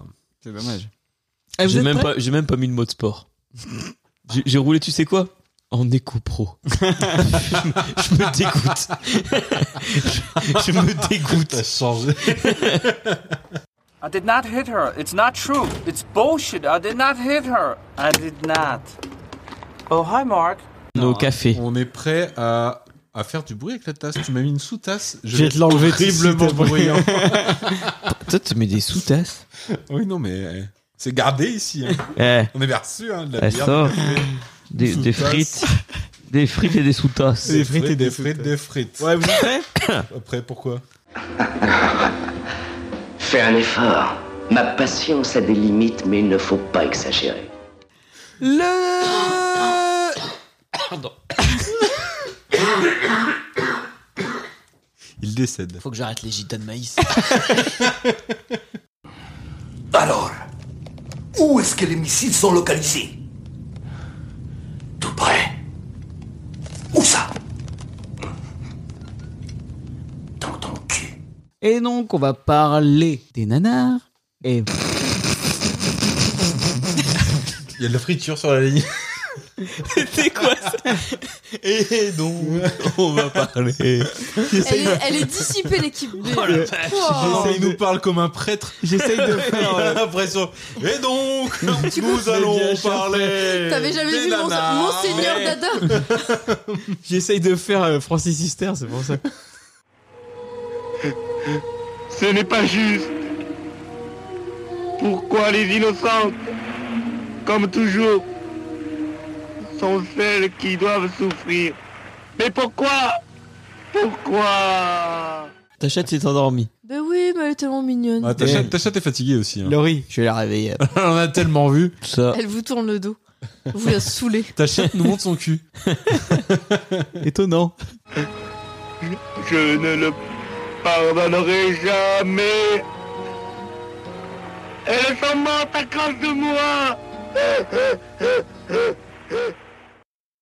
Speaker 2: C'est dommage. Eh,
Speaker 6: J'ai même, pas- j'ai même pas mis le mot de sport. J'ai- J'ai roulé, tu sais quoi En éco-pro. je, me- je me dégoûte. je, je me dégoûte.
Speaker 5: T'as changé.
Speaker 12: I did not hit her. It's not true. It's bullshit. I did not hit her. I did not. Oh, hi, Mark.
Speaker 6: Nos cafés.
Speaker 5: On est prêt à, à faire du bruit avec la tasse. Tu m'as mis une sous-tasse.
Speaker 2: Je vais te l'enlever
Speaker 5: Terriblement
Speaker 2: si t'es bruyant.
Speaker 5: bruyant.
Speaker 6: Toi, tu mets des sous-tasses.
Speaker 5: oui, non, mais euh, c'est gardé ici. hein.
Speaker 6: Eh.
Speaker 5: On est bien reçu. Hein, de la
Speaker 6: Elle
Speaker 5: bière,
Speaker 6: sort
Speaker 5: du café.
Speaker 6: des, des
Speaker 5: Sous-tasse.
Speaker 6: frites. Des frites et des sous-tasses.
Speaker 5: Des frites, des frites, des frites.
Speaker 2: Ouais, vous êtes
Speaker 5: Après, pourquoi
Speaker 8: Fais un effort. Ma patience a des limites, mais il ne faut pas exagérer.
Speaker 2: Le.
Speaker 6: Pardon.
Speaker 5: Il décède.
Speaker 6: Faut que j'arrête les gitanes de maïs.
Speaker 11: Alors, où est-ce que les missiles sont localisés Tout près. Où ça
Speaker 2: Et donc, on va parler des nanars. Et
Speaker 5: Il y a de la friture sur la ligne.
Speaker 6: C'était quoi ça Et donc, on va parler.
Speaker 4: Elle est, elle est dissipée, l'équipe B.
Speaker 6: Oh la vache.
Speaker 4: Oh.
Speaker 5: Il nous parle comme un prêtre.
Speaker 2: j'essaye de
Speaker 5: Il
Speaker 2: faire.
Speaker 5: a
Speaker 2: euh,
Speaker 5: l'impression. Et donc,
Speaker 4: Tu
Speaker 5: nous
Speaker 4: peux-
Speaker 5: allons
Speaker 2: Bien sûr.
Speaker 5: parler.
Speaker 4: T'avais jamais
Speaker 5: des
Speaker 4: vu mon,
Speaker 5: nanas.
Speaker 4: Monseigneur
Speaker 5: Mais-
Speaker 4: Dada
Speaker 2: J'essaye de faire euh, Francis Sister, c'est pour ça.
Speaker 7: Ce n'est pas juste. Pourquoi les innocentes, comme toujours, sont celles qui doivent souffrir Mais pourquoi Pourquoi
Speaker 6: Ta chatte s'est endormie.
Speaker 4: Ben oui, mais elle est tellement mignonne.
Speaker 5: Ah, ta,
Speaker 2: Mais-
Speaker 5: chatte, ta chatte est fatiguée aussi. hein.
Speaker 2: Laurie,
Speaker 6: Je vais la réveiller.
Speaker 5: On a tellement vu.
Speaker 6: Ça.
Speaker 4: Elle vous tourne le dos. Vous la saoulez.
Speaker 5: Ta chatte nous montre son cul.
Speaker 2: étonnant.
Speaker 7: Je ne le pardonnerai jamais. Elles sont mortes à cause de moi.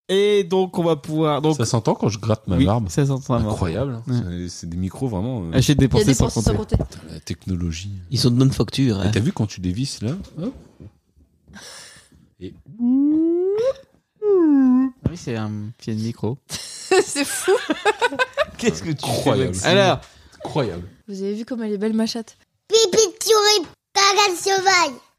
Speaker 2: Et donc, on va pouvoir. Donc,
Speaker 5: Ça s'entend quand je gratte ma
Speaker 2: oui,
Speaker 5: barbe.
Speaker 2: ça sent ça, mort. Ah,
Speaker 5: Incroyable. hein. C'est- C'est des micros vraiment. euh,
Speaker 2: Achète des
Speaker 4: Il y a
Speaker 2: pensées
Speaker 4: des
Speaker 2: sans
Speaker 4: pensées sans
Speaker 2: compter.
Speaker 4: compter.
Speaker 5: la technologie.
Speaker 6: Ils sont de bonne facture.
Speaker 2: hein.
Speaker 5: Et T'as vu quand tu dévisses là hein hop,
Speaker 2: Ah Oui, c'est un pied de micro.
Speaker 4: C'est fou.
Speaker 6: Qu'est-ce que tu
Speaker 5: Incroyable.
Speaker 2: Alors,
Speaker 5: Incroyable.
Speaker 4: Vous avez vu comme elle est belle, ma chatte
Speaker 1: Pipi, tuerie, cagade, cheval.